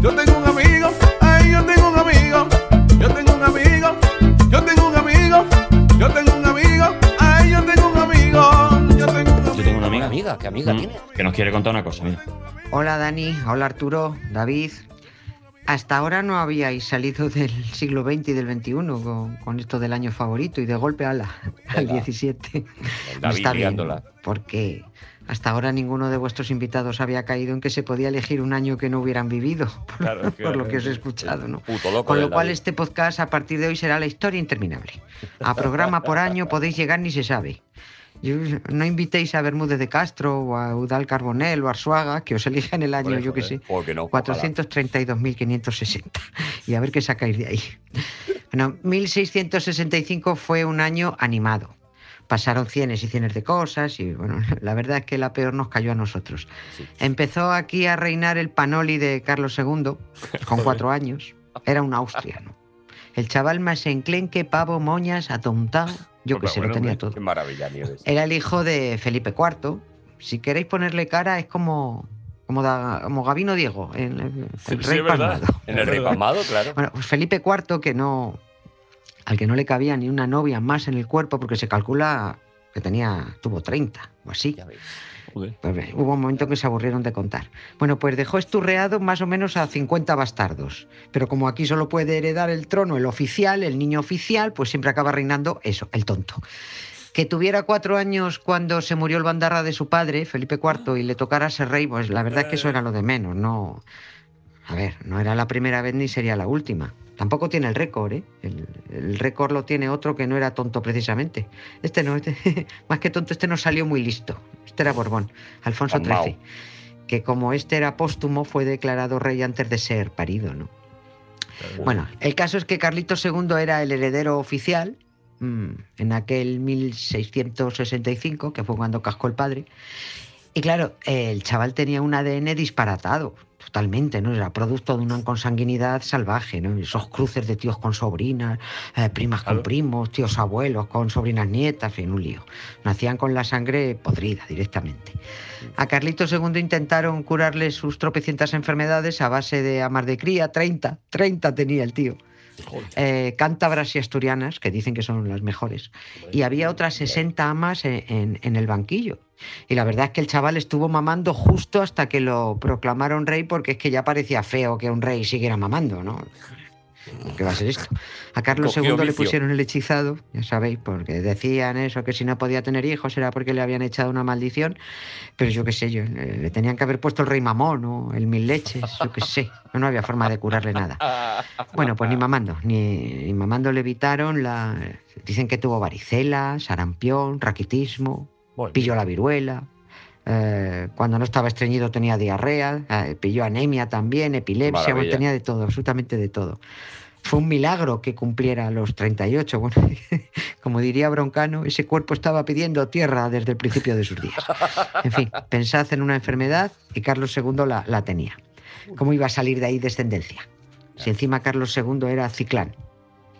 [SPEAKER 13] yo tengo un amigo, ay, yo tengo un amigo, yo tengo un amigo, yo tengo un amigo, yo tengo un amigo, ay, yo tengo un amigo, yo tengo un
[SPEAKER 4] Yo tengo una amiga.
[SPEAKER 5] amiga, ¿qué amiga
[SPEAKER 4] Mm,
[SPEAKER 5] tiene?
[SPEAKER 4] Que nos quiere contar una cosa. mira.
[SPEAKER 15] Hola Dani, hola Arturo, David. Hasta ahora no habíais salido del siglo XX y del XXI con, con esto del año favorito y de golpe ala, al
[SPEAKER 5] Venga.
[SPEAKER 15] 17. No
[SPEAKER 5] David
[SPEAKER 15] está bien,
[SPEAKER 5] liándola.
[SPEAKER 15] porque hasta ahora ninguno de vuestros invitados había caído en que se podía elegir un año que no hubieran vivido, por,
[SPEAKER 5] Claro, Pues es que-
[SPEAKER 15] por lo que os he escuchado. ¿no?
[SPEAKER 5] Puto loco
[SPEAKER 15] Con
[SPEAKER 5] del
[SPEAKER 15] lo cual
[SPEAKER 5] David.
[SPEAKER 15] este podcast a partir de hoy será la historia interminable. A programa por año podéis llegar ni se sabe. Yo- no invitéis a Bermúdez de Castro o a Udal Carbonell o a Arzuaga, que os elijan el año,
[SPEAKER 5] Hombre,
[SPEAKER 15] yo qué
[SPEAKER 5] joder,
[SPEAKER 15] sé,
[SPEAKER 5] ¿eh? porque no, ojalá.
[SPEAKER 15] 432.560. Y a ver qué sacáis de ahí. Bueno, 1665 fue un año animado. Pasaron cienes y cienes de cosas y bueno, la verdad es que la peor nos cayó a nosotros. Empezó aquí a reinar el panoli de Carlos II, con cuatro años. Era un austriano. El chaval más enclenque, pavo, moñas, atontado, yo que
[SPEAKER 5] Pues
[SPEAKER 15] sé, lo
[SPEAKER 5] bueno,
[SPEAKER 15] tenía
[SPEAKER 5] hombre,
[SPEAKER 15] todo.
[SPEAKER 5] Qué maravilla, Nieves.
[SPEAKER 15] Era el hijo de Felipe IV. Si queréis ponerle cara, es como, como, da- como Gabino Diego, el, el rey palmado.
[SPEAKER 5] En el rey palmado, claro.
[SPEAKER 15] Bueno, pues Felipe IV, que no, al que no le cabía ni una novia más en el cuerpo, porque se calcula que tenía, tuvo 30 o así. Pues, eh, hubo un momento que se aburrieron de contar. Bueno, pues dejó esturreado más o menos a 50 bastardos. Pero como aquí solo puede heredar el trono el oficial, el niño oficial, pues siempre acaba reinando eso, el tonto. Que tuviera cuatro años cuando se murió el bandarra de su padre, Felipe IV, y le tocara ser rey, pues la verdad es que eso era lo de menos. No, a ver, no era la primera vez ni sería la última. Tampoco tiene el récord, ¿eh? El, el récord lo tiene otro que no era tonto precisamente. Este no, este- más que tonto, este no salió muy listo. Este era Borbón, Alfonso
[SPEAKER 5] Palmao.
[SPEAKER 15] XIII, que como este era póstumo fue declarado rey antes de ser parido, ¿no? Bueno, el caso es que Carlitos II era el heredero oficial mm, en aquel 1665, que fue cuando cascó el padre. Y claro, el chaval tenía un ADN disparatado, totalmente, ¿no? Era producto de una consanguinidad salvaje, ¿no? Esos cruces de tíos con sobrinas, eh, primas con primos, tíos abuelos con sobrinas nietas, en fin, un lío. Nacían con la sangre podrida directamente. A Carlitos II intentaron curarle sus tropecientas enfermedades a base de amar de cría, 30, 30 tenía el tío. Eh, cántabras y asturianas, que dicen que son las mejores. Y había otras 60 amas en- en- en el banquillo. Y la verdad es que el chaval estuvo mamando justo hasta que lo proclamaron rey, porque es que ya parecía feo que un rey siguiera mamando, ¿no? ¿Qué va a ser esto? A Carlos
[SPEAKER 5] Cogió
[SPEAKER 15] II le
[SPEAKER 5] vicio.
[SPEAKER 15] pusieron el hechizado, ya sabéis, porque decían eso, que si no podía tener hijos era porque le habían echado una maldición, pero yo qué sé, yo, eh, le tenían que haber puesto el rey mamón o el mil leches, yo qué sé, no, no había forma de curarle nada. Bueno, pues ni mamando, ni, ni mamando le evitaron, la... dicen que tuvo varicela, sarampión, raquitismo, pilló la viruela, eh, cuando no estaba estreñido tenía diarrea, eh, pilló anemia también, epilepsia, bueno,
[SPEAKER 5] Maravilla.
[SPEAKER 15] tenía de todo, absolutamente de todo. Fue un milagro que cumpliera los 38. Bueno, como diría Broncano, ese cuerpo estaba pidiendo tierra desde el principio de sus días. En fin, pensad en una enfermedad y Carlos II la, la tenía. ¿Cómo iba a salir de ahí descendencia? Si encima Carlos II era ciclán,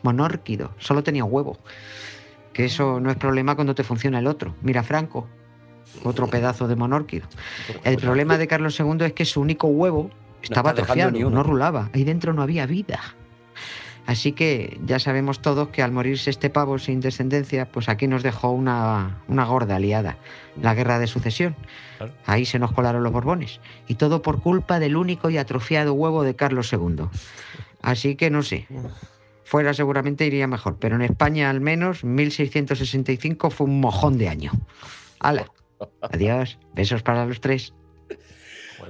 [SPEAKER 15] monórquido, solo tenía huevo. Que eso no es problema cuando te funciona el otro. Mira, Franco, otro pedazo de monórquido.
[SPEAKER 4] Pues
[SPEAKER 15] El problema de Carlos II es que su único huevo estaba
[SPEAKER 5] está dejando
[SPEAKER 15] atrofiado,
[SPEAKER 5] ni uno.
[SPEAKER 15] no rulaba. Ahí dentro no había vida. Así que ya sabemos todos que al morirse este pavo sin descendencia, pues aquí nos dejó una, una gorda aliada, la guerra de sucesión. Ahí se nos colaron los Borbones. Y todo por culpa del único y atrofiado huevo de Carlos II. Así que no sé. Fuera seguramente iría mejor, pero en España al menos 1665 fue un mojón de año. ¡Hala! Adiós. Besos para los tres.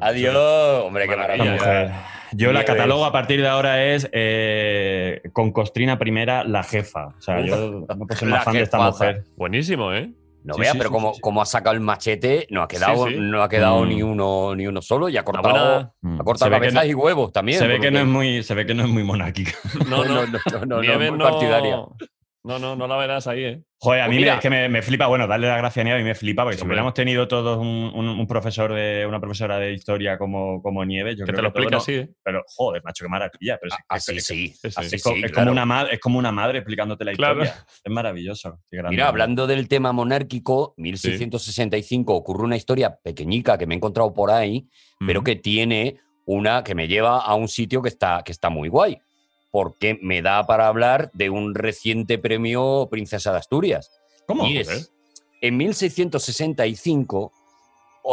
[SPEAKER 5] Adiós, hombre, qué
[SPEAKER 4] Esta
[SPEAKER 5] maravilla.
[SPEAKER 4] mujer. Yo la
[SPEAKER 5] Nieves.
[SPEAKER 4] catalogo a partir de ahora es eh, con costrina primera la jefa. O sea, yo no puedo ser más
[SPEAKER 5] La
[SPEAKER 4] fan de esta
[SPEAKER 5] jefaza.
[SPEAKER 4] mujer.
[SPEAKER 2] Buenísimo, ¿eh?
[SPEAKER 5] No
[SPEAKER 4] Sí,
[SPEAKER 5] vea,
[SPEAKER 4] sí,
[SPEAKER 5] pero
[SPEAKER 4] sí,
[SPEAKER 5] como, como ha sacado el machete, no ha quedado,
[SPEAKER 4] Sí, sí.
[SPEAKER 5] No ha quedado
[SPEAKER 4] Mm.
[SPEAKER 5] ni uno ni uno solo y ha cortado,
[SPEAKER 4] buena- Mm.
[SPEAKER 5] ha cortado
[SPEAKER 4] Se ve que
[SPEAKER 5] cabezas
[SPEAKER 4] no-
[SPEAKER 5] y huevos también.
[SPEAKER 4] se ve que
[SPEAKER 5] porque-
[SPEAKER 4] no es muy, se ve que no es muy monárquica.
[SPEAKER 2] No, no,
[SPEAKER 5] no, no, no,
[SPEAKER 2] Nieves
[SPEAKER 5] muy
[SPEAKER 2] no-
[SPEAKER 5] partidaria.
[SPEAKER 2] No, no, no la verás ahí, ¿eh?
[SPEAKER 4] Joder, a
[SPEAKER 2] Pues
[SPEAKER 4] mí
[SPEAKER 2] mira.
[SPEAKER 4] me, es que me, me flipa, bueno, darle la gracia a Nieves a mí me flipa, porque si
[SPEAKER 2] Hombre.
[SPEAKER 4] hubiéramos tenido todos un, un- un profesor de, una profesora de historia como, como Nieves, yo
[SPEAKER 2] Que
[SPEAKER 4] creo
[SPEAKER 2] te lo
[SPEAKER 4] todo
[SPEAKER 2] explica
[SPEAKER 4] no-
[SPEAKER 2] así, ¿eh?
[SPEAKER 4] Pero, joder, macho, qué maravilla. Pero es-
[SPEAKER 5] Así
[SPEAKER 4] es-
[SPEAKER 5] Ah, sí,
[SPEAKER 4] es-
[SPEAKER 5] así
[SPEAKER 4] es co-
[SPEAKER 5] sí,
[SPEAKER 4] es
[SPEAKER 5] claro.
[SPEAKER 4] como una madre, es como una madre explicándote la
[SPEAKER 5] Claro.
[SPEAKER 4] historia. Es maravilloso. qué grande.
[SPEAKER 5] Mira, hablando del tema monárquico, 1665 ocurre una historia pequeñica que me he encontrado por ahí,
[SPEAKER 4] Mm.
[SPEAKER 5] pero que tiene una que me lleva a un sitio que está, que está muy guay, porque me da para hablar de un reciente premio Princesa de Asturias.
[SPEAKER 4] ¿Cómo?
[SPEAKER 5] Y es, en 1665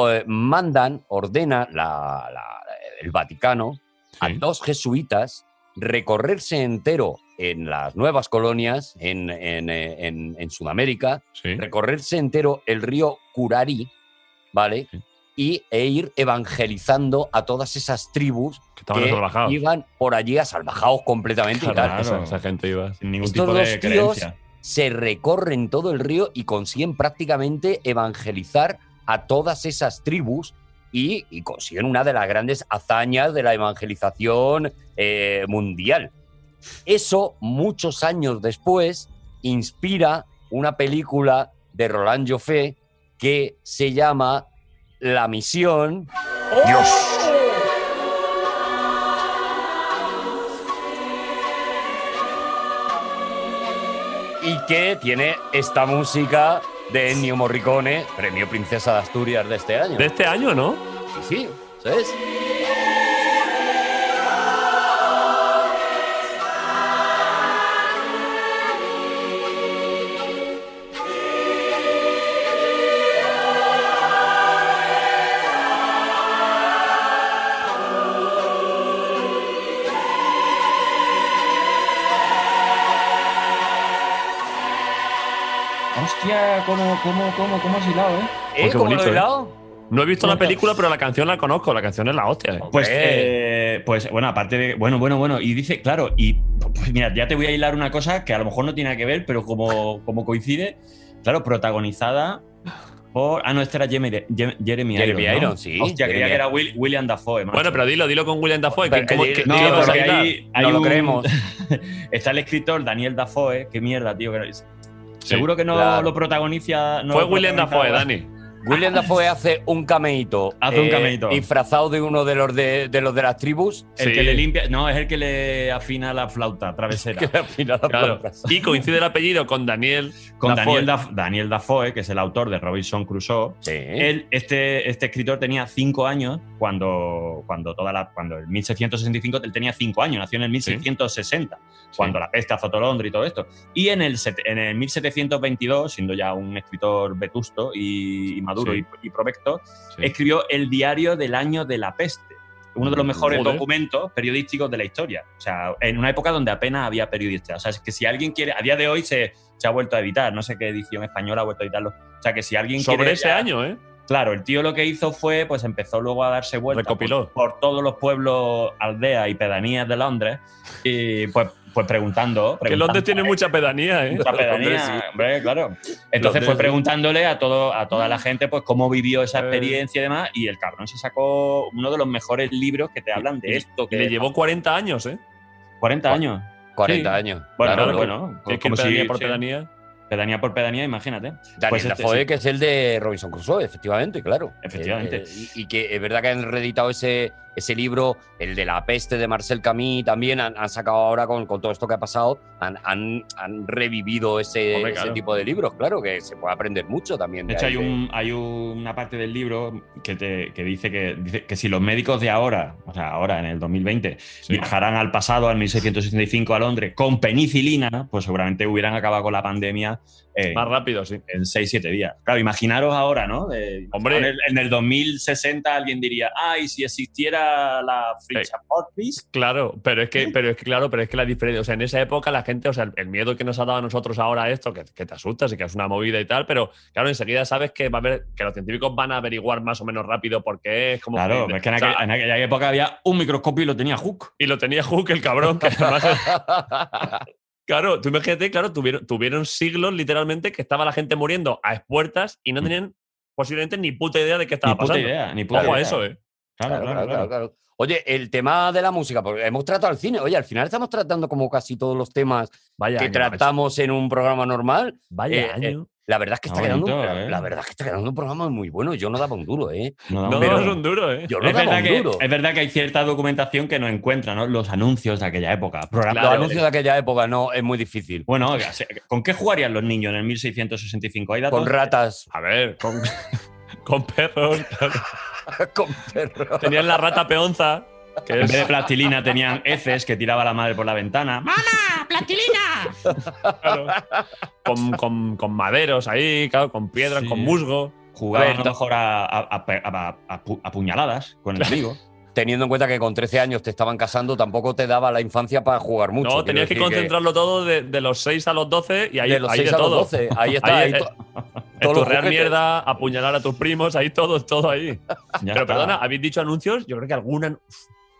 [SPEAKER 5] eh, mandan, ordena la- la- el Vaticano a dos jesuitas recorrerse entero en las nuevas colonias en, en, eh, en- en Sudamérica, recorrerse entero el río Curari, ¿vale? Y, e ir evangelizando a todas esas tribus
[SPEAKER 2] estaban salvajados.
[SPEAKER 5] iban por allí asalvajados completamente y tal.
[SPEAKER 2] Claro, esa, esa gente iba.
[SPEAKER 4] Sin ningún
[SPEAKER 5] Estos
[SPEAKER 4] tipo
[SPEAKER 5] dos
[SPEAKER 4] de
[SPEAKER 5] tíos
[SPEAKER 4] creencia.
[SPEAKER 5] se recorren todo el río y consiguen prácticamente evangelizar a todas esas tribus y, y consiguen una de las grandes hazañas de la evangelización eh, mundial. Eso, muchos años después, inspira una película de Roland Joffé que se llama La Misión. ¡Dios! y que tiene esta música de Ennio Morricone, premio Princesa de Asturias de este año.
[SPEAKER 2] De este año, ¿no?
[SPEAKER 5] Sí, sí, eso es.
[SPEAKER 4] Hostia, cómo, cómo, cómo, cómo has hilado, ¿eh?
[SPEAKER 5] ¿Eh? ¿Cómo lo he hilado?
[SPEAKER 2] No he visto la película, pero la canción la conozco. La canción es la hostia. ¿eh?
[SPEAKER 4] Pues, eh, pues bueno, aparte de. Bueno, bueno, bueno. Y dice, claro, y pues mira, ya te voy a hilar una cosa que a lo mejor no tiene nada que ver, pero como, como coincide, claro, protagonizada por. Ah, no, esta era Jeremy, Jeremy,
[SPEAKER 5] Jeremy
[SPEAKER 4] Irons, ¿no?
[SPEAKER 5] Irons, sí,
[SPEAKER 4] Hostia,
[SPEAKER 5] Jeremy
[SPEAKER 4] creía que era
[SPEAKER 5] Irons.
[SPEAKER 4] Will- William Dafoe. macho.
[SPEAKER 2] bueno, pero dilo, dilo con William Dafoe. que-
[SPEAKER 5] Pero,
[SPEAKER 2] ¿cómo-
[SPEAKER 5] eh,
[SPEAKER 2] que-
[SPEAKER 5] no,
[SPEAKER 2] que ibas a
[SPEAKER 5] porque
[SPEAKER 2] quitar?
[SPEAKER 5] ahí- No lo creemos.
[SPEAKER 4] Está el escritor Daniel Dafoe. eh, Qué mierda, tío. que- Seguro que no
[SPEAKER 5] claro.
[SPEAKER 4] lo protagoniza. no
[SPEAKER 2] Fue
[SPEAKER 4] lo
[SPEAKER 2] William Dafoe,
[SPEAKER 4] protagonizaba.
[SPEAKER 2] Dani.
[SPEAKER 5] William Dafoe hace un cameíto. eh,
[SPEAKER 4] Hace un cameíto.
[SPEAKER 5] Disfrazado de uno de los de, de los de las tribus.
[SPEAKER 4] El que le limpia. No, es el que le afina la flauta travesera.
[SPEAKER 5] Que al final la
[SPEAKER 2] Claro.
[SPEAKER 5] palabra.
[SPEAKER 2] Y coincide el apellido con Daniel.
[SPEAKER 4] con
[SPEAKER 2] Dafoe.
[SPEAKER 4] Daniel, Daf- Daniel Dafoe, eh, que es el autor de Robinson Crusoe. Él, este, este escritor tenía cinco años cuando, cuando, toda la, cuando el 1665 él tenía cinco años, nació en el 1660, cuando la peste azotó Londres y todo esto. Y en el, set- en el 1722, siendo ya un escritor vetusto y, y Maduro
[SPEAKER 2] Sí.
[SPEAKER 4] y, y Provector, escribió El diario del año de la peste, uno de los mejores
[SPEAKER 2] Mm, Joder.
[SPEAKER 4] documentos periodísticos de la historia. O sea, en una época donde apenas había periodistas. O sea, es que si alguien quiere, a día de hoy se, se ha vuelto a editar, no sé qué edición española ha vuelto a editarlo. O sea, que si alguien
[SPEAKER 2] Sobre
[SPEAKER 4] quiere
[SPEAKER 2] ese año, ¿eh?
[SPEAKER 4] Claro, el tío lo que hizo fue, pues empezó luego a darse vueltas
[SPEAKER 2] Recopiló.
[SPEAKER 4] por, por todos los pueblos, aldeas y pedanías de Londres, y pues, pues preguntando.
[SPEAKER 2] Que Londres
[SPEAKER 4] preguntando
[SPEAKER 2] tiene mucha pedanía, ¿eh?
[SPEAKER 4] mucha pedanía,
[SPEAKER 2] Londres, sí.
[SPEAKER 4] hombre, claro. Entonces
[SPEAKER 2] Londres,
[SPEAKER 4] fue
[SPEAKER 2] sí.
[SPEAKER 4] preguntándole a todo, a toda la gente, pues cómo vivió esa experiencia y demás, y el cabrón se sacó uno de los mejores libros que te hablan de esto. Que
[SPEAKER 2] le llevó 40 años, ¿eh?
[SPEAKER 4] 40 años.
[SPEAKER 5] 40 años.
[SPEAKER 4] Bueno,
[SPEAKER 5] Claro,
[SPEAKER 4] claro,
[SPEAKER 5] claro.
[SPEAKER 4] bueno.
[SPEAKER 5] Tienes que ir pedanía por pedanía.
[SPEAKER 4] Pedanía por pedanía, imagínate.
[SPEAKER 5] Daniel
[SPEAKER 4] Pues este,
[SPEAKER 5] Dafoe,
[SPEAKER 4] sí.
[SPEAKER 5] que es el de Robinson Crusoe, efectivamente, claro.
[SPEAKER 4] Efectivamente.
[SPEAKER 5] Eh, eh, y, y que es verdad que han reeditado ese, ese libro, el de la peste de Marcel Camus, también han, han sacado ahora con, con todo esto que ha pasado, han, han- han revivido ese,
[SPEAKER 4] Hombre,
[SPEAKER 5] ese
[SPEAKER 4] claro.
[SPEAKER 5] tipo de libros, claro, que se puede aprender mucho también.
[SPEAKER 4] De hecho,
[SPEAKER 5] ahí,
[SPEAKER 4] hay, un- hay una parte del libro que, te, que dice que, dice que si los médicos de ahora, o sea, ahora en el 2020, viajaran al pasado, al 1665 a Londres, con penicilina, pues seguramente hubieran acabado con la pandemia. Más
[SPEAKER 2] rápido, sí.
[SPEAKER 4] En 6-7 días. Claro, imaginaros ahora, ¿no? De-
[SPEAKER 2] Hombre.
[SPEAKER 4] En el, en el 2060 alguien diría, ay, si existiera la ficha Portis.
[SPEAKER 2] Claro, pero es que, pero es que, claro, pero es que la diferencia, o sea, en esa época la gente, o sea, el, el miedo que nos ha dado a nosotros ahora a esto, que, que te asustas y que es una movida y tal, pero claro, enseguida sabes que va a haber, que los científicos van a averiguar más o menos rápido por qué es, cómo
[SPEAKER 4] Claro,
[SPEAKER 2] funciona.
[SPEAKER 4] es que en,
[SPEAKER 2] O sea,
[SPEAKER 4] aquel- en aquella época había un microscopio y lo tenía Hook.
[SPEAKER 2] Y lo tenía Hook, el cabrón. que además- claro, tú imagínate, claro, tuvieron, tuvieron siglos literalmente que estaba la gente muriendo a expuertas y
[SPEAKER 5] Mm.
[SPEAKER 2] no tenían posiblemente ni puta idea de qué estaba
[SPEAKER 4] Ni puta
[SPEAKER 2] pasando.
[SPEAKER 4] idea, ni puta
[SPEAKER 2] Ojo a
[SPEAKER 4] idea.
[SPEAKER 2] eso, ¿eh?
[SPEAKER 4] Claro,
[SPEAKER 5] Claro,
[SPEAKER 4] claro,
[SPEAKER 5] claro,
[SPEAKER 4] claro.
[SPEAKER 5] claro. Oye, el tema de la música, porque hemos tratado el cine. Oye, al final estamos tratando como casi todos los temas que
[SPEAKER 2] año,
[SPEAKER 5] tratamos en un programa normal.
[SPEAKER 2] Vaya año.
[SPEAKER 5] la verdad es que está
[SPEAKER 4] Está
[SPEAKER 5] quedando,
[SPEAKER 4] bonito,
[SPEAKER 5] la,
[SPEAKER 4] ¿eh?
[SPEAKER 5] la verdad es que está quedando un programa muy bueno. Yo no daba un duro, ¿eh?
[SPEAKER 4] No,
[SPEAKER 2] No,
[SPEAKER 4] pero-
[SPEAKER 2] no son duros, ¿eh?
[SPEAKER 5] Yo no
[SPEAKER 4] Es
[SPEAKER 5] daba
[SPEAKER 4] verdad,
[SPEAKER 5] un
[SPEAKER 4] que,
[SPEAKER 5] duro.
[SPEAKER 4] es verdad que hay cierta documentación que no encuentra, ¿no? Los anuncios de aquella época. Programas-
[SPEAKER 5] Los anuncios de aquella época no es muy difícil.
[SPEAKER 4] Bueno, ¿con qué jugarían los niños en el 1665? ¿Hay datos?
[SPEAKER 5] Con ratas.
[SPEAKER 2] A ver, con, con perros. claro.
[SPEAKER 5] con perros.
[SPEAKER 2] Tenían la rata peonza. Que
[SPEAKER 4] en
[SPEAKER 2] es-
[SPEAKER 4] vez de plastilina tenían heces que tiraba la madre por la ventana.
[SPEAKER 2] con, con- con maderos ahí, claro, con piedras, con musgo.
[SPEAKER 4] Jugaban a,
[SPEAKER 2] ver,
[SPEAKER 4] lo mejor a, a- a- a- a pu- a puñaladas con el enemigo.
[SPEAKER 5] Teniendo en cuenta que con 13 años te estaban casando, tampoco te daba la infancia para jugar mucho.
[SPEAKER 2] No,
[SPEAKER 5] Quiero
[SPEAKER 2] tenías que
[SPEAKER 5] decir
[SPEAKER 2] concentrarlo todo de, de los 6 a los 12 y ahí
[SPEAKER 5] De los
[SPEAKER 2] ahí
[SPEAKER 5] 6
[SPEAKER 2] de
[SPEAKER 5] a los
[SPEAKER 2] todo.
[SPEAKER 5] 12, ahí está, ahí
[SPEAKER 2] eh,
[SPEAKER 5] to- todos los
[SPEAKER 2] esturrear
[SPEAKER 5] juguetes.
[SPEAKER 2] mierda, apuñalar a tus primos, ahí todo, todo ahí.
[SPEAKER 4] Ya
[SPEAKER 2] Pero
[SPEAKER 4] está.
[SPEAKER 2] perdona, ¿habéis dicho anuncios? Yo creo que alguna. uf,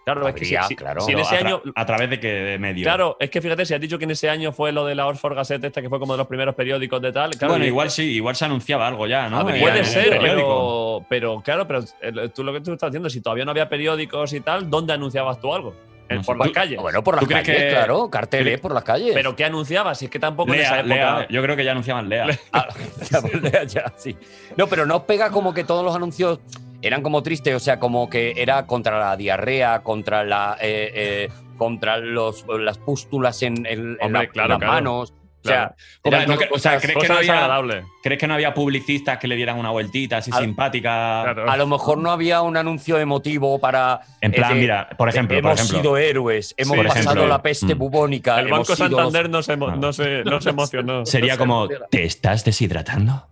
[SPEAKER 2] Claro, es que si,
[SPEAKER 5] Habría,
[SPEAKER 2] si-
[SPEAKER 5] claro.
[SPEAKER 2] si en
[SPEAKER 4] Pero
[SPEAKER 2] ese
[SPEAKER 4] a, tra-
[SPEAKER 2] año.
[SPEAKER 4] a través de qué medio.
[SPEAKER 2] Claro, es que fíjate, si has dicho que en ese año fue lo de la Oxford Gazette, esta que fue como de los primeros periódicos de tal. Claro,
[SPEAKER 4] bueno,
[SPEAKER 2] y-
[SPEAKER 4] igual sí, igual se anunciaba algo ya, ¿no?
[SPEAKER 2] Habría-
[SPEAKER 4] En- en
[SPEAKER 2] puede
[SPEAKER 4] el
[SPEAKER 2] ser,
[SPEAKER 4] periódico.
[SPEAKER 2] pero, pero claro, pero eh, tú lo que tú estás diciendo, si todavía no había periódicos y tal, ¿dónde anunciabas tú algo? Eh,
[SPEAKER 4] No sé.
[SPEAKER 2] por las
[SPEAKER 4] Tú-
[SPEAKER 2] calles.
[SPEAKER 5] Bueno, por las
[SPEAKER 4] ¿Tú crees
[SPEAKER 5] calles,
[SPEAKER 4] que-
[SPEAKER 5] claro, carteles
[SPEAKER 4] crees-
[SPEAKER 5] por las calles.
[SPEAKER 2] ¿Pero qué anunciabas? Si es que tampoco en esa
[SPEAKER 4] Lea,
[SPEAKER 2] época.
[SPEAKER 4] Lea, yo creo que ya anunciaban Lea.
[SPEAKER 5] Ah, ya, pues, ya, ya, sí. No, pero no os pega como que todos los anuncios eran como tristes, o sea, como que era contra la diarrea, contra la eh, eh, contra los, las pústulas en, en- en
[SPEAKER 2] Hombre,
[SPEAKER 5] la- en
[SPEAKER 2] claro,
[SPEAKER 5] las
[SPEAKER 2] claro.
[SPEAKER 5] manos.
[SPEAKER 2] Claro.
[SPEAKER 5] O sea, eran
[SPEAKER 4] Hombre, no
[SPEAKER 5] todo
[SPEAKER 4] cre- o sea,
[SPEAKER 5] cosas-
[SPEAKER 4] ¿crees que, no
[SPEAKER 2] cosas
[SPEAKER 4] había,
[SPEAKER 2] desagradables.
[SPEAKER 4] ¿crees que no había publicistas que le dieran una vueltita así
[SPEAKER 5] Al-
[SPEAKER 4] simpática?
[SPEAKER 5] a lo mejor no había un anuncio emotivo para. eh,
[SPEAKER 4] En plan, mira, por ejemplo, por
[SPEAKER 5] Hemos
[SPEAKER 4] ejemplo.
[SPEAKER 5] sido héroes, hemos
[SPEAKER 4] Por
[SPEAKER 5] pasado
[SPEAKER 4] ejemplo,
[SPEAKER 5] la peste
[SPEAKER 4] mm.
[SPEAKER 5] bubónica.
[SPEAKER 2] El Banco
[SPEAKER 5] hemos sido los-
[SPEAKER 2] Santander no se, emo- no se- no se emocionó.
[SPEAKER 4] Ah.
[SPEAKER 2] No
[SPEAKER 4] Sería
[SPEAKER 2] se
[SPEAKER 4] como,
[SPEAKER 2] emociona.
[SPEAKER 4] ¿te estás deshidratando?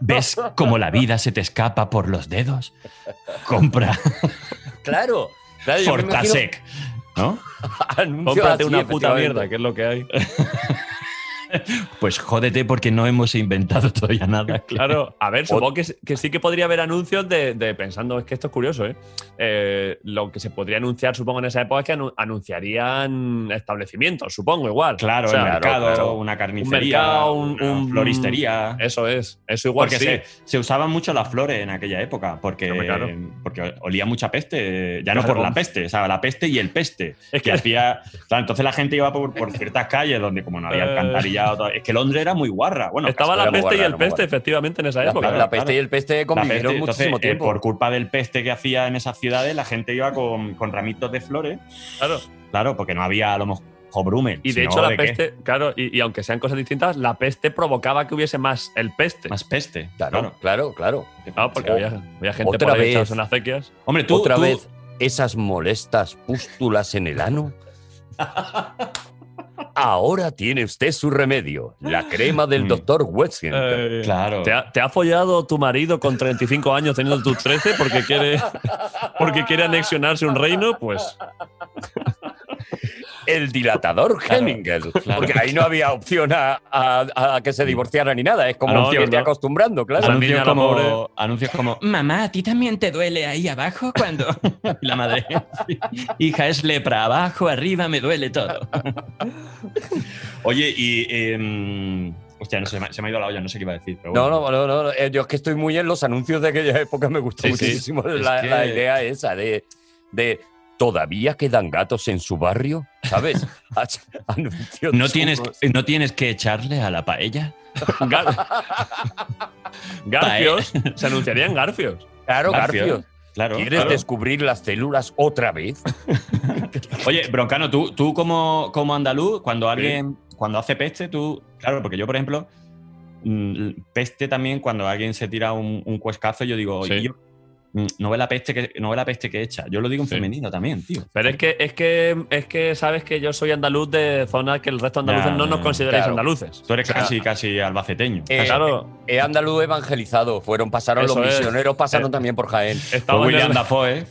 [SPEAKER 4] ¿Ves cómo la vida se te escapa por los dedos? Compra
[SPEAKER 5] Claro, claro, yo me imagino-
[SPEAKER 4] Fortasec, ¿no?
[SPEAKER 5] Anuncios
[SPEAKER 2] Cómprate
[SPEAKER 5] así,
[SPEAKER 2] una puta
[SPEAKER 5] efectivamente.
[SPEAKER 2] mierda, que es lo que hay.
[SPEAKER 4] Pues jódete porque no hemos inventado todavía nada.
[SPEAKER 2] Claro, a ver, supongo que, s- que sí que podría haber anuncios de, de- pensando, es que esto es curioso, ¿eh? Eh, Lo que se podría anunciar, supongo, en esa época es que anu- anunciarían establecimientos, supongo, igual.
[SPEAKER 4] Claro,
[SPEAKER 2] O sea,
[SPEAKER 4] el mercado,
[SPEAKER 2] claro.
[SPEAKER 4] una
[SPEAKER 2] Un
[SPEAKER 4] carnicería,
[SPEAKER 2] mercado, un,
[SPEAKER 4] una
[SPEAKER 2] un-
[SPEAKER 4] floristería.
[SPEAKER 2] Eso es, eso igual
[SPEAKER 4] Porque
[SPEAKER 2] Pues sí.
[SPEAKER 4] se, se usaban mucho las flores en aquella época, porque,
[SPEAKER 2] Hombre, claro.
[SPEAKER 4] porque olía mucha peste, ya no
[SPEAKER 2] Claro.
[SPEAKER 4] por la peste, o sea, la peste y el peste.
[SPEAKER 2] Es
[SPEAKER 4] que
[SPEAKER 2] que-
[SPEAKER 4] hacía. claro, entonces la gente iba por, por ciertas calles donde, como no había
[SPEAKER 2] Eh.
[SPEAKER 4] alcantarillado, todo- es que Londres era muy guarra. Bueno,
[SPEAKER 2] Estaba
[SPEAKER 4] casi
[SPEAKER 2] la
[SPEAKER 4] era muy
[SPEAKER 2] peste y
[SPEAKER 4] guarra,
[SPEAKER 2] el
[SPEAKER 4] era muy
[SPEAKER 2] peste,
[SPEAKER 4] guarra.
[SPEAKER 2] efectivamente, en esa
[SPEAKER 5] La,
[SPEAKER 2] época.
[SPEAKER 5] la
[SPEAKER 2] claro.
[SPEAKER 5] peste y el peste
[SPEAKER 4] La
[SPEAKER 5] convivieron
[SPEAKER 4] peste, entonces,
[SPEAKER 5] muchísimo
[SPEAKER 4] eh,
[SPEAKER 5] tiempo.
[SPEAKER 4] por culpa del peste que hacía en esas ciudades, la gente iba con, con ramitos de flores.
[SPEAKER 2] Claro.
[SPEAKER 4] Claro, porque no había a lo mejor brumen.
[SPEAKER 2] Y de
[SPEAKER 4] sino
[SPEAKER 2] hecho la
[SPEAKER 4] qué?
[SPEAKER 2] peste, claro, y, y aunque sean cosas distintas, la peste provocaba que hubiese más el peste.
[SPEAKER 4] Más peste.
[SPEAKER 5] Claro, claro, claro.
[SPEAKER 2] Ah, porque
[SPEAKER 5] O-
[SPEAKER 2] había, había gente
[SPEAKER 5] otra
[SPEAKER 2] por ahí
[SPEAKER 5] vez.
[SPEAKER 2] echados en acequias.
[SPEAKER 4] Hombre, tú.
[SPEAKER 5] Otra
[SPEAKER 4] tú-
[SPEAKER 5] vez esas molestas pústulas en el ano. Ahora tiene usted su remedio, la crema del doctor
[SPEAKER 4] Eh.
[SPEAKER 5] Wexler.
[SPEAKER 4] Claro.
[SPEAKER 2] ¿Te ha, te ha follado tu marido con 35 años teniendo tus 13 porque quiere, porque quiere anexionarse un reino? Pues
[SPEAKER 5] el dilatador Hemmingel. porque ahí no había opción a, a- a que se divorciara ni nada. Es como
[SPEAKER 2] Ah,
[SPEAKER 4] No,
[SPEAKER 5] un tío
[SPEAKER 4] no,
[SPEAKER 5] que te
[SPEAKER 4] no.
[SPEAKER 5] acostumbrando, claro.
[SPEAKER 4] Anuncios como, anuncios como
[SPEAKER 16] Mamá, ¿a ti también te duele ahí abajo cuando...? Y La madre. Hija, es lepra. Abajo, arriba, me duele todo.
[SPEAKER 4] Oye, y. em, hostia, no sé, se me, ha- se me ha ido la olla, no sé qué iba a decir. Pero
[SPEAKER 5] No, no,
[SPEAKER 4] bueno.
[SPEAKER 5] no, no, eh, Yo es que estoy muy en los anuncios de aquella época. Me gustó
[SPEAKER 4] Sí, sí.
[SPEAKER 5] muchísimo
[SPEAKER 4] Es
[SPEAKER 5] la,
[SPEAKER 4] que-
[SPEAKER 5] la idea esa de, de ¿todavía quedan gatos en su barrio? ¿Sabes? Anuncios
[SPEAKER 16] ¿No tienes,
[SPEAKER 5] chungos.
[SPEAKER 16] ¿No tienes que echarle a la paella?
[SPEAKER 2] Garfios, se anunciarían Garfios.
[SPEAKER 5] Claro,
[SPEAKER 4] Garfios.
[SPEAKER 5] Garfios.
[SPEAKER 4] Claro,
[SPEAKER 5] ¿Quieres
[SPEAKER 4] claro.
[SPEAKER 5] descubrir las células otra vez?
[SPEAKER 4] Oye, Broncano, tú, tú como, como andaluz, cuando alguien. Cuando hace peste, tú. Claro, porque yo, por ejemplo, mm, peste también, cuando alguien se tira un, un cuescazo, yo digo, oye, yo, mm, no ve la peste que, no ve la peste que echa. Yo lo digo en femenino también, tío.
[SPEAKER 2] Pero es que, es que es que sabes que yo soy andaluz de zona que el resto de andaluces
[SPEAKER 4] Ya,
[SPEAKER 2] no
[SPEAKER 4] ya,
[SPEAKER 2] nos
[SPEAKER 4] ya.
[SPEAKER 2] consideráis
[SPEAKER 5] Claro.
[SPEAKER 2] andaluces. Ah,
[SPEAKER 4] Tú eres
[SPEAKER 5] Claro.
[SPEAKER 4] casi, casi albaceteño.
[SPEAKER 5] Eh,
[SPEAKER 2] Claro.
[SPEAKER 5] eh, andaluz evangelizado. Fueron, pasaron
[SPEAKER 2] Eso
[SPEAKER 5] los
[SPEAKER 2] es.
[SPEAKER 5] misioneros, pasaron
[SPEAKER 2] Eh,
[SPEAKER 5] también por Jaén.
[SPEAKER 2] estaba
[SPEAKER 5] Fue
[SPEAKER 2] en el-
[SPEAKER 4] Dafoe. ¿eh?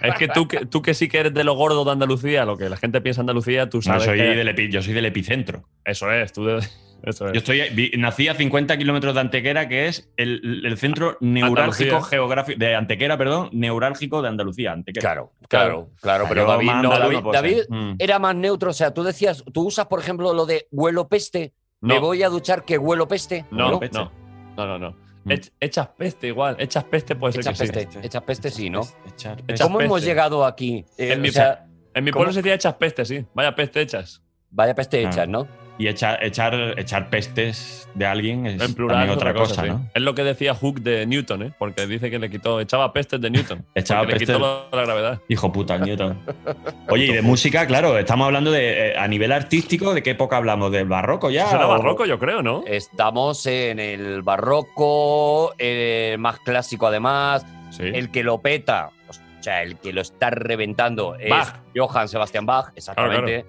[SPEAKER 2] Es que tú, que tú que sí que eres de lo gordo de Andalucía, lo que la gente piensa en Andalucía, tú
[SPEAKER 4] No,
[SPEAKER 2] sabes.
[SPEAKER 4] soy
[SPEAKER 2] que-
[SPEAKER 4] del epi- yo soy del epicentro.
[SPEAKER 2] Eso es, tú de- eso es.
[SPEAKER 4] Yo estoy, vi- nací a 50 kilómetros de Antequera, que es el, el centro neurálgico
[SPEAKER 2] Andalucía.
[SPEAKER 4] geográfico de Antequera, perdón, neurálgico de Andalucía. Antequera.
[SPEAKER 5] Claro, claro, claro,
[SPEAKER 4] O sea,
[SPEAKER 5] pero
[SPEAKER 4] yo
[SPEAKER 5] David
[SPEAKER 4] más
[SPEAKER 5] no,
[SPEAKER 4] andaluz
[SPEAKER 5] David,
[SPEAKER 4] puedo ser.
[SPEAKER 5] David
[SPEAKER 4] Mm.
[SPEAKER 5] era más neutro, o sea, tú decías, tú usas, por ejemplo, lo de huelo peste, me
[SPEAKER 2] No.
[SPEAKER 5] voy a duchar que huelo peste,
[SPEAKER 2] No,
[SPEAKER 5] ¿no?
[SPEAKER 2] no, no, no, no. Ech- Echas peste igual, echas peste puede ser
[SPEAKER 5] Mm. Echas
[SPEAKER 2] que
[SPEAKER 5] peste,
[SPEAKER 2] sí.
[SPEAKER 5] echas peste sí, ¿no?
[SPEAKER 4] Echar
[SPEAKER 2] Echas
[SPEAKER 5] ¿Cómo hemos
[SPEAKER 2] peste.
[SPEAKER 5] llegado aquí? Eh,
[SPEAKER 2] En mi,
[SPEAKER 5] o sea,
[SPEAKER 2] en mi
[SPEAKER 5] ¿cómo?
[SPEAKER 2] pueblo se decía echas peste, sí. Vaya peste echas.
[SPEAKER 5] Vaya peste
[SPEAKER 4] Ah.
[SPEAKER 5] hechas, ¿no?
[SPEAKER 4] Y echar, echar, echar pestes de alguien es
[SPEAKER 2] En plural
[SPEAKER 4] también
[SPEAKER 2] es
[SPEAKER 4] otra cosa,
[SPEAKER 2] sí.
[SPEAKER 4] ¿no?
[SPEAKER 2] Es lo que decía Hook de Newton, ¿eh? Porque dice que le quitó, echaba pestes de Newton.
[SPEAKER 4] Echaba
[SPEAKER 2] porque
[SPEAKER 4] pestes.
[SPEAKER 2] Le quitó la, la gravedad.
[SPEAKER 4] Hijo puta, nieto. Oye, y de música, claro, estamos hablando de eh, a nivel artístico, ¿de qué época hablamos? ¿Del barroco ya?
[SPEAKER 2] Eso era
[SPEAKER 4] o-
[SPEAKER 2] barroco, yo creo, ¿no?
[SPEAKER 5] eh, Estamos en el barroco, eh, más clásico además, el que lo peta, o sea, el que lo está reventando es
[SPEAKER 2] Bach.
[SPEAKER 5] Johann Sebastian Bach, exactamente.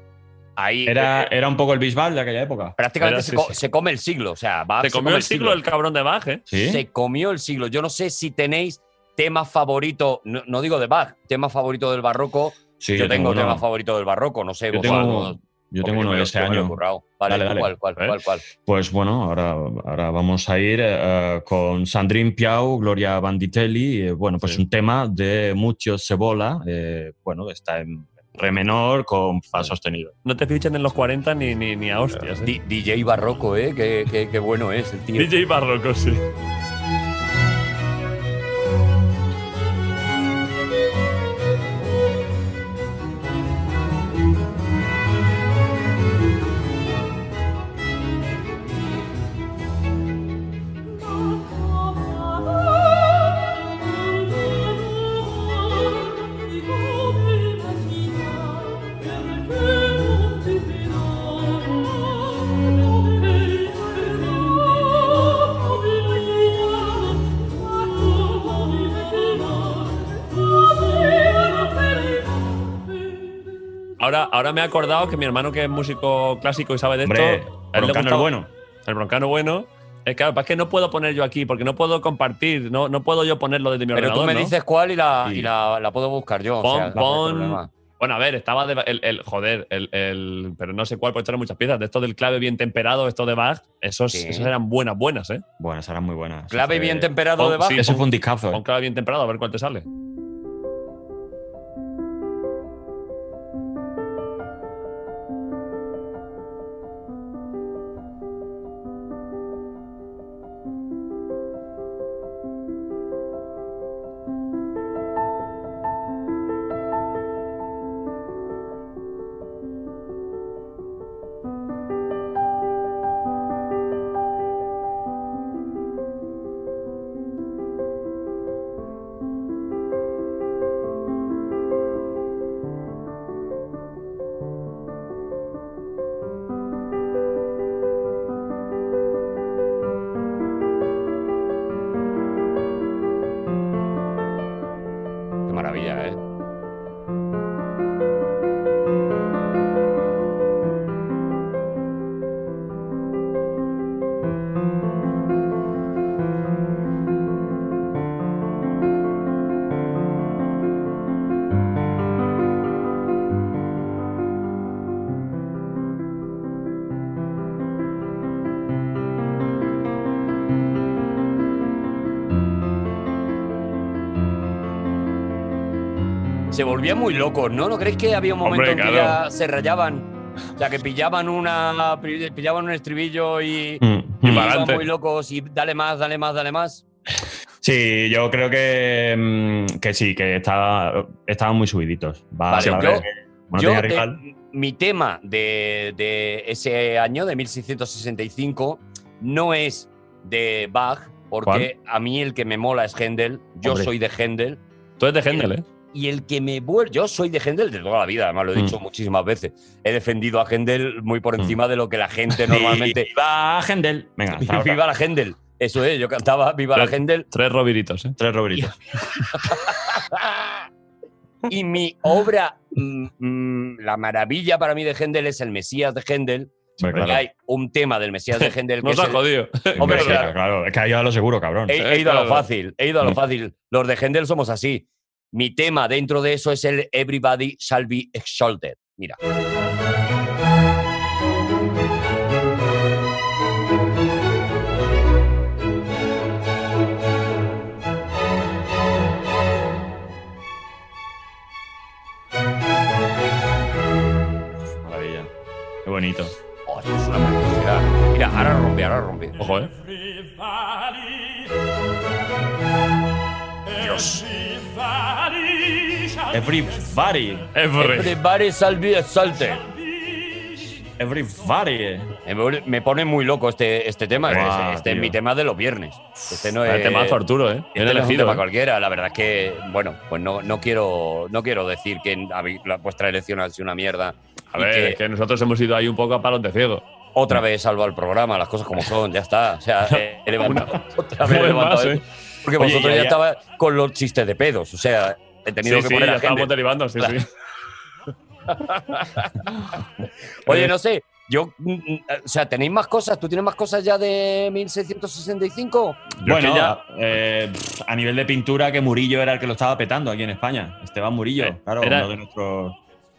[SPEAKER 5] Ahí
[SPEAKER 4] Era,
[SPEAKER 5] eh,
[SPEAKER 4] era un poco el Bisbal de aquella época.
[SPEAKER 5] prácticamente
[SPEAKER 4] Era-
[SPEAKER 5] se,
[SPEAKER 4] sí,
[SPEAKER 5] co-
[SPEAKER 4] sí.
[SPEAKER 5] se come el siglo, o sea, Bach
[SPEAKER 2] Se
[SPEAKER 5] se
[SPEAKER 2] comió
[SPEAKER 5] come
[SPEAKER 2] el siglo el cabrón de Bach, ¿eh?
[SPEAKER 4] ¿Sí?
[SPEAKER 5] se comió el siglo. Yo no sé si tenéis tema favorito, no, no digo de Bach, tema favorito del barroco.
[SPEAKER 4] Sí,
[SPEAKER 5] yo,
[SPEAKER 4] yo tengo
[SPEAKER 5] tengo,
[SPEAKER 4] uno.
[SPEAKER 5] tema favorito del barroco, no sé
[SPEAKER 4] Yo
[SPEAKER 5] vosotros,
[SPEAKER 4] tengo, yo
[SPEAKER 5] porque
[SPEAKER 4] tengo uno
[SPEAKER 5] me
[SPEAKER 4] de
[SPEAKER 5] lo- yo
[SPEAKER 4] ese
[SPEAKER 5] me lo he
[SPEAKER 4] año.
[SPEAKER 5] currado. Vale,
[SPEAKER 4] Dale, dale.
[SPEAKER 5] ¿cuál, cuál, cuál, cuál?
[SPEAKER 4] Pues bueno, ahora, ahora vamos a ir eh, con Sandrine Piau, Gloria Banditelli. eh, bueno, pues un tema de mucho cebola. eh, bueno, está en re menor con fa sostenido.
[SPEAKER 2] No te fichan en los 40 ni, ni, ni a hostias. ¿eh?
[SPEAKER 5] Di- DJ barroco, ¿eh? Qué, qué- qué bueno es el tío.
[SPEAKER 2] DJ Barroco, sí. Ahora, ahora me he acordado que mi hermano, que es músico clásico y sabe de
[SPEAKER 4] Hombre,
[SPEAKER 2] esto. a él le
[SPEAKER 4] Broncano el
[SPEAKER 2] gustaba-
[SPEAKER 4] bueno.
[SPEAKER 2] El broncano bueno. Eh, claro, pero es que no puedo poner yo aquí, porque no puedo compartir, no, no puedo yo ponerlo desde mi
[SPEAKER 5] Pero tú
[SPEAKER 2] ordenador.
[SPEAKER 5] me
[SPEAKER 2] ¿no?
[SPEAKER 5] dices cuál y la,
[SPEAKER 2] Sí.
[SPEAKER 5] y la, la puedo buscar yo. o
[SPEAKER 2] Pon-
[SPEAKER 5] sea, no hay
[SPEAKER 2] pon-
[SPEAKER 5] problema.
[SPEAKER 2] Bueno, a ver, estaba de- el, el- joder, el, el- pero no sé cuál, porque esto eran muchas piezas. De esto del clave bien temperado, esto de Bach, esos,
[SPEAKER 5] Sí.
[SPEAKER 2] esos eran buenas, buenas, ¿eh?
[SPEAKER 4] Bueno, serán muy buenas.
[SPEAKER 5] Clave
[SPEAKER 4] Ese-
[SPEAKER 5] bien temperado de Bach.
[SPEAKER 2] sí,
[SPEAKER 4] Ese
[SPEAKER 2] pon-
[SPEAKER 4] fue un discazo.
[SPEAKER 2] Pon
[SPEAKER 4] eh.
[SPEAKER 2] clave bien temperado, a ver cuál te sale.
[SPEAKER 13] Thank
[SPEAKER 5] ¿eh? se volvían muy locos, ¿no? ¿No creéis que había un momento
[SPEAKER 2] Hombre,
[SPEAKER 5] en que
[SPEAKER 2] claro.
[SPEAKER 5] ya se rayaban? O sea, que pillaban, una, pillaban un estribillo y,
[SPEAKER 4] Mm, y para adelante.
[SPEAKER 5] muy locos y dale más, dale más, dale más.
[SPEAKER 4] Sí, yo creo que, mm, que sí, que estaba, estaban muy subiditos. Va,
[SPEAKER 5] Vale,
[SPEAKER 4] la
[SPEAKER 5] yo-
[SPEAKER 4] verdad que no
[SPEAKER 5] Yo
[SPEAKER 4] tenía
[SPEAKER 5] te-
[SPEAKER 4] rival.
[SPEAKER 5] mi tema de, de ese año, de 1665, no es de Bach, porque a mí el que me mola es Händel. Yo
[SPEAKER 2] Hombre.
[SPEAKER 5] soy de Händel.
[SPEAKER 2] Tú eres de Händel, ¿eh?
[SPEAKER 5] Y el que me vuelve. Yo soy de Händel de toda la vida, además lo he
[SPEAKER 2] Mm.
[SPEAKER 5] dicho muchísimas veces. He defendido a Händel muy por encima de lo que la gente normalmente.
[SPEAKER 4] ¡Viva Händel! Venga, hasta ahora.
[SPEAKER 5] ¡Viva la Händel! Eso es, yo cantaba Viva la Händel.
[SPEAKER 2] Tres robiritos, ¿eh?
[SPEAKER 4] Tres robiritos.
[SPEAKER 5] Y mi obra, mm, mm, la maravilla para mí de Händel es el Mesías de Händel.
[SPEAKER 4] Hombre,
[SPEAKER 5] porque
[SPEAKER 4] claro.
[SPEAKER 5] hay un tema del Mesías de Händel que
[SPEAKER 2] Nos
[SPEAKER 5] es
[SPEAKER 2] ha
[SPEAKER 5] el-
[SPEAKER 2] jodido.
[SPEAKER 5] Hombre,
[SPEAKER 4] Sí,
[SPEAKER 5] claro.
[SPEAKER 4] claro, es que ha ido a lo seguro, cabrón.
[SPEAKER 2] Eh.
[SPEAKER 5] He, he ido a lo
[SPEAKER 4] Claro.
[SPEAKER 5] fácil, he
[SPEAKER 2] Mm.
[SPEAKER 5] ido a lo fácil. Los de Händel somos así. Mi tema dentro de eso es el Everybody Shall Be Exalted. Mira.
[SPEAKER 4] Maravilla. Qué bonito.
[SPEAKER 5] Oh, esto es una magnificidad. Mira, ahora rompe, ahora rompe.
[SPEAKER 2] Ojo, ¿eh?
[SPEAKER 5] Dios.
[SPEAKER 4] Everybody.
[SPEAKER 5] Everybody Shall Be Exalted.
[SPEAKER 4] Everybody.
[SPEAKER 5] Me- Me pone muy loco este, este tema. Este-
[SPEAKER 2] Guau,
[SPEAKER 5] este es
[SPEAKER 2] tío.
[SPEAKER 5] mi tema de los viernes. Este no
[SPEAKER 2] Vaya
[SPEAKER 5] es.
[SPEAKER 2] temazo, Arturo, ¿eh?
[SPEAKER 5] Este
[SPEAKER 2] Bien
[SPEAKER 5] no es un
[SPEAKER 2] elegido,
[SPEAKER 5] tema
[SPEAKER 2] ¿eh?
[SPEAKER 5] cualquiera. La verdad es que, bueno, pues no, no quiero no quiero decir que a mí la- vuestra elección ha sido una mierda.
[SPEAKER 2] A
[SPEAKER 5] y
[SPEAKER 2] ver,
[SPEAKER 5] que
[SPEAKER 2] es que nosotros hemos ido ahí un poco a palos de ciego.
[SPEAKER 5] otra vez salvo al programa, las cosas como son, ya está. O sea, he he levantado. otra vez he
[SPEAKER 2] Una vez
[SPEAKER 5] levantado
[SPEAKER 2] más,
[SPEAKER 5] esto.
[SPEAKER 2] ¿eh?
[SPEAKER 5] Porque
[SPEAKER 2] Oye,
[SPEAKER 5] vosotros
[SPEAKER 2] y
[SPEAKER 5] ya
[SPEAKER 2] había-
[SPEAKER 5] estabais con los chistes de pedos. O sea, he tenido
[SPEAKER 2] Sí,
[SPEAKER 5] que
[SPEAKER 2] sí,
[SPEAKER 5] poner
[SPEAKER 2] ya
[SPEAKER 5] a gente.
[SPEAKER 2] estábamos derivando, sí, sí.
[SPEAKER 5] Oye, no sé. Yo, mm, mm, o sea, ¿tenéis más cosas? ¿Tú tienes más cosas ya de 1665?
[SPEAKER 4] Bueno, eh, pff, a nivel de pintura, que Murillo era el que lo estaba petando aquí en España. Esteban Murillo, claro,
[SPEAKER 2] Eh, era-
[SPEAKER 4] uno de nuestros.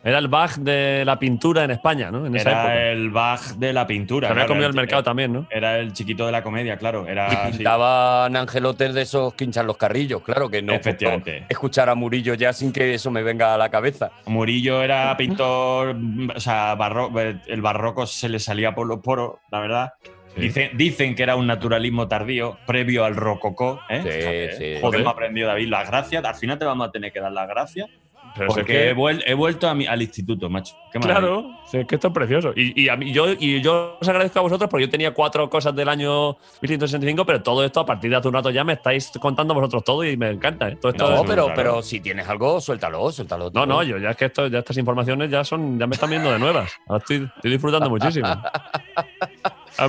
[SPEAKER 2] Era el Bach de la pintura en España, ¿no? En esa
[SPEAKER 4] Era
[SPEAKER 2] época.
[SPEAKER 4] el Bach de la pintura.
[SPEAKER 2] Se había
[SPEAKER 4] claro,
[SPEAKER 2] comido
[SPEAKER 4] era
[SPEAKER 2] el mercado también, ¿no?
[SPEAKER 4] Era el chiquito de la comedia, claro. Era,
[SPEAKER 5] Y
[SPEAKER 4] sí.
[SPEAKER 5] pintaban angelotes de esos quinchar los carrillos, claro que no.
[SPEAKER 4] Efectivamente.
[SPEAKER 5] puedo Escuchar a Murillo ya sin que eso me venga a la cabeza.
[SPEAKER 4] Murillo era pintor, mm, o sea, barro- el barroco se le salía por los poros, la verdad. Dicen, dicen que era un naturalismo tardío, previo al rococó. ¿eh?
[SPEAKER 5] Sí,
[SPEAKER 4] Fíjate,
[SPEAKER 5] sí.
[SPEAKER 4] ¿eh?
[SPEAKER 5] Joder.
[SPEAKER 4] Joder, me ha aprendido David las gracias. Al final te vamos a tener que dar las gracias.
[SPEAKER 2] Pero si es
[SPEAKER 4] porque
[SPEAKER 2] que-
[SPEAKER 4] he, vuel- he vuelto a mi- al instituto, macho. Qué maravilla.
[SPEAKER 5] eh.
[SPEAKER 2] Claro, sí, es que esto es precioso. Y, y a mí, yo, y yo os agradezco a vosotros porque yo tenía cuatro cosas del año 1165, pero todo esto a partir de hace un rato ya me estáis contando vosotros todo y me encanta. ¿eh? Todo esto
[SPEAKER 5] No,
[SPEAKER 2] es-
[SPEAKER 5] pero, pero si tienes algo, suéltalo, suéltalo.
[SPEAKER 2] No,
[SPEAKER 5] tú.
[SPEAKER 2] no, yo ya es que esto, ya estas informaciones ya son, ya me están viendo de nuevas. Ahora estoy, estoy disfrutando muchísimo. Ah,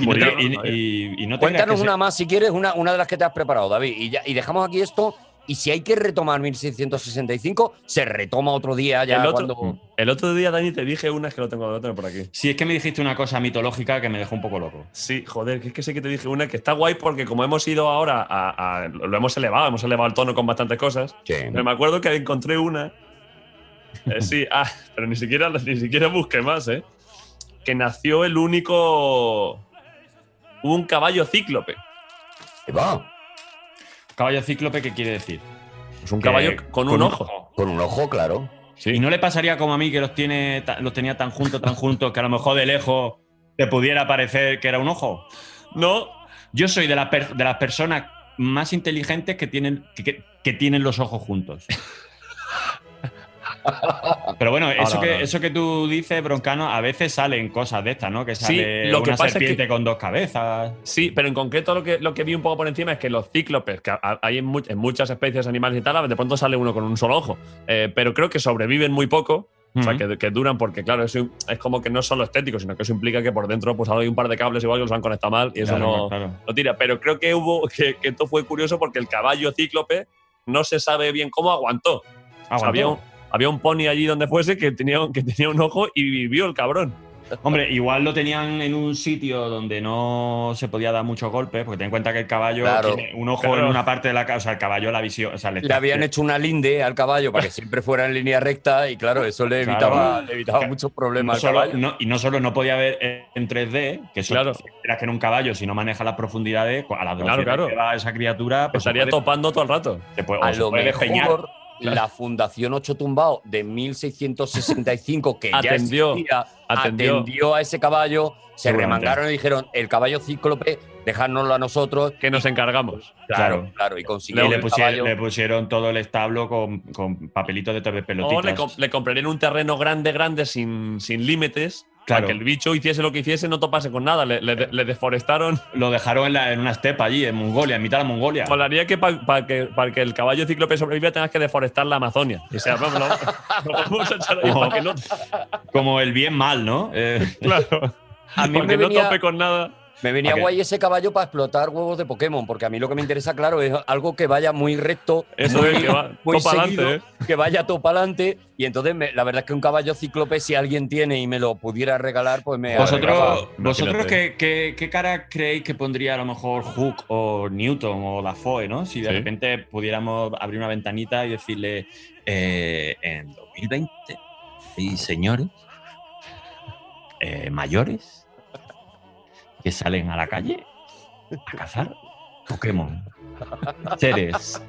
[SPEAKER 4] Y no
[SPEAKER 2] Murillo,
[SPEAKER 4] te- y-
[SPEAKER 2] no,
[SPEAKER 4] y- y no tengas
[SPEAKER 5] Cuéntanos
[SPEAKER 4] que ser-
[SPEAKER 5] una más si quieres, una, una de las que te has preparado, David. Y, ya, y dejamos aquí esto. Y si hay que retomar 1665, se retoma otro día ya
[SPEAKER 2] el, otro,
[SPEAKER 4] Mm.
[SPEAKER 5] cuando.
[SPEAKER 2] el otro día, Dani, te dije una, es que lo tengo, lo tengo por aquí.
[SPEAKER 4] Sí, es que me dijiste una cosa mitológica que me dejó un poco loco.
[SPEAKER 2] Sí, joder, que es que sé que te dije una que está guay porque como hemos ido ahora a, a- lo hemos elevado, hemos elevado el tono con bastantes cosas. Pero me acuerdo que encontré una. eh, sí, ah, pero ni siquiera ni siquiera busqué más, ¿eh? Que nació el único un caballo cíclope.
[SPEAKER 4] Caballo cíclope, ¿qué quiere decir?
[SPEAKER 2] Es un
[SPEAKER 4] Que-
[SPEAKER 2] caballo con un ojo.
[SPEAKER 5] Con un ojo, claro.
[SPEAKER 4] Y no le pasaría como a mí que los, tiene, ta- los tenía tan juntos, tan juntos, que a lo mejor de lejos te pudiera parecer que era un ojo.
[SPEAKER 2] No.
[SPEAKER 4] Yo soy de las, per- de las personas más inteligentes que tienen, que, que- que tienen los ojos juntos. Pero bueno, eso,
[SPEAKER 2] Ahora,
[SPEAKER 4] que,
[SPEAKER 2] ahora.
[SPEAKER 4] eso que tú dices, Broncano, a veces salen cosas de estas, ¿no? Que
[SPEAKER 2] Sí,
[SPEAKER 4] sale
[SPEAKER 2] lo que
[SPEAKER 4] una
[SPEAKER 2] pasa es que-
[SPEAKER 4] serpiente con dos cabezas.
[SPEAKER 2] Sí, pero en concreto lo que, lo que vi un poco por encima es que los cíclopes, que a- hay en, mu- en muchas especies animales y tal, de pronto sale uno con un solo ojo, Eh, pero creo que sobreviven muy poco, o sea,
[SPEAKER 4] Ujú.
[SPEAKER 2] que, que duran porque, claro, eso es como que no es solo estético, sino que eso implica que por dentro pues ahora hay un par de cables igual que los han conectado mal y eso
[SPEAKER 4] Claro,
[SPEAKER 2] no,
[SPEAKER 4] claro.
[SPEAKER 2] no tira. Pero creo que, hubo, que, que esto fue curioso porque el caballo cíclope no se sabe bien cómo aguantó. O sea,
[SPEAKER 4] ¿Aguantó?
[SPEAKER 2] había, un, había un pony allí donde fuese que tenía, un- que tenía un ojo y vivió el cabrón.
[SPEAKER 4] Hombre, igual lo tenían en un sitio donde no se podía dar muchos golpes, porque ten en cuenta que el caballo
[SPEAKER 5] Claro.
[SPEAKER 4] tiene un ojo
[SPEAKER 5] Claro.
[SPEAKER 4] en una parte de la cabeza, o sea, el caballo la visión, o sea, le
[SPEAKER 5] Le
[SPEAKER 4] está-
[SPEAKER 5] habían hecho una linde al caballo para que siempre fuera en línea recta y claro, eso le
[SPEAKER 4] Claro.
[SPEAKER 5] evitaba, le evitaba muchos
[SPEAKER 4] no
[SPEAKER 5] problemas al
[SPEAKER 4] solo,
[SPEAKER 5] caballo.
[SPEAKER 4] no- y no solo no podía ver eh, en 3D, que eso
[SPEAKER 2] Claro.
[SPEAKER 4] si esperas que en un caballo, si no maneja las profundidades, a la velocidad
[SPEAKER 2] claro.
[SPEAKER 4] que va esa criatura, pues
[SPEAKER 2] Estaría
[SPEAKER 4] se puede-
[SPEAKER 2] topando todo el rato.
[SPEAKER 4] se puede- o
[SPEAKER 5] A
[SPEAKER 4] se
[SPEAKER 5] lo
[SPEAKER 4] puede despeñar.
[SPEAKER 5] mejor la Fundación Ocho Tumbao de 1665, que ya
[SPEAKER 2] Atendió,
[SPEAKER 5] existía,
[SPEAKER 2] atendió.
[SPEAKER 5] atendió. a ese caballo, se
[SPEAKER 2] Seguramente.
[SPEAKER 5] remangaron y dijeron, el caballo cíclope, dejárnoslo a nosotros.
[SPEAKER 2] Que nos encargamos.
[SPEAKER 5] Claro,
[SPEAKER 4] Claro.
[SPEAKER 5] claro, y
[SPEAKER 4] Y
[SPEAKER 5] consiguieron
[SPEAKER 4] le
[SPEAKER 5] el
[SPEAKER 4] pusieron,
[SPEAKER 5] caballo.
[SPEAKER 4] le pusieron todo el establo con, con papelitos de tres
[SPEAKER 2] O le,
[SPEAKER 4] pelotitas.
[SPEAKER 2] com- le comprarían un terreno grande, grande, sin, sin límites, para
[SPEAKER 4] Claro.
[SPEAKER 2] que el bicho hiciese lo que hiciese, no topase con nada. Le, le de- le deforestaron.
[SPEAKER 4] Lo dejaron en, la- en una estepa allí, en Mongolia, en mitad de Mongolia.
[SPEAKER 2] Molaría que para que, pa' que el caballo cíclope sobreviva tengas que deforestar la Amazonia. O sea, vamos, lo- lo vamos a echar ahí para que no,
[SPEAKER 4] Como el bien mal, ¿no? Eh,
[SPEAKER 2] claro.
[SPEAKER 5] A mí
[SPEAKER 2] para
[SPEAKER 5] me
[SPEAKER 2] que no
[SPEAKER 5] venía-
[SPEAKER 2] tope con nada.
[SPEAKER 5] Me venía
[SPEAKER 4] Ok.
[SPEAKER 5] guay ese caballo para explotar huevos de Pokémon, porque a mí lo que me interesa, claro, es algo que vaya muy recto,
[SPEAKER 2] Eso
[SPEAKER 5] muy,
[SPEAKER 2] es, que va
[SPEAKER 5] muy
[SPEAKER 2] todo pa'lante,
[SPEAKER 5] seguido,
[SPEAKER 2] ¿eh?
[SPEAKER 5] que vaya todo para adelante. Y entonces, me- la verdad es que un caballo cíclope, si alguien tiene y me lo pudiera regalar, pues me
[SPEAKER 4] Vosotros,
[SPEAKER 5] alegraba.
[SPEAKER 4] vosotros ¿qué, qué, qué cara creéis que pondría a lo mejor Hook o Newton o Dafoe, ¿no? Si de
[SPEAKER 2] Sí.
[SPEAKER 4] repente pudiéramos abrir una ventanita y decirle eh, en 2020, y señores eh, mayores que salen a la calle a cazar Pokémon, seres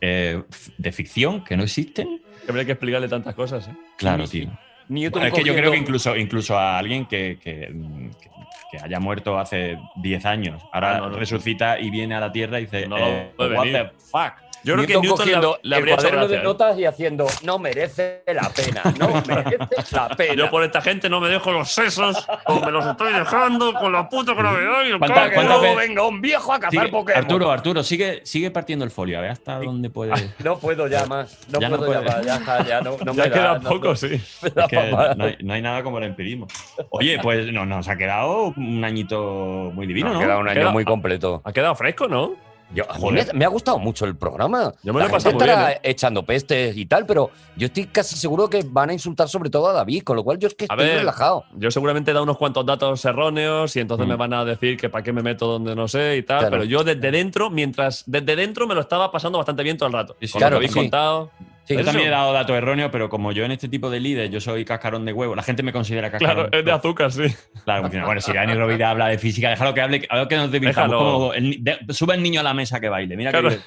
[SPEAKER 4] eh, f- de ficción que no existen.
[SPEAKER 2] Habría que explicarle tantas cosas. ¿eh?
[SPEAKER 4] Claro, tío.
[SPEAKER 5] Newton
[SPEAKER 4] Bueno, es que yo creo que
[SPEAKER 5] cogiendo-
[SPEAKER 4] incluso, incluso a alguien que, que, mm, que- que haya muerto hace 10 años, ahora
[SPEAKER 2] Ah, no, no.
[SPEAKER 4] resucita y viene a la Tierra y dice,
[SPEAKER 2] No lo
[SPEAKER 4] eh,
[SPEAKER 2] puede
[SPEAKER 4] what
[SPEAKER 2] venir.
[SPEAKER 4] the fuck.
[SPEAKER 2] Yo creo que
[SPEAKER 5] Newton
[SPEAKER 2] Newton le-
[SPEAKER 5] cogiendo
[SPEAKER 2] le habría
[SPEAKER 5] el
[SPEAKER 2] hecho
[SPEAKER 5] cuaderno
[SPEAKER 2] gracia.
[SPEAKER 5] de
[SPEAKER 2] ¿eh?
[SPEAKER 5] notas y haciendo no merece la pena, no merece la pena.
[SPEAKER 2] Yo por esta gente no me dejo los sesos, o me los estoy dejando con la puta gravedad y el
[SPEAKER 4] ¿Cuánta-
[SPEAKER 2] cago.
[SPEAKER 4] cuántas veces-
[SPEAKER 5] venga un viejo a cazar
[SPEAKER 4] Sigue-
[SPEAKER 5] Pokémon.
[SPEAKER 4] Arturo, Arturo, sigue, sigue partiendo el folio, a ver hasta dónde puede. Es
[SPEAKER 5] No puedo ya más, no
[SPEAKER 4] Ya no
[SPEAKER 5] puedo ya
[SPEAKER 4] puede.
[SPEAKER 5] más, ya, está, ya no, no
[SPEAKER 2] Ya
[SPEAKER 5] me da,
[SPEAKER 2] queda
[SPEAKER 5] no-
[SPEAKER 2] poco,
[SPEAKER 5] no-
[SPEAKER 2] sí.
[SPEAKER 5] me da
[SPEAKER 4] que
[SPEAKER 5] pa' más.
[SPEAKER 4] no hay, no hay nada como el empirismo. Oye, pues no, nos ha quedado un añito muy divino,
[SPEAKER 5] Nos
[SPEAKER 4] ¿no?
[SPEAKER 5] ha quedado un año
[SPEAKER 2] Queda-
[SPEAKER 5] muy completo.
[SPEAKER 2] Ha quedado fresco, ¿no?
[SPEAKER 5] Yo- a mí
[SPEAKER 4] Joder.
[SPEAKER 5] me, me ha gustado mucho el programa.
[SPEAKER 2] Yo me lo
[SPEAKER 5] La
[SPEAKER 2] he pasado
[SPEAKER 5] gente
[SPEAKER 2] muy bien, ¿eh?
[SPEAKER 5] estará echando pestes y tal, pero yo estoy casi seguro que van a insultar sobre todo a David, con lo cual yo es que
[SPEAKER 2] A
[SPEAKER 5] estoy
[SPEAKER 2] ver.
[SPEAKER 5] relajado.
[SPEAKER 2] Yo seguramente he dado unos cuantos datos erróneos y entonces
[SPEAKER 4] Mm.
[SPEAKER 2] me van a decir que para qué me meto donde no sé y tal,
[SPEAKER 5] Claro.
[SPEAKER 2] pero yo desde dentro, mientras desde dentro me lo estaba pasando bastante bien todo el rato.
[SPEAKER 4] Sí, sí.
[SPEAKER 2] Con
[SPEAKER 5] Claro
[SPEAKER 2] lo que habéis
[SPEAKER 5] que sí.
[SPEAKER 2] contado.
[SPEAKER 5] Sí,
[SPEAKER 4] Yo
[SPEAKER 2] Eso.
[SPEAKER 4] también he dado datos erróneos, pero como yo en este tipo de líder, yo soy cascarón de huevo, la gente me considera
[SPEAKER 2] Claro,
[SPEAKER 4] cascarón.
[SPEAKER 2] es de azúcar, sí.
[SPEAKER 4] Claro, funciona. bueno, si Dani Rovira habla de física, déjalo que hable, a ver que nos divirtamos.
[SPEAKER 2] Déjalo.
[SPEAKER 4] como el ni- de- sube el niño a la mesa que baile. Mira
[SPEAKER 2] Claro.
[SPEAKER 4] que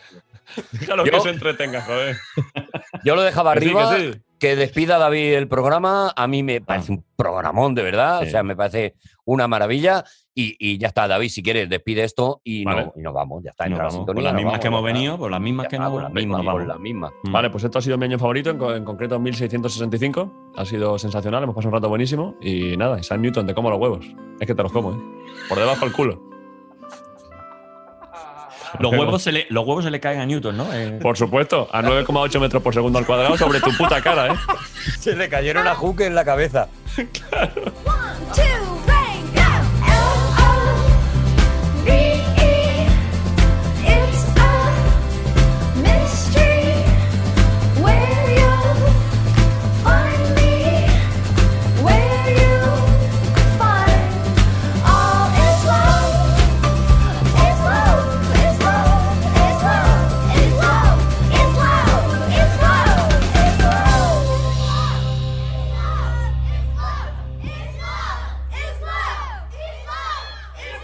[SPEAKER 2] Déjalo
[SPEAKER 5] Yo-
[SPEAKER 2] que se entretenga, joder.
[SPEAKER 5] Yo lo dejaba
[SPEAKER 2] Que sí,
[SPEAKER 5] arriba.
[SPEAKER 2] que sí. Ah.
[SPEAKER 5] Que despida David el programa. A mí me parece un programón, de verdad.
[SPEAKER 4] Sí.
[SPEAKER 5] O sea, me parece una maravilla. Y, y ya está, David, si quieres, despide esto y,
[SPEAKER 2] Vale.
[SPEAKER 5] no- y nos vamos. Ya está,
[SPEAKER 4] nos
[SPEAKER 5] entra la
[SPEAKER 4] vamos,
[SPEAKER 5] sintonía,
[SPEAKER 4] por las
[SPEAKER 5] nos
[SPEAKER 4] mismas
[SPEAKER 5] vamos,
[SPEAKER 4] que hemos
[SPEAKER 5] ya está.
[SPEAKER 4] venido, por las mismas
[SPEAKER 5] Ya
[SPEAKER 4] que
[SPEAKER 5] está,
[SPEAKER 4] no,
[SPEAKER 5] con
[SPEAKER 4] por
[SPEAKER 5] las
[SPEAKER 4] las
[SPEAKER 5] mismas,
[SPEAKER 4] mismas nos
[SPEAKER 5] con
[SPEAKER 4] vamos.
[SPEAKER 5] las mismas.
[SPEAKER 4] Mm.
[SPEAKER 2] Vale, pues esto ha sido mi año favorito, en, co- en concreto 1665. Ha sido sensacional, hemos pasado un rato buenísimo. Y nada, San Newton, te como los huevos. Es que te los como, ¿eh? Por debajo del culo.
[SPEAKER 4] Los huevos, se le, los huevos se le caen a Newton, ¿no? Eh,
[SPEAKER 2] Por supuesto, a 9,8 metros por segundo al cuadrado sobre tu puta cara, ¿eh?
[SPEAKER 5] Se le cayeron a Juque en la cabeza.
[SPEAKER 17] two, three, go! L-O-V-E. It's a mystery where you'll find me, where you'll find all is love. It's love, it's love, it's love, it's love, it's love, it's love, it's love. It's love, it's love, it's love, it's love, it's love, it's love.